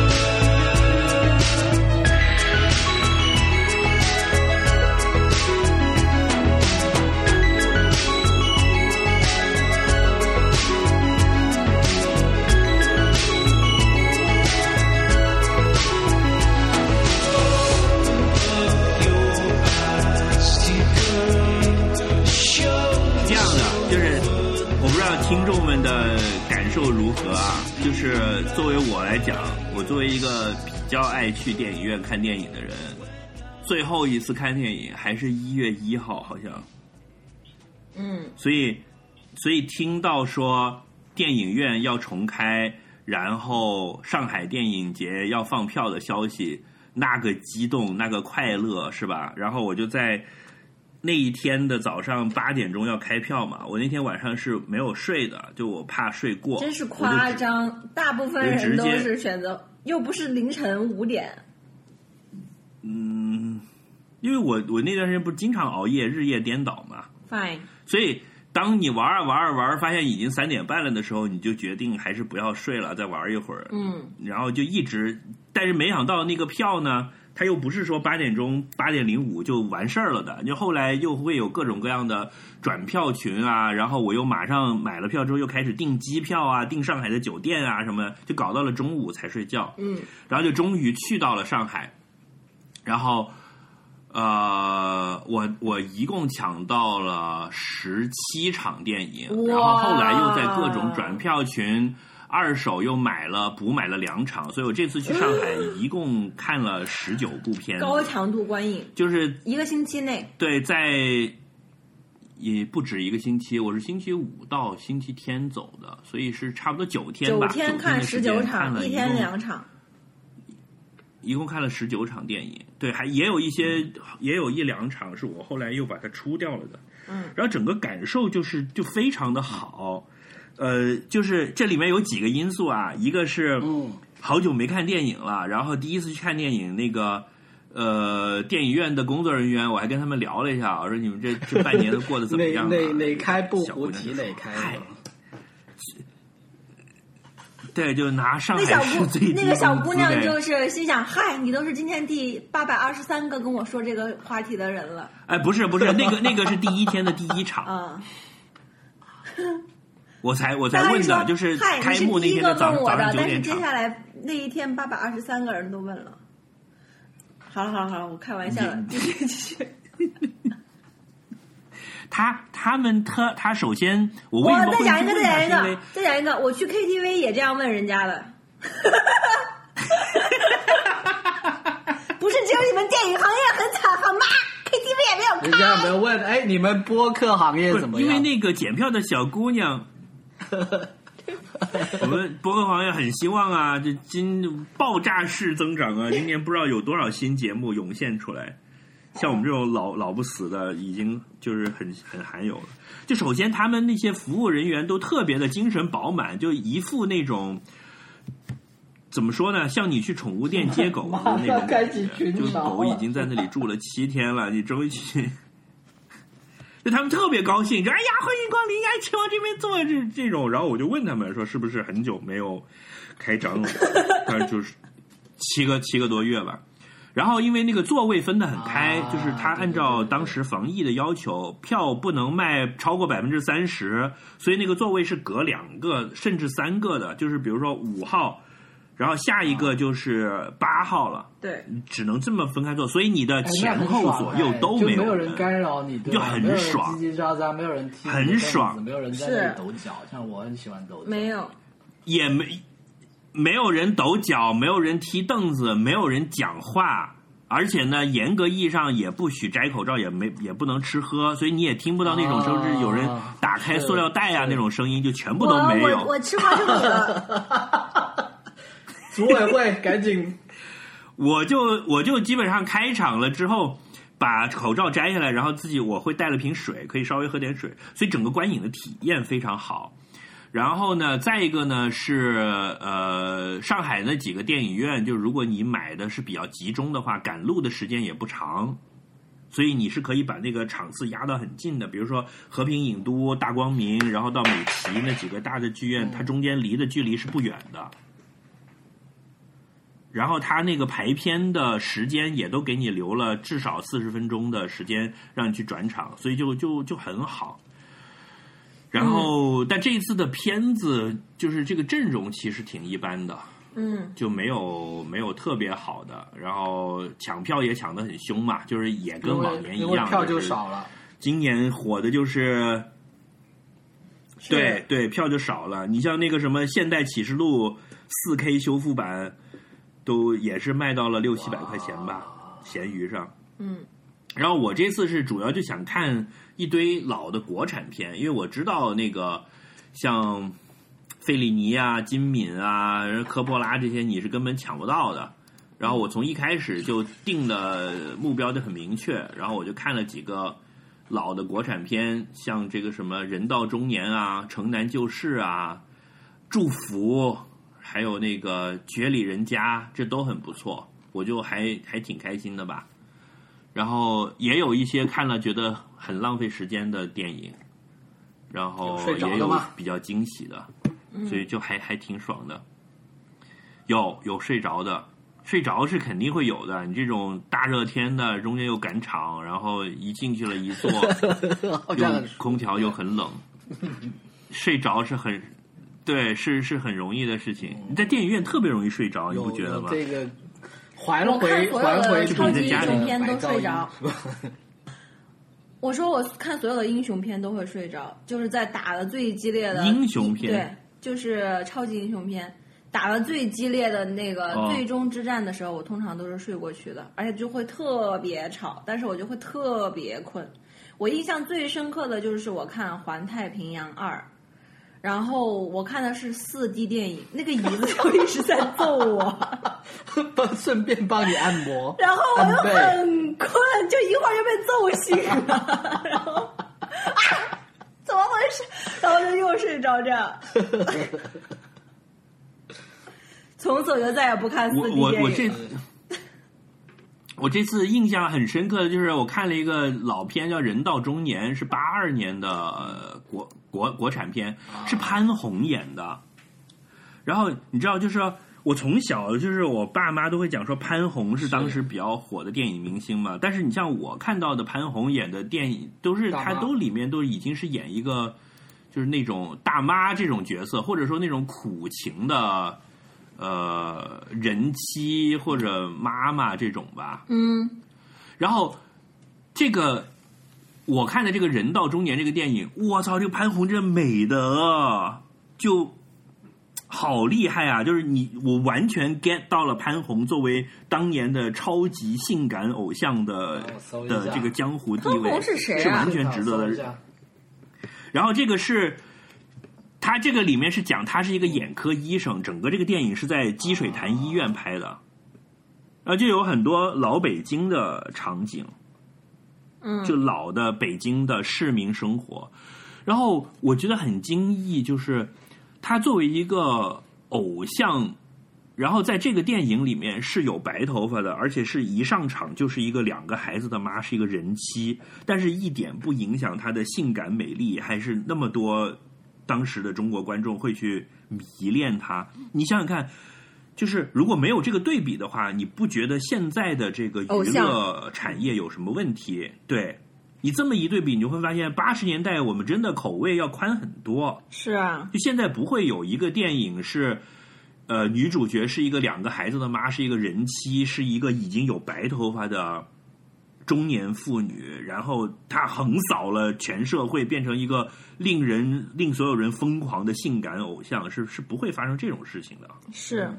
这样的，就是我不知道听众们的感受如何啊。就是作为我来讲，我作为一个比较爱去电影院看电影的人，最后一次看电影还是一月一号，好像。
嗯，
所以，所以听到说电影院要重开，然后上海电影节要放票的消息，那个激动，那个快乐，是吧？然后我就在那一天的早上八点钟要开票嘛，我那天晚上是没有睡的，就我怕睡过，
真是
我
夸
就
张，大部分人都是选择，又不是凌晨五点。
嗯，因为我我那段时间不是经常熬夜，日夜颠倒嘛，
Fine，
所以，当你玩儿啊玩儿啊玩儿，发现已经三点半了的时候，你就决定还是不要睡了，再玩儿一会儿。
嗯，
然后就一直，但是没想到那个票呢，它又不是说八点钟、八点零五就完事儿了的，就后来又会有各种各样的转票群啊，然后我又马上买了票之后又开始订机票啊、订上海的酒店啊什么，就搞到了中午才睡觉。
嗯，
然后就终于去到了上海，然后。呃，我我一共抢到了十七场电影，
哇
然后后来又在各种转票群、二手又买了补买了两场，所以我这次去上
(laughs)
海一共看了十九部片子，
高强度观影，
就是
一个星期内。
对在也不止一个星期，我是星期五到星期天走的，所以是差不多九天
九
吧，
天
九
看
的
十
时间
九
看
场，
了
一
一
天
共
两场。
一共看了十九场电影，对，还也有一些，也有一两场是我后来又把它出掉了的。
嗯，
然后整个感受就是就非常的好，呃，就是这里面有几个因素啊，一个是
嗯，
好久没看电影了，然后第一次去看电影，那个呃电影院的工作人员，我还跟他们聊了一下，我说你们这这半年都过得怎么
哪
样、啊？
哪哪开不
小姑
胡
娘
提
就说
哪开
嗨
了，
对，就拿上
那
海
小
市最低
姑，那个小
工
姑
资
娘
来
就是心想：嗨，你都是今天第八百二十三个跟我说这个话题的人了
哎，不是不是，那个那个是第一天的第一场，
啊！
我才我
她
才
还
问
说
的，就是
嗨，
开
你
幕
是
那
第一
天
个
的早
问我
早上
的，
九
但是
点
接
场。
下来那一天八百二十三个人都问了。好了好了好了，我开玩笑了，继续继续。
他他们他他首先，我为
我
什么
再
会
讲一
去
个，
问
再讲
他是因
一个
为，
再讲一个，我去 KTV 也这样问人家的。 (laughs) 不是只有你们电影行业很惨好吗？KTV 也没
人
有
家有没有问？哎，你们播客行业
不
怎么
是
样？ (laughs)
因为那个检票的小姑娘， (laughs) 我们博客行业很希望啊，这今爆炸式增长啊，今年不知道有多少新节目涌现出来。像我们这种老老不死的，已经就是很很罕有了。就首先，他们那些服务人员都特别的精神饱满，就一副那种怎么说呢？像你去宠物店接狗的那
(laughs) 马
种
上开
感
启
觉，
群
就是
嘲
狗已经在那里住了七天了，你终于去， (laughs) 就他们特别高兴，就哎呀欢迎光临，哎，请往这边坐，这这种。然后我就问他们说，是不是很久没有开张了？但是就是七个七个多月吧。然后因为那个座位分得很开，
啊
就是他按照当时防疫的要求，票不能卖超过百分之三十，所以那个座位是隔两个甚至三个的，就是比如说五号，然后下一个就是八号了，
对，
只能这么分开坐，所以你的
哎那
前
很
后
爽
左右
哎
都
就
没
没
有
人干扰你，对吧
就很
没有人
爽
叽叽喳喳，没有人踢你的
很
凳子，
爽
没有人在那
是
里抖脚，像我很喜欢抖脚，
没有，
也没没有人抖脚，没有人踢凳子，没有人讲话，而且呢，严格意义上也不许摘口罩，也没也不能吃喝，所以你也听不到那种
啊
说是有人打开塑料袋啊
是
那种声音，就全部
我
都没
我
有。
我吃过这个
(laughs)
的，
组委会赶紧
我就我就基本上开场了之后。把口罩摘下来，然后自己我会带了瓶水，可以稍微喝点水，所以整个观影的体验非常好。然后呢，再一个呢是呃，上海那几个电影院，就如果你买的是比较集中的话，赶路的时间也不长，所以你是可以把那个场次压到很近的。比如说和平影都、大光明，然后到美琪那几个大的剧院，它中间离的距离是不远的。然后它那个排片的时间也都给你留了至少四十分钟的时间让你去转场，所以就就就很好。然后，但这一次的片子就是这个阵容其实挺一般的，
嗯，
就没有没有特别好的。然后抢票也抢得很凶嘛，就是也 (laughs) 跟
因为
往年一
因为
样，
票
就
就是少了，
今年火的就是，对对，票就少了。你像那个什么《现代启示录》四 K 修复版，都也是卖到了六七百块钱吧，闲鱼上。
嗯。
然后我这次是主要就想看一堆老的国产片，因为我知道那个像费里尼啊、金敏啊、科波拉这些你是根本抢不到的。然后我从一开始就定的目标就很明确，然后我就看了几个老的国产片，像这个什么《人到中年》啊，《城南旧事》啊，《祝福》，还有那个《绝里人家》，这都很不错，我就还还挺开心的吧。然后也有一些看了觉得很浪费时间的电影，然
有
后
睡着
也
的
有
吗
比较惊喜的，
嗯
所以
嗯
就还还挺爽的。有有睡着的，睡着是肯定会有的。你这种大热天的，中间又赶场，然后一进去了，一
(laughs)
坐，
啊好像
又
很
空调又很
(laughs)
冷，睡着是很，对，是是很容易的事情。你在电影院特别容易睡着，你不
哦有
觉得吗
有？这个还
我看
回
所
还
有的
回
超级
就比在
英
家里
雄片
白
都
噪
睡
音
着。我说我看所有的英雄片都会睡着，就是在打的最激烈的
英雄片
对，就是超级英雄片，打的最激烈的那个
哦
最终之战的时候，我通常都是睡过去的，而且就会特别吵，但是我就会特别困。我印象最深刻的就是我看《环太平洋二》，然后我看的是四 D 电影，那个椅子 (laughs) 就一直在揍我。
(laughs) 帮顺便帮你按摩，
(laughs) 然后我又
按背，
很困，就一会儿就被揍醒了，然后啊，怎么回事？然后就又睡着这样。从此我就再也不看
我
四 D
我
电
我
影。
这我这次印象很深刻的就是我看了一个老片叫《人到中年》，是八二年的呃国国国产片，是
啊
潘虹演的。然后你知道，就是我从小就是我爸妈都会讲说潘虹是当时比较火的电影明星嘛，但是你像我看到的潘虹演的电影，都是
大
她
妈
都里面都已经是演一个就是那种大妈这种角色，或者说那种苦情的。呃，人妻或者妈妈这种吧，
嗯，
然后这个我看的这个《人到中年》这个电影，我操，这个潘虹真美的就好厉害啊！就是你，我完全 get 到了潘虹作为当年的超级性感偶像的
我搜一下
的这个江湖地
哦潘
位
虹是谁啊
完全值得
搜一
的。
下
然后这个是。他这个里面是讲他是一个眼科医生，整个这个电影是在积水潭医院拍的，然后就有很多老北京的场景，
嗯
就老的北京的市民生活。然后我觉得很惊异，就是他作为一个偶像然后在这个电影里面是有白头发的，而且是一上场就是一个两个孩子的妈，是一个人妻，但是一点不影响她的性感美丽，还是那么多当时的中国观众会去迷恋她。你想想看，就是如果没有这个对比的话，你不觉得现在的这个
偶
娱
像
乐产业有什么问题？对你这么一对比，你就会发现八十年代我们真的口味要宽很多。
是啊，
就现在不会有一个电影是，呃，女主角是一个两个孩子的妈，是一个人妻，是一个已经有白头发的中年妇女，然后她横扫了全社会，变成一个令人令所有人疯狂的性感偶像，是是不会发生这种事情的。啊
是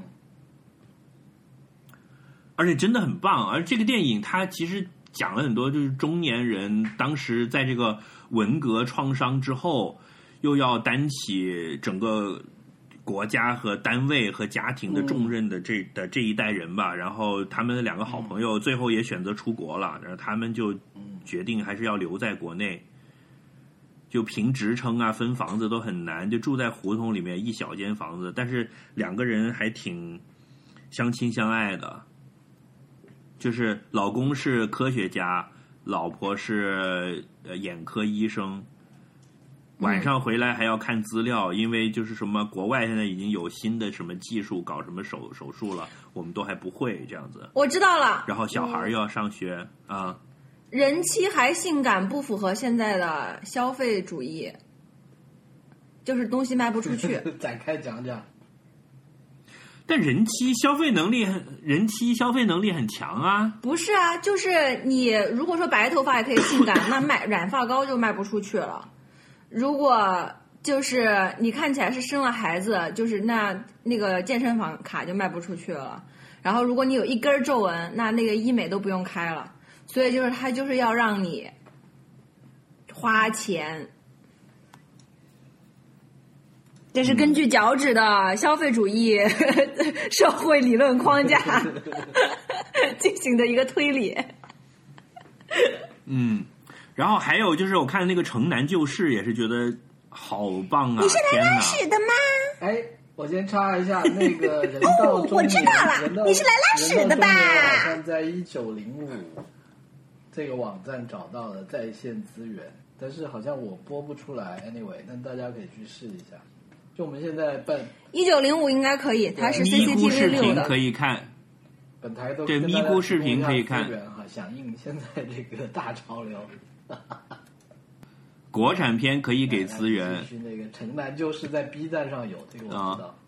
而且真的很棒。而这个电影它其实讲了很多，就是中年人当时在这个文革创伤之后，又要担起整个国家和单位和家庭的重任的这、的这一代人吧。然后他们两个好朋友最后也选择出国了，然后他们就决定还是要留在国内。就凭职称啊，分房子都很难，就住在胡同里面一小间房子，但是两个人还挺相亲相爱的，就是老公是科学家，老婆是呃眼科医生。晚上回来还要看资料，因为就是什么国外现在已经有新的什么技术搞什么手手术了，我们都还不会这样子。
我知道了。
然后小孩儿又要上学啊，
人妻还性感不符合现在的消费主义，就是东西卖不出去。
(laughs) 展开讲讲。
但人妻消费能力很，人妻消费能力很强啊。
不是啊，就是你如果说白头发也可以性感，那卖染发膏就卖不出去了。如果就是你看起来是生了孩子，就是那那个健身房卡就卖不出去了。然后如果你有一根皱纹，那那个医美都不用开了。所以就是他就是要让你花钱，这是根据脚趾的消费主义 (laughs) 社会理论框架 (laughs) 进行的一个推理。
嗯，然后还有就是我看那个《城南旧事》也是觉得好棒啊！天哪！
的吗？
哎，我先插一下那个人到中年，
我知道了
人到
你是来拉屎的
人
吧
到中年好像在一九零五这个网站找到了在线资源，但是好像我播不出来。Anyway，但大家可以去试一下。就我们现在本
一九零五应该可以，它是
咪咕视
CCTV 六
频
的
可。以看，
本台都
对
跟大家
咪咕视频可以看
提供一下资源哈，响应现在这个大潮流。
国产片可以给资
来
源
继。续那个城南就是在 B 站上有这个我知道。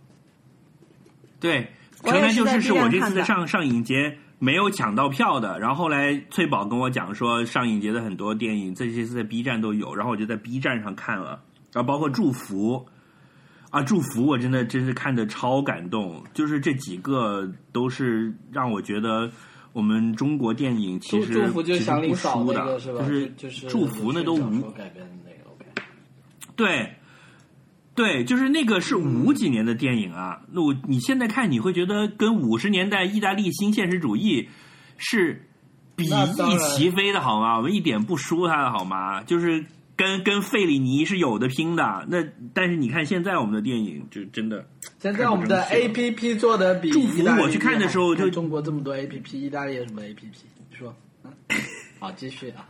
对，《
我也
城南旧事》
是在
是我
B
这次
站看的
的上上影节没有抢到票的。然后后来翠宝跟我讲说，上影节的很多电影在这次在 B 站都有，然后我就在 B 站上看了，然后包括《祝福》啊，《祝福》我真的真是看的超感动，就是这几个都是让我觉得。我们中国电影其
祝
实
祝福就
其
是
实
祥
不
林嫂
输
那
的，
个是吧？
就是
就是
祝福那都
有趣
无
小说改编的那个 OK。
对，对，就是那个是
嗯
五几年的电影啊。那我你现在看，你会觉得跟五十年代意大利新现实主义是比
那当
翼
然
齐飞的好吗？我们一点不输他的好吗？就是跟跟费里尼是有的拼的。那但是你看现在我们的电影，就真
(laughs)
的
现在我们的
看不
A
进
P
去
P 做的比
祝福
意大利
我去看的时候就
厉害看中国这么多 A P P，意大利有什么 A P P？你
(laughs)
说，嗯好，继续啊。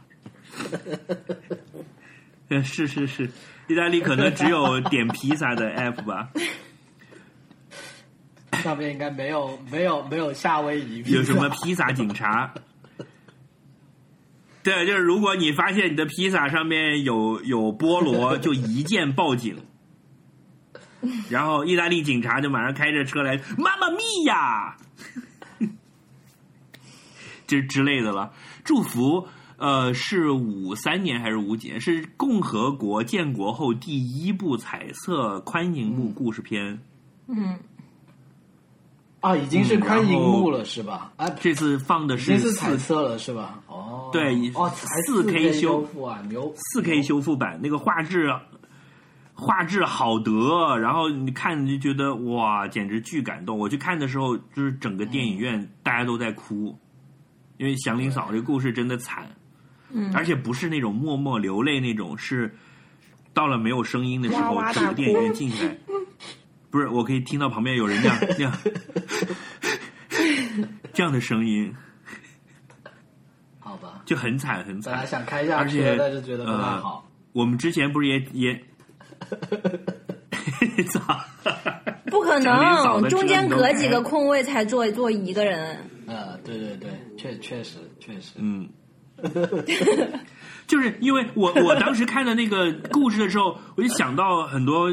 呃是是是，意大利可能只有
(laughs)
点披萨的 app 吧。
上面应该没有没有没有夏威夷，
有什么披萨警察？对，就是如果你发现你的披萨上面有有菠萝，就一键报警，然后意大利警察就马上开着车来，妈妈咪 (laughs) 呀，这之类的了。祝福，呃，是五三年还是五几年？是共和国建国后第一部彩色宽银幕故事片。
嗯，
啊？已经是宽银幕
嗯然
了是吧？啊，
这次放的
已
是
经是彩
四
色了是吧？哦，
对
哦，才
4K
修复啊，牛！
四 K 修复版，那个画质画质好得，然后你看你就觉得哇，简直巨感动。我去看的时候，就是整个电影院大家都在哭，因为祥林嫂这个故事真的惨，嗯，而且不是那种默默流泪那种，是到了没有声音的时候，
哇哇大
整个电影院静下来，不是，我可以听到旁边有人这样这样这样的声音，
好吧，
就很惨很
本来
惨。
想开下去
而且呃
的，但是觉得不太好。 (laughs)
我们之前不是也也， (laughs) 操！
不可
小林嫂子
能，中间
知道
隔
你都
几个空位才坐坐一个人。
呃，对对对，确确实确实，
嗯， (laughs) 就是因为我我当时看的那个故事的时候，我就想到很多，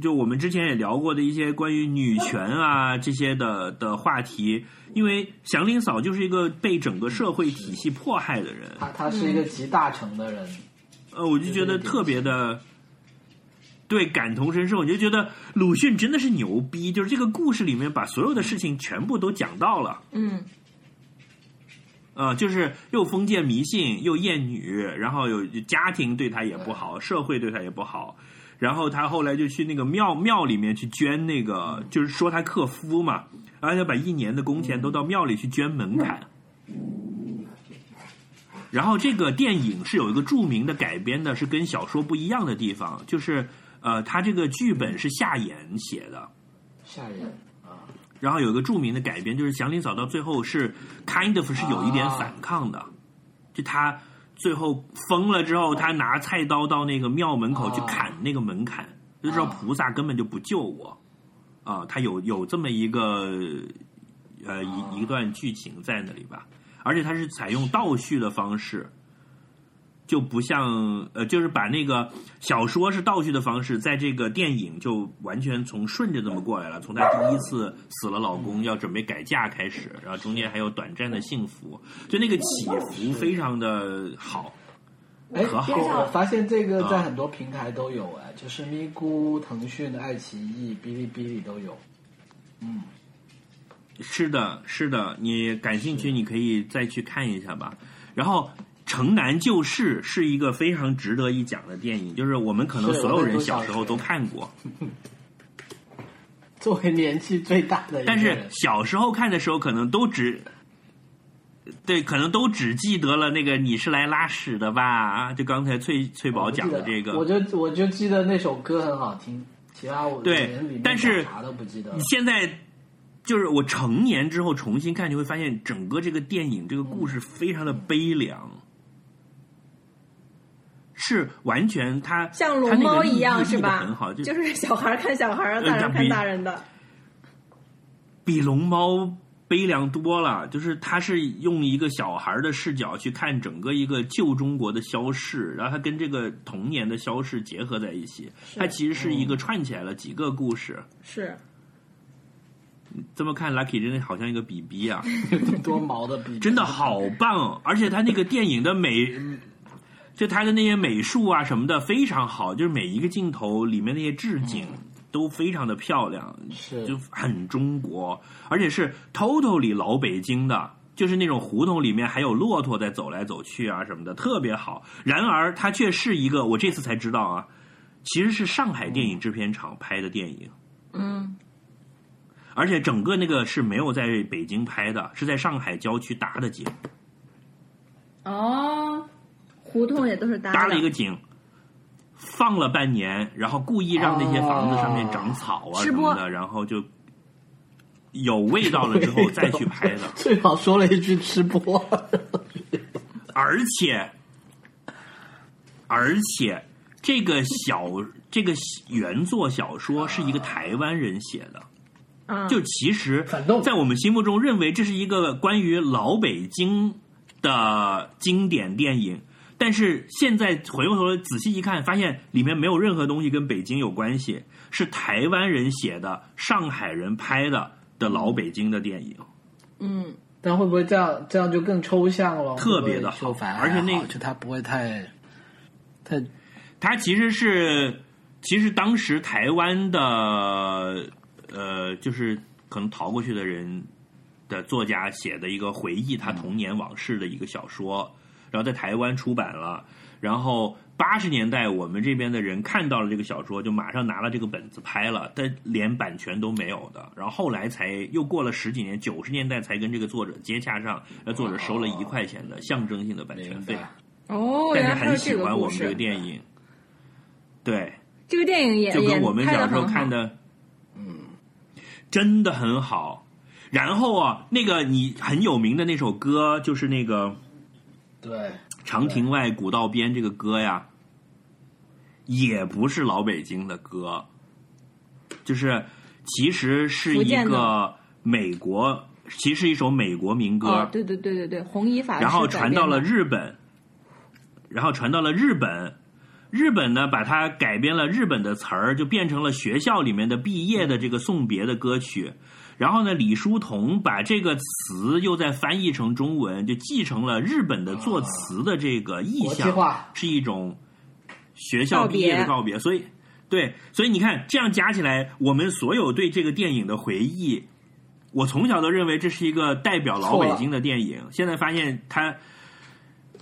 就我们之前也聊过的一些关于女权啊这些的的话题。因为祥林嫂就是一个被整个社会体系迫害的人，
他他是一个集大成的人，
呃，我就觉得特别的。对，感同身受，我就觉得鲁迅真的是牛逼，就是这个故事里面把所有的事情全部都讲到了。
嗯，
呃，就是又封建迷信，又厌女，然后有家庭对她也不好，社会对她也不好。然后她后来就去那个庙庙里面去捐那个，就是说她克夫嘛，然后她把一年的工钱都到庙里去捐门槛。然后这个电影是有一个著名的改编的，是跟小说不一样的地方，就是呃，他这个剧本是夏衍写的，
吓人啊！
然后有一个著名的改编，就是祥林嫂到最后是 kind of 是有一点反抗的，就她最后疯了之后，她拿菜刀到那个庙门口去
啊
砍那个门槛，就说
啊
菩萨根本就不救我，啊，她有有这么一个呃一一段剧情在那里吧，而且它是采用倒叙的方式。就不像呃，就是把那个小说是倒叙的方式，在这个电影就完全从顺着这么过来了，从她第一次死了老公要准备改嫁开始，然后中间还有短暂的幸福，就那个起伏非常的好。
哎，
可好
我发现这个在
啊
很多平台都有哎，就是咪咕、腾讯、啊爱奇艺、哔哩哔哩都有。
是的，是的，你感兴趣你可以再去看一下吧。然后《城南旧事》是一个非常值得一讲的电影，就是我们可能
是
所
我
有
在
人
读
小
小
时候
学
都看过，
作为年纪最大的一个
但是
人，
小时候看的时候，可能都只对，可能都只记得了那个你是来拉屎的吧？啊就刚才翠翠宝讲的这
我
个。
就我就记得那首歌很好听，其他我
对
连里面
但是
讲啥都不记得了
(laughs) 你。现在就是我成年之后重新看，你会发现整个这个电影这个故事非常的悲凉，是完全它
像
它
龙
那个
猫
立
一样
立
是
得
吧？
很好，就
就是 (laughs) 小孩儿看小孩儿，
嗯
大
它
人
比
看大人的。
比龙猫悲凉多了，就是他是用一个小孩的视角去看整个一个旧中国的消逝，然后他跟这个童年的消逝结合在一起，它其实是一
嗯
个串起来了几个故事。
是，
这么看，Lucky 真的好像一个 BB 啊，
多毛的比
真的好棒！而且他那个电影的美，就他的那些美术啊什么的非常好，就是每一个镜头里面那些置景都非常的漂亮，
是
就很中国，而且是 totally 老北京的，就是那种胡同里面还有骆驼在走来走去啊什么的，特别好。然而，它却是一个我这次才知道啊，其实是上海电影制片厂拍的电影，
嗯，
而且整个那个是没有在北京拍的，是在上海郊区搭的景，
哦，胡同也都是搭
搭了
的
一个景。放了半年，然后故意让那些房子上面长草啊什
吃
么
播
的，然后就有味道了之后再去拍的。
(laughs) 最好说了一句吃播，
(laughs)
(laughs)
而且，而且这个小这个原作小说是一个台湾人写的，
嗯，
就其实
啊反动
在我们心目中认为这是一个关于老北京的经典电影。但是现在回过头来仔细一看，发现里面没有任何东西跟北京有关系，是台湾人写的、上海人拍的的老北京的电影。
嗯，
但会不会这样这样就更抽象了？
特别的好
会不会就反而
而且那
好就他不会太太
它其实是，其实当时台湾的呃，就是可能逃过去的人的作家写的一个回忆他童年往事的一个小说，然后在台湾出版了，然后。八十年代，我们这边的人看到了这个小说，就马上拿了这个本子拍了，但连版权都没有的。然后后来才又过了十几年，九十年代才跟这个作者接洽上，那作者收了一块钱的象征性的版权
明
费，
白。
哦，
但
原
是
来还
很
有
喜
这个
欢我
故
们这个
事。
电影。对，
这个电影也
就
也
跟我们
拍得
小时候
很好
看的，
嗯，
真的很好。然后啊，那个你很有名的那首歌就是那个《
对，
长亭外，古道边》这个歌呀，也不是老北京的歌，就是其实是
福
一
建的
个美国，其实是一首美国民歌。
哦，对对对对对，红衣法师
然后
改
传
编
到了
的
日本，然后传到了日本，日本呢把它改编了日本的词儿，就变成了学校里面的毕业的这个送别的歌曲。然后呢，李叔同把这个词又再翻译成中文，就继承了日本的作词的这个意
国际
象，
化
是一种学校毕业的告别。所以，对，所以你看，这样加起来，我们所有对这个电影的回忆，我从小都认为这是一个代表老
错
北
了
京的电影。现在发现它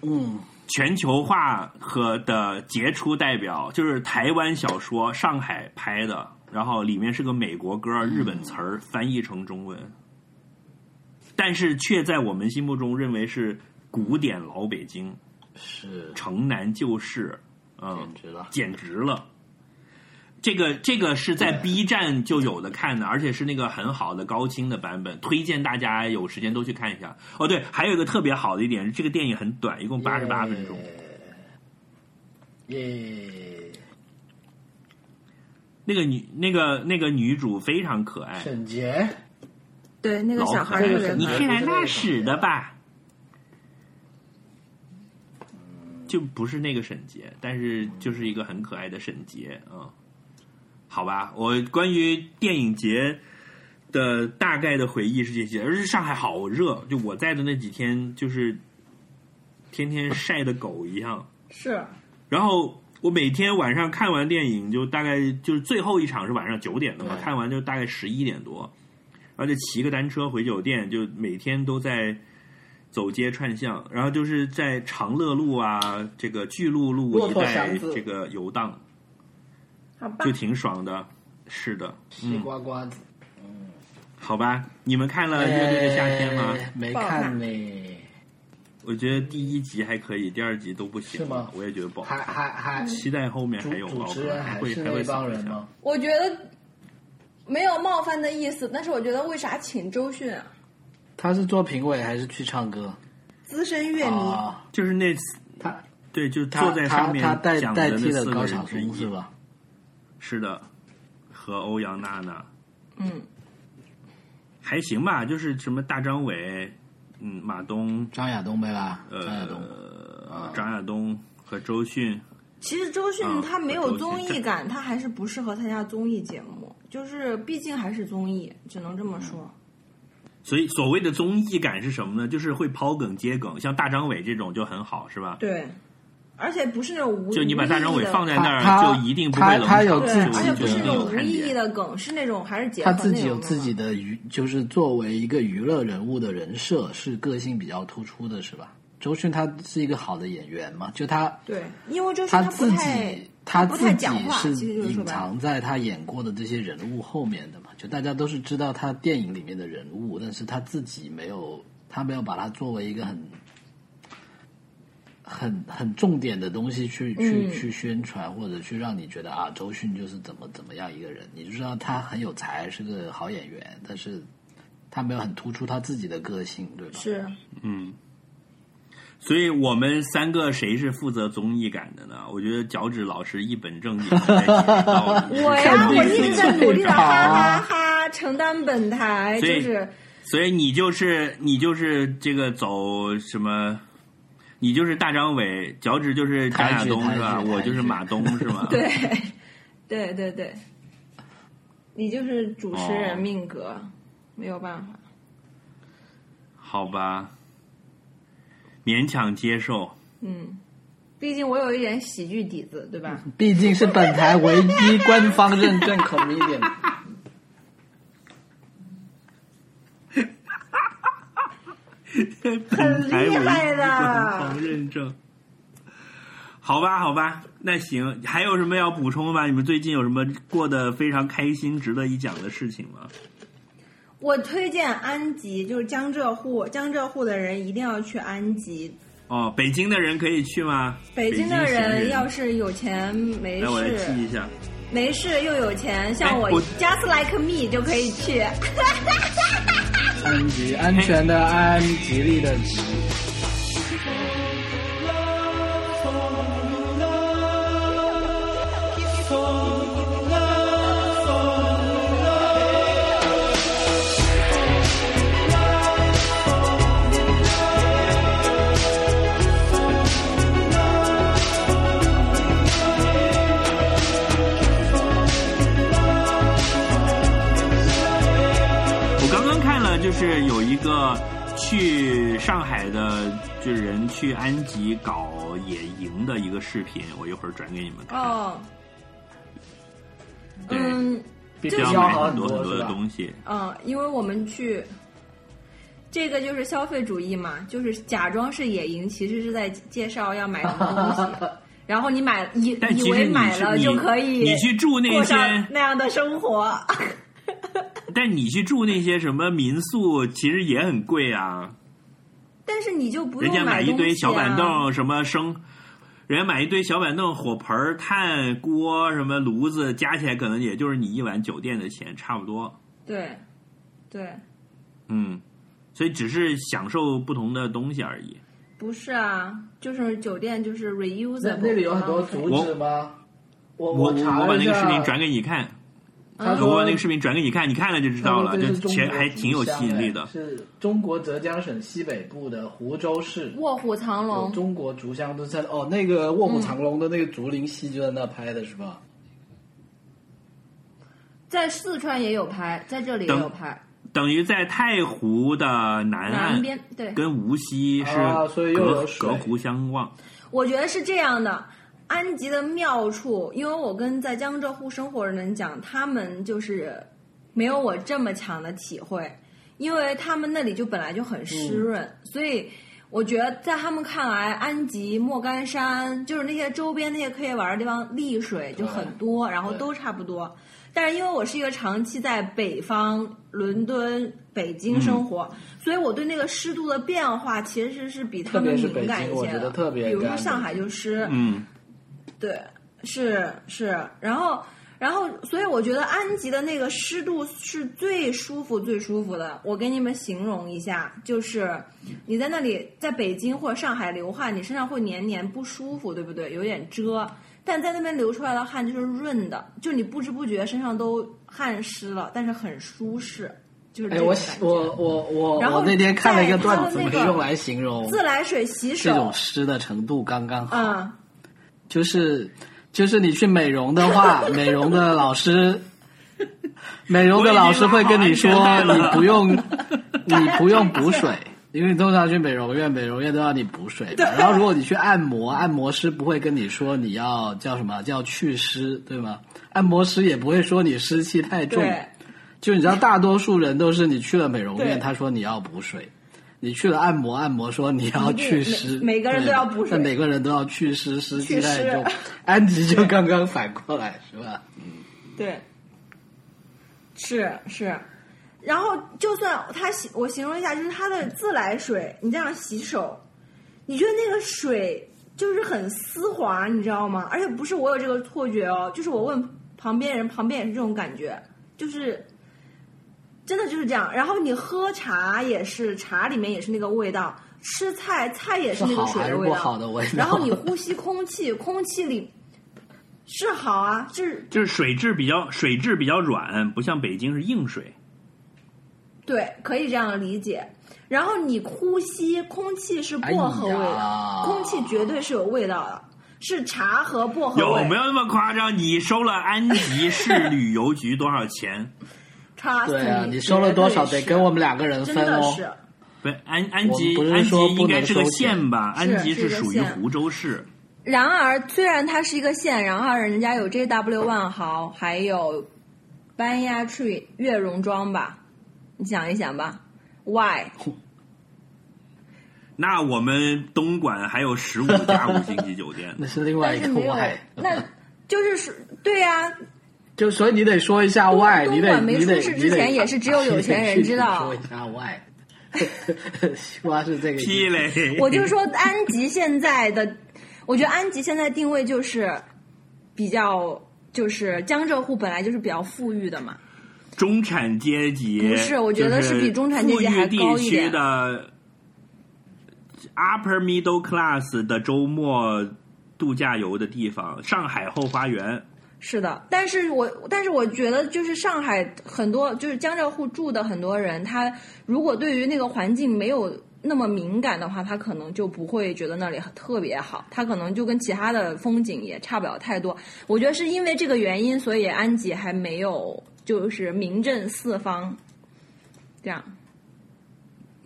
嗯，
全球化和的杰出代表就是台湾小说，上海拍的，然后里面是个美国歌，日本词儿翻译成中文，但是却在我们心目中认为是古典老北京，
是
城南旧事，嗯
简，直了，
简直了。这个这个是在 B 站就有的看的，而且是那个很好的高清的版本，推荐大家有时间都去看一下。哦，对，还有一个特别好的一点，这个电影很短，一共八十八分钟。
耶，
那个女那个那个女主非常可爱，
沈杰，
对，那个
老
小
可
孩
爱
儿特
了
别
可爱
你
可
是
爱。
来拉屎的吧？就不是那个沈杰，但是就是一个很可爱的沈杰啊、嗯好吧，我关于电影节的大概的回忆是这些，而且上海好热，就我在的那几天，就是天天晒的狗一样。
是
然后我每天晚上看完电影，就大概就是最后一场是晚上九点的嘛，
对
看完就大概十一点多，然后就骑个单车回酒店，就每天都在走街串巷，然后就是在长乐路啊、这个巨鹿路
骆
一
驼
带
祥子
这个游荡，
好吧
就？挺爽的。是的，嗯
西瓜瓜子，
好吧，你们看了《乐队的夏天》吗？
哎？没
爆
看呢，
我觉得第一集还可以，第二集都不行
是吗
我也觉得不好
还
看。
还还
期待后面
主
嗯还有吧，
主
我
持
可能
人
还
还
会
是
还会
那帮
扫一
人
下。
吗？
我觉得没有冒犯的意思，但是我觉得为啥请周迅啊？
他是做评委还是去唱歌？
资深乐迷，
啊，
就是那次
他
对，就坐
他
在
他
上面
他代
讲
代
的
替
那四
了
个
高
人
晓
之
松
一
是吧？
是的，和欧阳娜娜
嗯，
还行吧，就是什么大张伟，嗯，马东，
张亚东没啦？张亚东，啊
呃，张亚东和周迅，
其实周迅
啊
她没有综
周
艺
迅
感，她还是不适合参加综艺节目，就是毕竟还是综艺，只能这么说。
所以所谓的综艺感是什么呢？就是会抛梗接梗，像大张伟这种就很好，是吧？
对，而且不是那种无
就你把大张伟放
在
在
他
那儿，
他
就一定不会
他
冷场。
他有
对，
自
而
己
且不
就是一
那
定有
种无
看
意义
点。
的梗，是那种还是结合
他自己
那
有
种的
自己
嘛
的娱，就是作为一个娱乐人物的人设是个性比较突出的，是吧？周迅他是一个好的演员嘛，就他
对，因为周迅
他
她不
自
太
己他
不
自
太
己
讲话
是
其实就是说
隐
白了
藏在他演过的这些人物后面的嘛，就大家都是知道他电影里面的人物，但是他自己没有，他没有把它作为一个很。很很重点的东西去去
嗯
去宣传，或者去让你觉得啊，周迅就是怎么怎么样一个人，你就知道他很有才，是个好演员，但是他没有很突出他自己的个性，对吧？
是
嗯，所以我们三个谁是负责综艺感的呢？我觉得脚趾老师一本正经地
(laughs)
在解释道理。
我
看
呀，
你
我一直在努力的
最好
哈
啊
哈哈承担本台，就
所以
是
所以你就是你就是这个走什么？你就是大张伟，脚趾就是张亚东
抬举
是吧？
抬举
我就是马东是 (laughs) 吗？
(laughs) 对，对对对，你就是主持人
哦
命格，没有办法。
好吧，勉强接受。
嗯，毕竟我有一点喜剧底子，
(laughs)
对吧？
毕竟是本台唯一官方认证 comedian。
很
厉害的
认证。好吧，好吧，那行，还有什么要补充吗？你们最近有什么过得非常开心、值得一讲的事情吗？
我推荐安吉，就是江浙沪，江浙沪的人一定要去安吉。
哦，北京的人可以去吗？
北
京
的
闲
人要是有钱没
来，我来
事，
记一下，
没事又有钱，像我
哎我
just like me 就可以去。
安吉，安全的安，吉利的吉。
我刚刚看了，就是有一个去上海的，就是人去安吉搞野营的一个视频，我一会儿转给你们看。
哦，
对，
嗯
比
要
较
买
好
很多很多
是
的
吧？
东西。
嗯，因为我们去，这个就是消费主义嘛，就是假装是野营，其实是在介绍要买什么东
(laughs)
西。然后你买以
但
以
其实
为
你
买
去
了
你
就可以
你去住那
过上
些
那样的生活， (laughs)
但你去住那些什么民宿，其实也很贵啊。
但是你就不
人
用
家买一
东西、啊、
堆小板凳，什么生，人家买一堆小板凳、火盆儿、炭锅、什么炉子，加起来可能也就是你一晚酒店的钱，差不多。
对，对，
嗯，所以只是享受不同的东西而已。
不是啊，就是酒店就是 reusable，
那那里有很多竹子吗？我
我
查
我把
了
那
一
个视
下
频转给你看，
他
我
说
把那个视频转给你看，你看了就知
他
道
说
了，
这
就是
中
前
国
还
竹
挺有
乡
吸引
哎
力的。
是中国浙江省西北部的湖州市。
卧虎藏
有
龙，
中国竹乡都在哦，那个《卧虎藏龙》的那个竹林戏就在那拍的是吧？
在四川也有拍，在这里也
等
有拍，
等于在太湖的南
南
岸
边对。
跟无锡是
啊所以又
隔
有水
隔湖相望。
我觉得是这样的，安吉的妙处，因为我跟在江浙沪生活的人讲，他们就是没有我这么强的体会，因为他们那里就本来就很湿润，所以。我觉得在他们看来，安吉、莫干山就是那些周边那些可以玩的地方，丽水就很多，然后
对
都差不多。但是因为我是一个长期在北方伦敦、北京生活，所以我对那个湿度的变化其实是比他
特
们
别是
敏感
北
一
京
些
我觉
的。
得特别
比如说
干
上海就湿，
嗯，
对，是是。然后然后，所以我觉得安吉的那个湿度是最舒服、最舒服的。我给你们形容一下，就是你在那里，在北京或者上海流汗，你身上会黏黏不舒服，对不对？有点遮。但在那边流出来的汗就是润的，就你不知不觉身上都汗湿了，但是很舒适，就是这
哎，
种
我
感觉。
我我我
然后
我那天看了一个
在他的
段子，
那
可
个
以用来形容
自来水洗
这种
手，
湿的程度刚刚好。
嗯，
就是就是你去美容的话，美容的老师，美容的老师会跟你说
我已经拉好安全带
你
了
不用你不用补水，因为通常去美容院，美容院都让你补水嘛。然后如果你去按摩，按摩师不会跟你说你要叫什么叫祛湿，对吗？按摩师也不会说你湿气太重。
对。
就你知道，大多数人都是你去了美容
对
院，他说你要补水；你去了按摩，按摩说你要祛湿。
每每个人都要补水
对但每个人都要祛湿，湿气太重
祛湿。
安吉就刚刚反过来，是
(laughs)
吧？
对，是是。然后就算它洗，我形容一下，就是它的自来水，你这样洗手，你觉得那个水就是很丝滑，你知道吗？而且不是我有这个错觉哦，就是我问旁边人，旁边也是这种感觉，就是真的就是这样。然后你喝茶也是，茶里面也是那个味道；吃菜，菜也是那
好
个水
还是
的味
不
道。
好的味道？
然后你呼吸空气，空气里是好啊，就是
就是水质比较水质比较软，不像北京是硬水。
对，可以这样理解。然后你呼吸，空气是薄荷味的，
哎呀
空气绝对是有味道的，是茶和薄荷
有
味。
没有那么夸张？你收了安吉市旅游局多少钱？
Trust
对啊，
me，
你收了多少
绝
得
对是
跟我们两个人
真
分
的
哦。
是，
不是安安吉
我们不是
安吉
说
应
不能收钱
该是个县吧？
是
安吉
是一个
属于
县
湖州市。
然而，虽然它是一个县，然后人家有 JW 万豪，还有 Banya Tree 月榕庄吧，你想一想吧，Why？
那我们东莞还有十五家五星级酒
(laughs)
店
那是另外
但
一
是
个
没有
(laughs) why，，
那就是说，对啊呀、
就所以你得说一下 why，
东
你得
莞没
你得
出事之
(laughs) 你得
前也是只有有钱人知道
你得去说一下 why，西瓜是这个意思
屁嘞！
我就说安吉现在的，我觉得安吉现在定位就是比较，就是江浙沪本来就是比较富裕的嘛，
中产阶级
不是我觉得
就是
比中产阶级还高
富
一
裕地区
点
的 upper middle class 的周末度假游的地方，上海后花园。
是的。但是我但是我觉得就是上海很多就是江浙沪住的很多人，他如果对于那个环境没有那么敏感的话，他可能就不会觉得那里很特别好，他可能就跟其他的风景也差不了太多。我觉得是因为这个原因，所以安吉还没有就是名震四方，这样。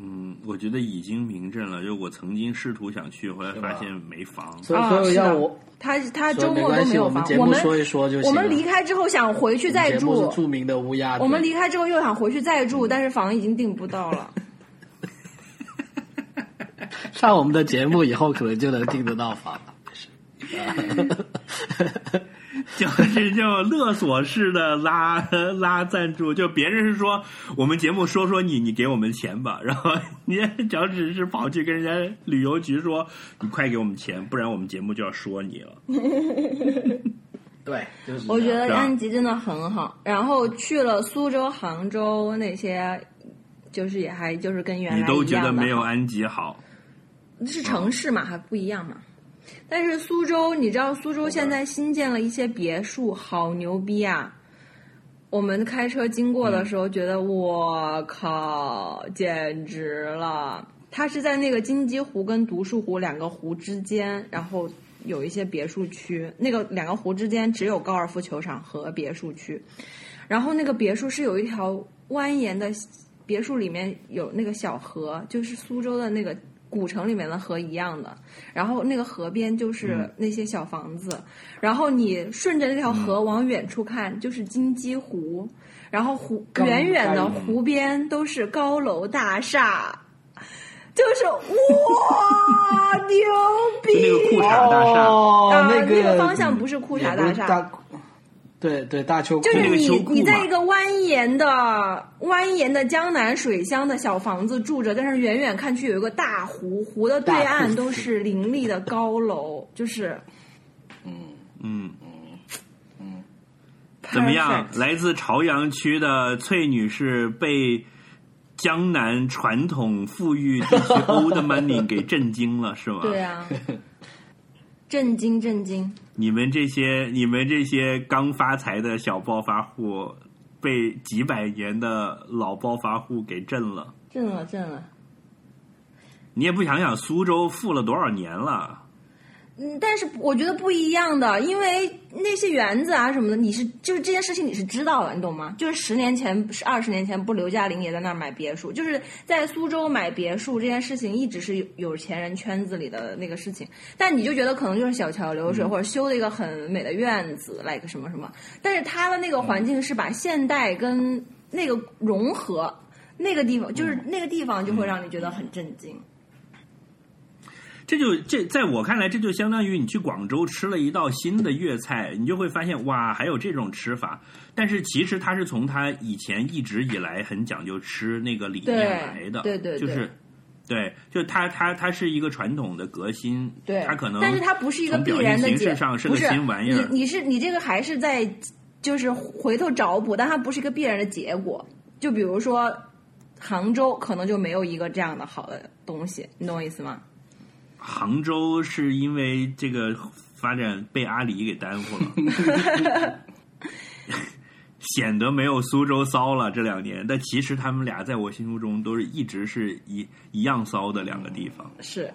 嗯，我觉得已经名震了。就我曾经试图想去，后来
是吧
发现没房。
所以
啊
所以
是的
要我
他他
所以
周
没
末都
关
没
系，
有
我们
房
节，
我
目
们
说一说就行了。
我们离开之后想回去再
我们节目
住
是，著名的乌鸦嘴，
我们离开之后又想回去再住，但是房已经订不
(laughs)
到了。
上我们的节目以后，可能就能订得到房了。
(laughs) 就是 (laughs) 叫勒索式的拉拉赞助，就别人是说我们节目说说你，你给我们钱吧，然后 (laughs) 你脚趾是跑去跟人家旅游局说，你快给我们钱，不然我们节目就要说你了。
对，就是
我觉得
对啊
安吉真的很好，然后去了苏州、杭州那些，就是也还就是跟原
你
来
都
一
觉
样
得
的
没有
好
安吉好，
是城市嘛，还不一样嘛。但是苏州，你知道苏州现在新建了一些别墅，好牛逼啊！我们开车经过的时候，觉得我靠，简直了！它是在那个金鸡湖跟独墅湖两个湖之间，然后有一些别墅区。那个两个湖之间只有高尔夫球场和别墅区，然后那个别墅是有一条蜿蜒的别墅里面有那个小河，就是苏州的那个古城里面的河一样的。然后那个河边就是
嗯
那些小房子，然后你顺着那条河往远处看，就是金鸡湖，然后湖
刚
远远的
刚
湖边都是高楼大厦。就
(laughs)
是哇，牛
就那
逼！
个裤衩大厦，
哦
啊，
那
那
个
个方向不是裤衩
也
大厦
不是大对对，大秋裤
就是
那个
你
秋裤嘛
你在一个蜿蜒的蜿蜒的江南水乡的小房子住着，但是远远看去有一个大湖，湖的对
大
岸
湖
都是林立的高楼，就是
嗯嗯，怎么样？
perfect
来自朝阳区的崔女士被江南传统富裕地
(laughs)
区 old money 给震惊了，是吗？
对啊，
(laughs)
震惊震惊！
你们这些你们这些刚发财的小暴发户，被几百年的老暴发户给震了。
震了震了。
你也不想想苏州富了多少年了？
嗯，但是我觉得不一样的，因为那些园子啊什么的，你是就是这件事情你是知道的，你懂吗？就是十年前、是二十年前，不刘嘉玲也在那儿买别墅，就是在苏州买别墅这件事情一直是有有钱人圈子里的那个事情，但你就觉得可能就是小桥流水、或者修了一个很美的院子，like 什么什么，但是它的那个环境是把现代跟那个融合，那个地方就是那个地方就会让你觉得很震惊。
这就这，在我看来，这就相当于你去广州吃了一道新的粤菜，你就会发现哇，还有这种吃法。但是其实它是从它以前一直以来很讲究吃那个理念
对
来的，
对对对
就是对，就它它它是一个传统的革新，
对，
它可能
但是它不是一个
从
必
表
然
现
的
形
解
式，上是
不
个
是
新玩意儿，
你你是你这个还是在就是回头找补，但它不是一个必然的结果。就比如说杭州，可能就没有一个这样的好的东西，你懂我意思吗？
杭州是因为这个发展被阿里给耽误了，
(laughs)
显得没有苏州骚了这两年。但其实他们俩在我心目中都是一直是一一样骚的两个地方。
是，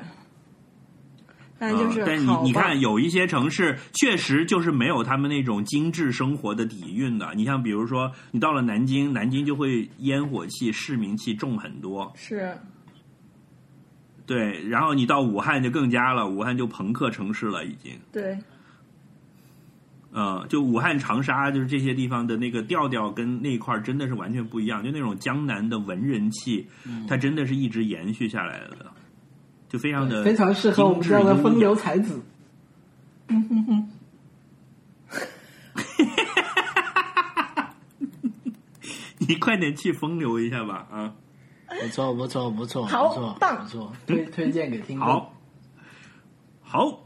但就是
啊
好吧、
但你你看，有一些城市确实就是没有他们那种精致生活的底蕴的。你像比如说，你到了南京，南京就会烟火气、市民气重很多。
是
对，然后你到武汉就更加了，武汉就朋克城市了，已经。
对
嗯，就武汉、长沙，就是这些地方的那个调调跟那一块儿真的是完全不一样，就那种江南的文人气，它真的是一直延续下来的，就非常的
非常适合我们这样的风流才子。
你快点去风流一下吧啊！
不错，不错，不错，
好
不错，
棒
不错，推推荐给听众。 (laughs)
好，好，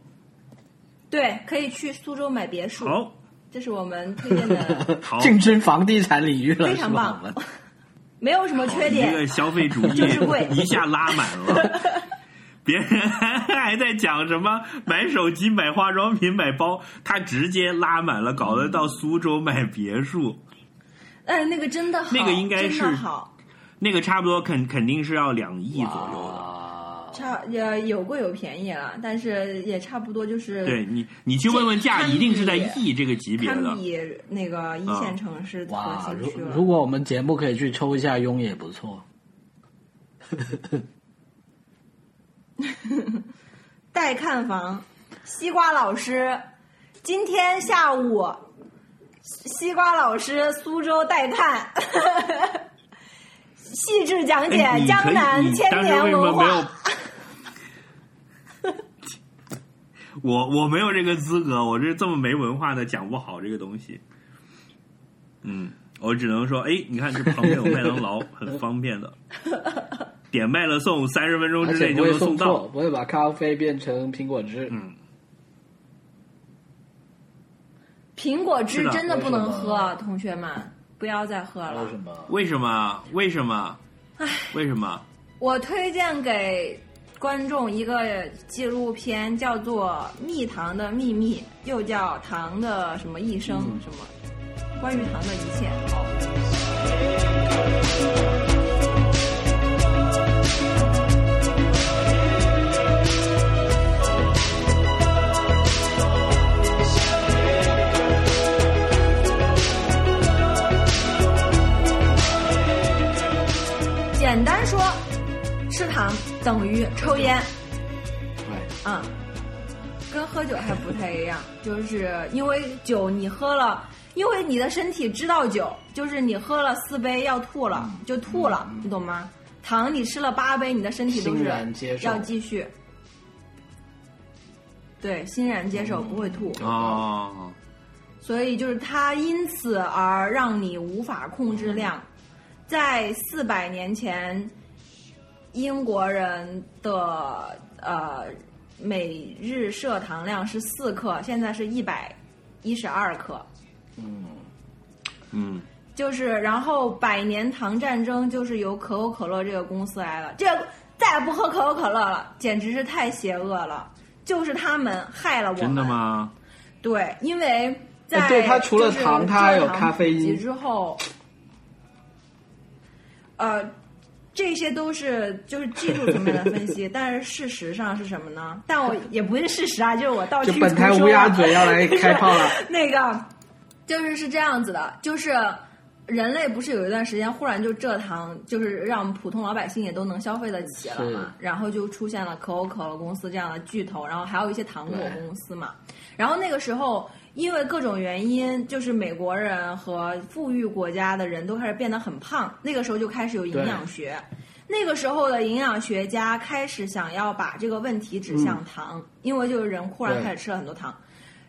对，可以去苏州买别墅。
好，
这是我们推荐的，
(laughs) 好，啊
竞争房地产领域了，
非常
是吧
棒
我们
没有什么缺
你这
点
个。消费主义
就是贵
一下拉满了。别人还在讲什么买手机、买化妆品、买包，他直接拉满了，搞得到苏州买别墅，
哎，那个真的好，
那个应该是
真的好，
那个差不多肯肯定是要两亿左右的。
哇，
差也有贵有便宜了，但是也差不多就是
对你，你去问问价，
堪比
一定是在亿这个级别
堪
的。
比那个一线城市
哇，
核
如
心区
如
了。
果我们节目可以去抽一下佣也不错。
带看房，西瓜老师，今天下午，西瓜老师苏州带看， (laughs) 细致讲解
哎，你可
江
以，
南
你
千
当时
年
为什么
文
没
化
有。？ (laughs) 我我没有这个资格，我这这么没文化的讲不好这个东西。嗯，我只能说，哎，你看这旁边有麦当劳，很方便的，
(laughs)
点麦了送，三十分钟
而
之
且
内
不
就
会
能
送
送
错，
到。
不会把咖啡变成苹果汁。
嗯，
苹果汁
是的
真的不能
为什
喝，啊同学们不要再喝
还有
了
什。么？
为什么？为什么？为什么？
我推荐给观众一个纪录片，叫做《蜜糖的秘密》，又叫《糖的什么一生》什么，关于糖的一切。简单说，吃糖等于抽烟，
对，
啊、跟喝酒还不太一样，就是因为酒你喝了，因为你的身体知道酒，就是你喝了四杯要吐了
嗯
就吐了，你懂吗？糖你吃了八杯，你的身体都
欣
是
然接受
要继续，对，欣然接
嗯
受，不会吐。
哦，
所以就是它因此而让你无法控制量。在四百年前，英国人的呃每日摄糖量是四克，现在是一百一十二克。
嗯，
就是，然后百年糖战争就是由可口可乐这个公司来了，这再也不喝可口可乐了，简直是太邪恶了。就是他们害了我们。
真的？吗？
对，因为在
呃对它除了
就是
糖它还有
蔗糖
咖啡因
普及之后，呃，这些都是就是技术层面的分析， (laughs) 但是事实上是什么呢？但我也不是事实啊，就是我道
就
听途
本台
说
乌鸦
啊
嘴要
(laughs)
来开炮了。 (laughs)
那个就是是这样子的，就是人类不是有一段时间忽然就蔗糖，就是让普通老百姓也都能消费得起了嘛，然后就出现了可口可乐公司这样的巨头，然后还有一些糖果
对
公司嘛，然后那个时候。因为各种原因，就是美国人和富裕国家的人都开始变得很胖，那个时候就开始有营养学，那个时候的营养学家开始想要把这个问题指向糖，因为就是人忽然
嗯对
开始吃了很多糖，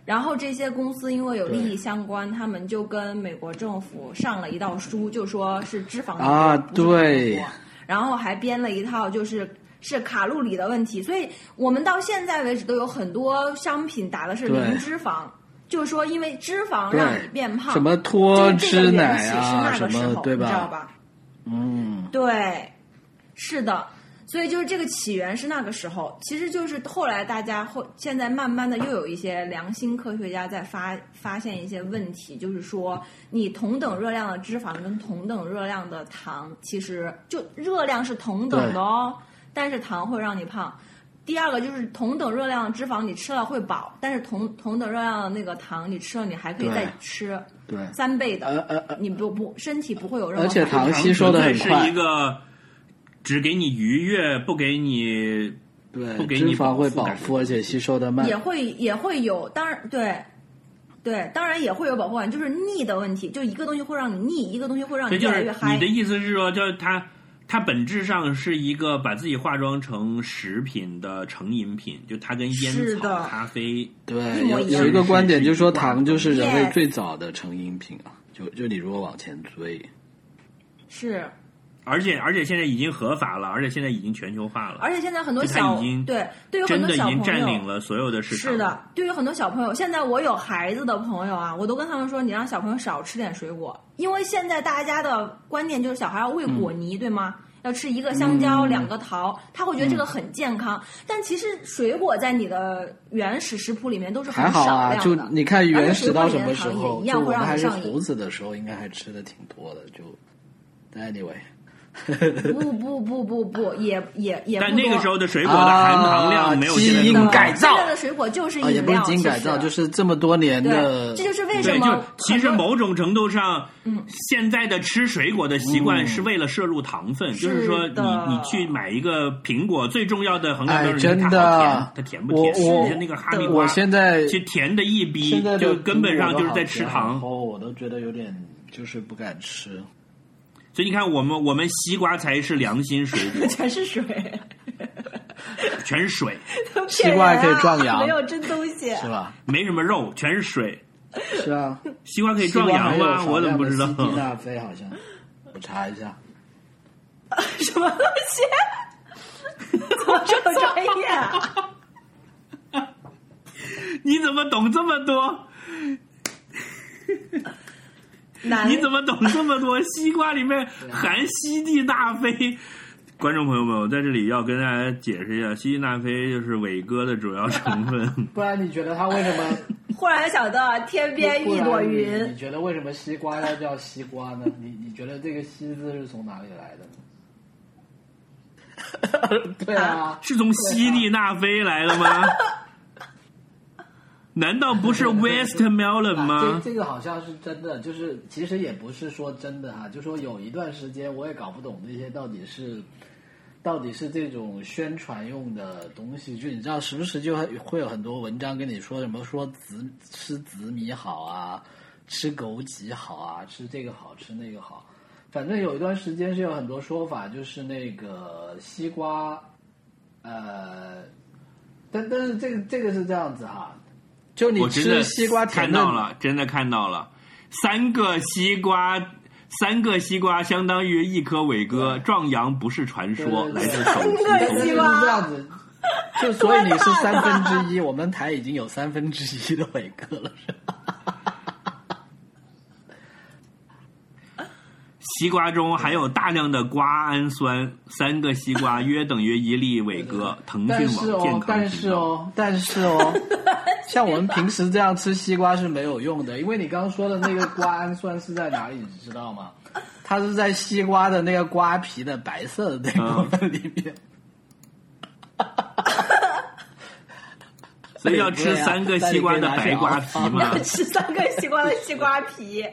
然后这些公司因为有利益相关，他们就跟美国政府上了一道书，就说是脂肪
啊
不是糖
对
多然后还编了一套就是。是卡路里的问题，所以我们到现在为止都有很多商品打的是零
对
脂肪，就是说因为脂肪
对
让你变胖，
什么脱
就是这
脂
个缘
奶
起是
啊，
那
什
个时
么
候，
对
你知
吧？
道吧？
嗯，
对，是的，所以就是这个起源是那个时候，其实就是后来大家后现在慢慢的又有一些良心科学家在发发现一些问题，就是说你同等热量的脂肪跟同等热量的糖，其实就热量是同等的哦，但是糖会让你胖。第二个就是同等热量的脂肪你吃了会饱，但是同同等热量的那个糖你吃了你还可以
对
再吃
对。
三倍的，
呃呃呃，
你不不身体不会有任何
而且
反应
糖吸收的很
纯粹是
快
一，个只给你愉悦，不给你
对
不，给
脂
你
肪会饱
饱腹感
腹，而且吸收的慢
也。会也会有，当然对，对，当然也会有保护感，就是腻的问题，就一个东西会让你腻，一个东西会让你
这就是
越来嗯越
你
嗨
的。意思是说，就是它它本质上是一个把自己化妆成食品的成瘾品，就它跟
是
烟草
的、
咖啡
对，
一模
有
一样
有一个观点就是说，
是
糖就是人类
Yes
最早的成瘾品啊。就就你如果往前追，
是，
而且而且现在已经合法了，而且现在已经全球化了，
而且现在很多
就它
小
已经
对，对于很
真
多
的已
小
经
朋友
占领了所有的市场。
是的，对于很多小朋友，现在我有孩子的朋友啊，我都跟他们说，你让小朋友少吃点水果，因为现在大家的观念就是小孩要喂果泥，对吗？要吃一个香蕉，两个桃，他会觉得这个很健康。但其实水果在你的原始食谱里面都是很
还好
少
啊，就
量的。
你看原始到什么时
而且水果
候，
里面的糖也一
就
样
我们
会让
还
你
是
上瘾
胡子的时候，应该还吃的挺多的。就但 anyway，
不不不不 (laughs) 不，也也也不
但那个
多
时候的水果的含糖量没有现在
啊基
那
因
么高
改造
现在的水果就是饮
啊，
料，
也不是基因
其
改造，
实
就是这么多年的
对，，这就是为什
对，
么
就其实
很多嗯
某种程度上，现在的吃水果的习惯是为了摄入糖分，就是说
嗯是的，
你你去买一个苹果，最重要的衡量标
哎
准是
真
它好甜
的，
它甜不甜？
我
你
我
像那个哈密瓜，
我现在
其实甜的一逼
现在，的
就根本上就是在吃
苹
糖
果都好甜。哦，我都觉得有点就是不敢吃。
所以你看，我们我们西瓜才是良心水果
(laughs) 全是水。
全
(laughs)
是水，
西瓜也可以壮阳
啊没有真东西。
是
(laughs)
吧？
没什么肉，全是水。
是
(laughs)
啊，
西瓜可以壮阳吗？我怎么不知道？
C 大非好像，我查一下。
(laughs) 什么东西？怎么这么专业啊？
(laughs)
(laughs)。
你怎么懂这么多？(laughs)
男
你怎么懂这么多？西瓜里面含西地那非。 (laughs) 观众朋友们，我在这里要跟大家解释一下，西地那非就是伟哥的主要成分
不然你觉得它为什
(laughs)
么？
忽然想到天边一朵
不然你你 (laughs)
云？
觉得为什么西瓜要叫西瓜呢？你你觉得这个“西”字是从哪里来的呢？ (laughs) 对啊，
(laughs) 是从西地那非来的吗？ (laughs) 难道不是 West Melon
哎这
吗？
这个好像是真的，就是其实也不是说真的哈、啊就说有一段时间我也搞不懂那些到底是。到底是这种宣传用的东西，就你知道，时不时就会有很多文章跟你说什么说紫吃紫米好啊，吃枸杞好啊，吃这个好，吃那个好。反正有一段时间是有很多说法，就是那个西瓜，呃，但但是这个这个是这样子哈，就你
我真
吃
的
西瓜甜
看
的
到了，真的看到了，三个西瓜，三个西瓜相当于一颗伟哥，壮阳不是传说，
对
来
对对
自 (laughs) 手机
三个
头
就是
西瓜
这样子。就所以你是三分之一，我们台已经有三分之一的伟哥了，是吧？
西瓜中含有大量的瓜氨酸，三个西瓜约等于一粒伟哥。腾
(laughs) 但
讯
是
网健
哦，
康
但是
频道。
哦，但是哦，像我们平时这样吃西瓜是没有用的，因为你刚刚说的那个瓜氨酸是在哪里，你知道吗？它是在西瓜的那个瓜皮的白色的那
嗯
部分里面。
(laughs) 所以要吃三个西瓜的白瓜皮嘛
那你可以拿去熬汤
吃三个西瓜的西瓜皮。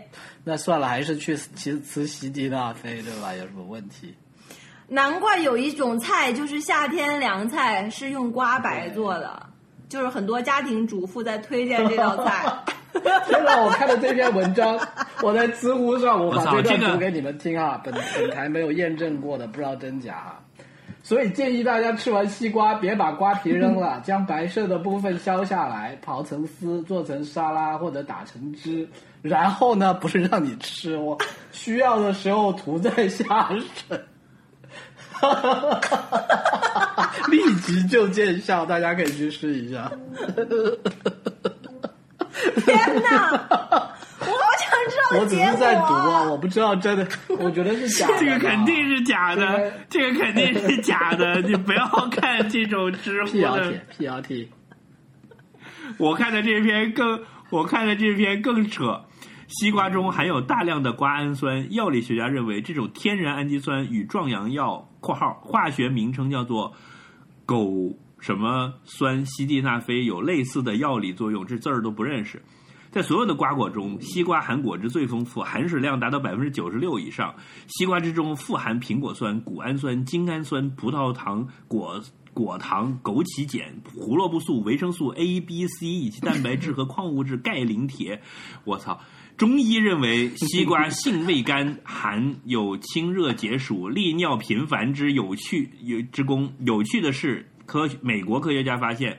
那算了，还是去吃吃西地那非对吧？有什么问题？
难怪有一种菜就是夏天凉菜是用瓜白做的，就是很多家庭主妇在推荐 (laughs) 这道
(laughs)
菜。
天哪！我看了这篇文章，我在知乎上，我
我
把
操
这
这
段
个
读给你们听啊，本本台没有验证过的，不知道真假啊。所以建议大家吃完西瓜，别把瓜皮扔了，将白色的部分削下来，刨成丝，做成沙拉或者打成汁。然后呢，不是让你吃哦，需要的时候涂在下水。 (laughs) 立即就见效，大家可以去试一下。
天哪！我好
(laughs) 我
想
只
知
是
道
在
结
读啊，
果。
我不知道真的，我觉得是假的吧。
(laughs) 这个肯定是假的，
这
这个肯定是假的，你不要看这种知
(laughs)
乎
辟谣
的
帖，。辟谣帖。
我看的这篇更，我看的这篇更扯。西瓜中含有大量的瓜氨酸，药理学家认为这种天然氨基酸与壮阳药（括号化学名称叫做狗什么酸西地那非）有类似的药理作用，这字儿都不认识。在所有的瓜果中，西瓜含果汁最丰富，含水量达到百分之九十六以上。西瓜之中富含苹果酸、谷氨酸、精氨酸、葡萄糖、果果糖、枸杞碱、胡萝卜素、维生素 A、B、C 以及蛋白质和矿物质钙、磷、铁。我操！中医认为西瓜性味甘， (laughs) 含有清热解暑、利尿频繁之有趣有之功。有趣的是，科学美国科学家发现。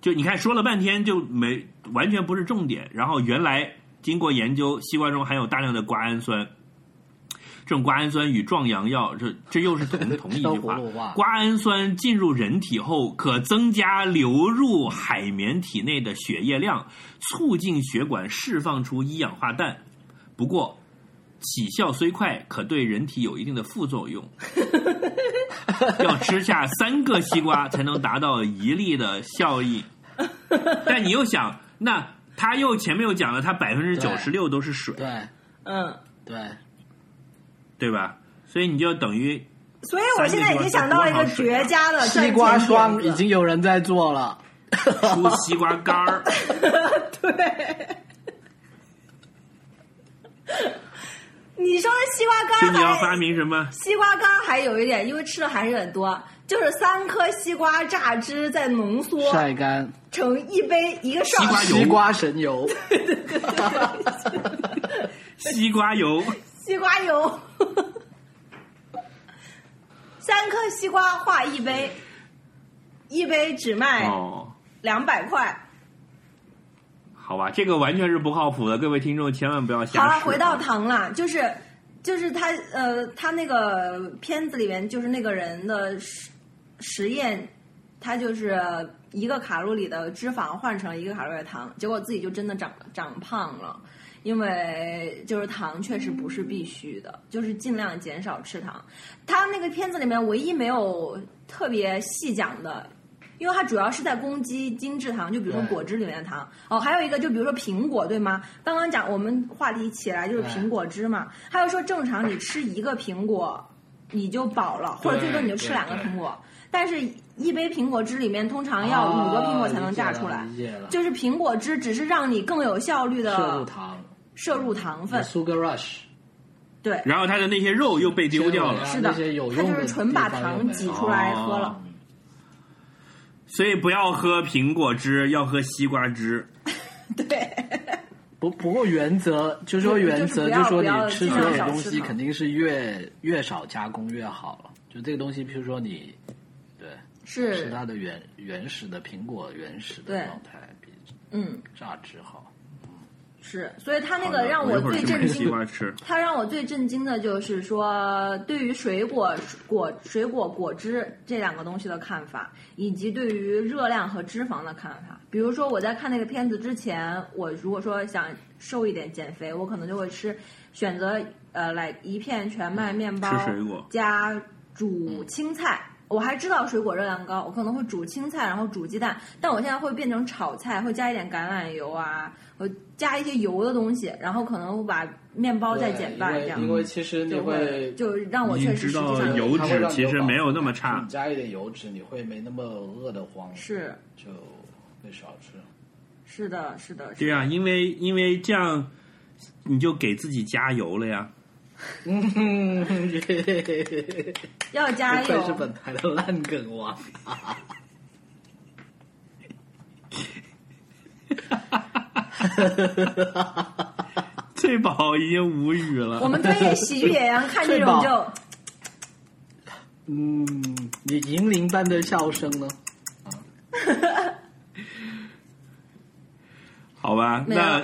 就你看说了半天就没完全不是重点，然后原来经过研究，西瓜中含有大量的瓜氨酸，这种瓜氨酸与壮阳药，这这又是同同一句
说葫芦
话
话。
瓜氨酸进入人体后，可增加流入海绵体内的血液量，促进血管释放出一氧化氮。不过，起效虽快，可对人体有一定的副作
(laughs)
用。要吃下三个西瓜才能达到一粒的效益。但你又想，那他又前面又讲了，他百分之九十六都是水，对
对
嗯，
对，
吧？所以你就等于
所以我现在已经想到了一个绝佳的赚
西
钱
瓜霜
点
已
子
经有人在做了，
出西瓜干儿，
(laughs) 对。你说的西瓜
所以
干
你要
还
发明什么？
西瓜干还有一点，因为吃的还是很多，就是三颗西瓜榨汁再浓缩
晒干
成一杯一个
西
上
瓜油
西瓜神
(laughs)
油，
西瓜油，
西瓜油，三颗西瓜化一杯，一杯只卖
哦。
两百块。
好吧，这个完全是不靠谱的，各位听众千万不要瞎啊
好
吃。
了，回到糖了，就是就是他呃，他那个片子里面就是那个人的实实验，他就是一个卡路里的脂肪换成了一个卡路里的糖，结果自己就真的长长胖了。因为就是糖确实不是必须的，就是尽量减少吃糖。他那个片子里面唯一没有特别细讲的，因为它主要是在攻击精制糖，就比如说
对
果汁里面的糖。哦，还有一个就比如说苹果，对吗？刚刚讲我们话题起来就是苹果汁嘛，还有说正常你吃一个苹果你就饱了，或者最多你就吃两个苹果，但是一杯苹果汁里面通常要五个苹果才能榨出来。
(laughs) 啊理解了，理解了
就是苹果汁只是让你更有效率的
摄入糖
摄入糖分，
，sugar rush
对，
然后他的那些肉又被丢掉了，
是
是
那
的
些有，
它
用的
就是纯把
地方有
糖
没有
挤出来喝了。 (laughs)
哦所以不要喝苹果汁，要喝西瓜汁。
不不过原则，就说原则，
就
就
是不要
说
不要
你吃
尽
所
量
有
少
东
吃
西
糖
肯定是越越少加工越好了。就这个东西，譬如说你，对，吃
是
它的原原始的苹果原始
对
的状态比
嗯
榨汁好。
是，所以他那
好
个
的
让
我一会儿
最
去买
震
西
惊，
瓜吃。
他让我最震惊的就是说，对于水果果水果果汁这两个东西的看法，以及对于热量和脂肪的看法。比如说，我在看那个片子之前，我如果说想瘦一点减肥，我可能就会吃选择呃来一片全麦面包，
吃水果
加煮青菜。我还知道水果热量高，我可能会煮青菜，然后煮鸡蛋，但我现在会变成炒菜，会加一点橄榄油啊，我加一些油的东西，然后可能会把面包再减半，这样
因为其实你
就会
会，
就让我
你
确
知
实实际
道
上
油脂其实没有那么差
你，加一点油脂，你会没那么饿得慌，
是
就会少
(laughs)
吃。
是的是的，
对啊，因为因为这样你就给自己加油了呀。
嗯哼，
要
(laughs)
加
不愧是
油
本，台的烂梗王。
翠宝已经无语了。
我们专业喜剧演员看这种
对
就
吧嗯，你银铃般的笑声呢？
好吧，
没有
那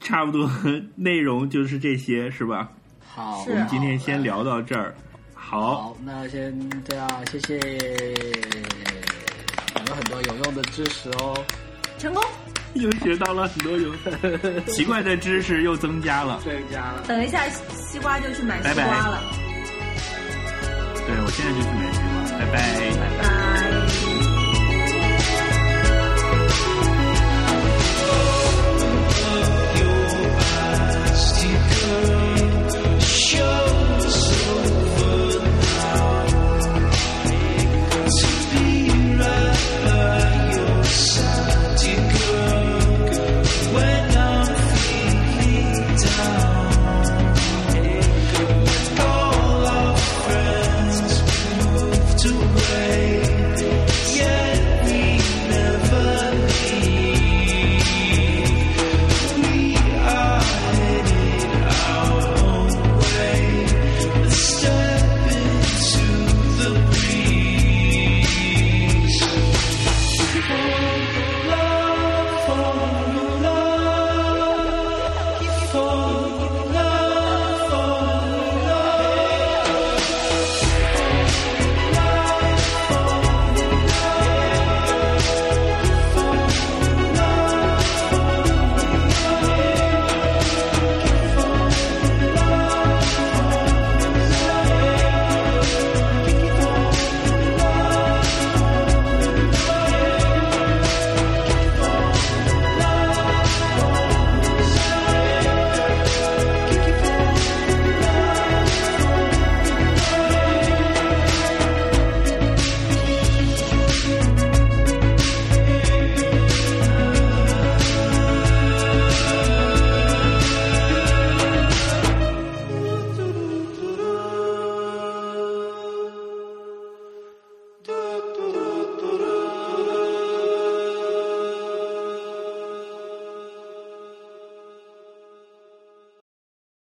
差不多内容就是这些，是吧？
好，
是
我
啊
们今天先
好
聊到这儿。好，
好，那先这样，谢谢，讲了很多有用的知识哦。
成功。
又学到了很多有奇怪的知识，又增加了。
这家了，
等一下，西瓜就去买西
拜拜
瓜了，
对我现在就去买西瓜，拜拜
拜
拜。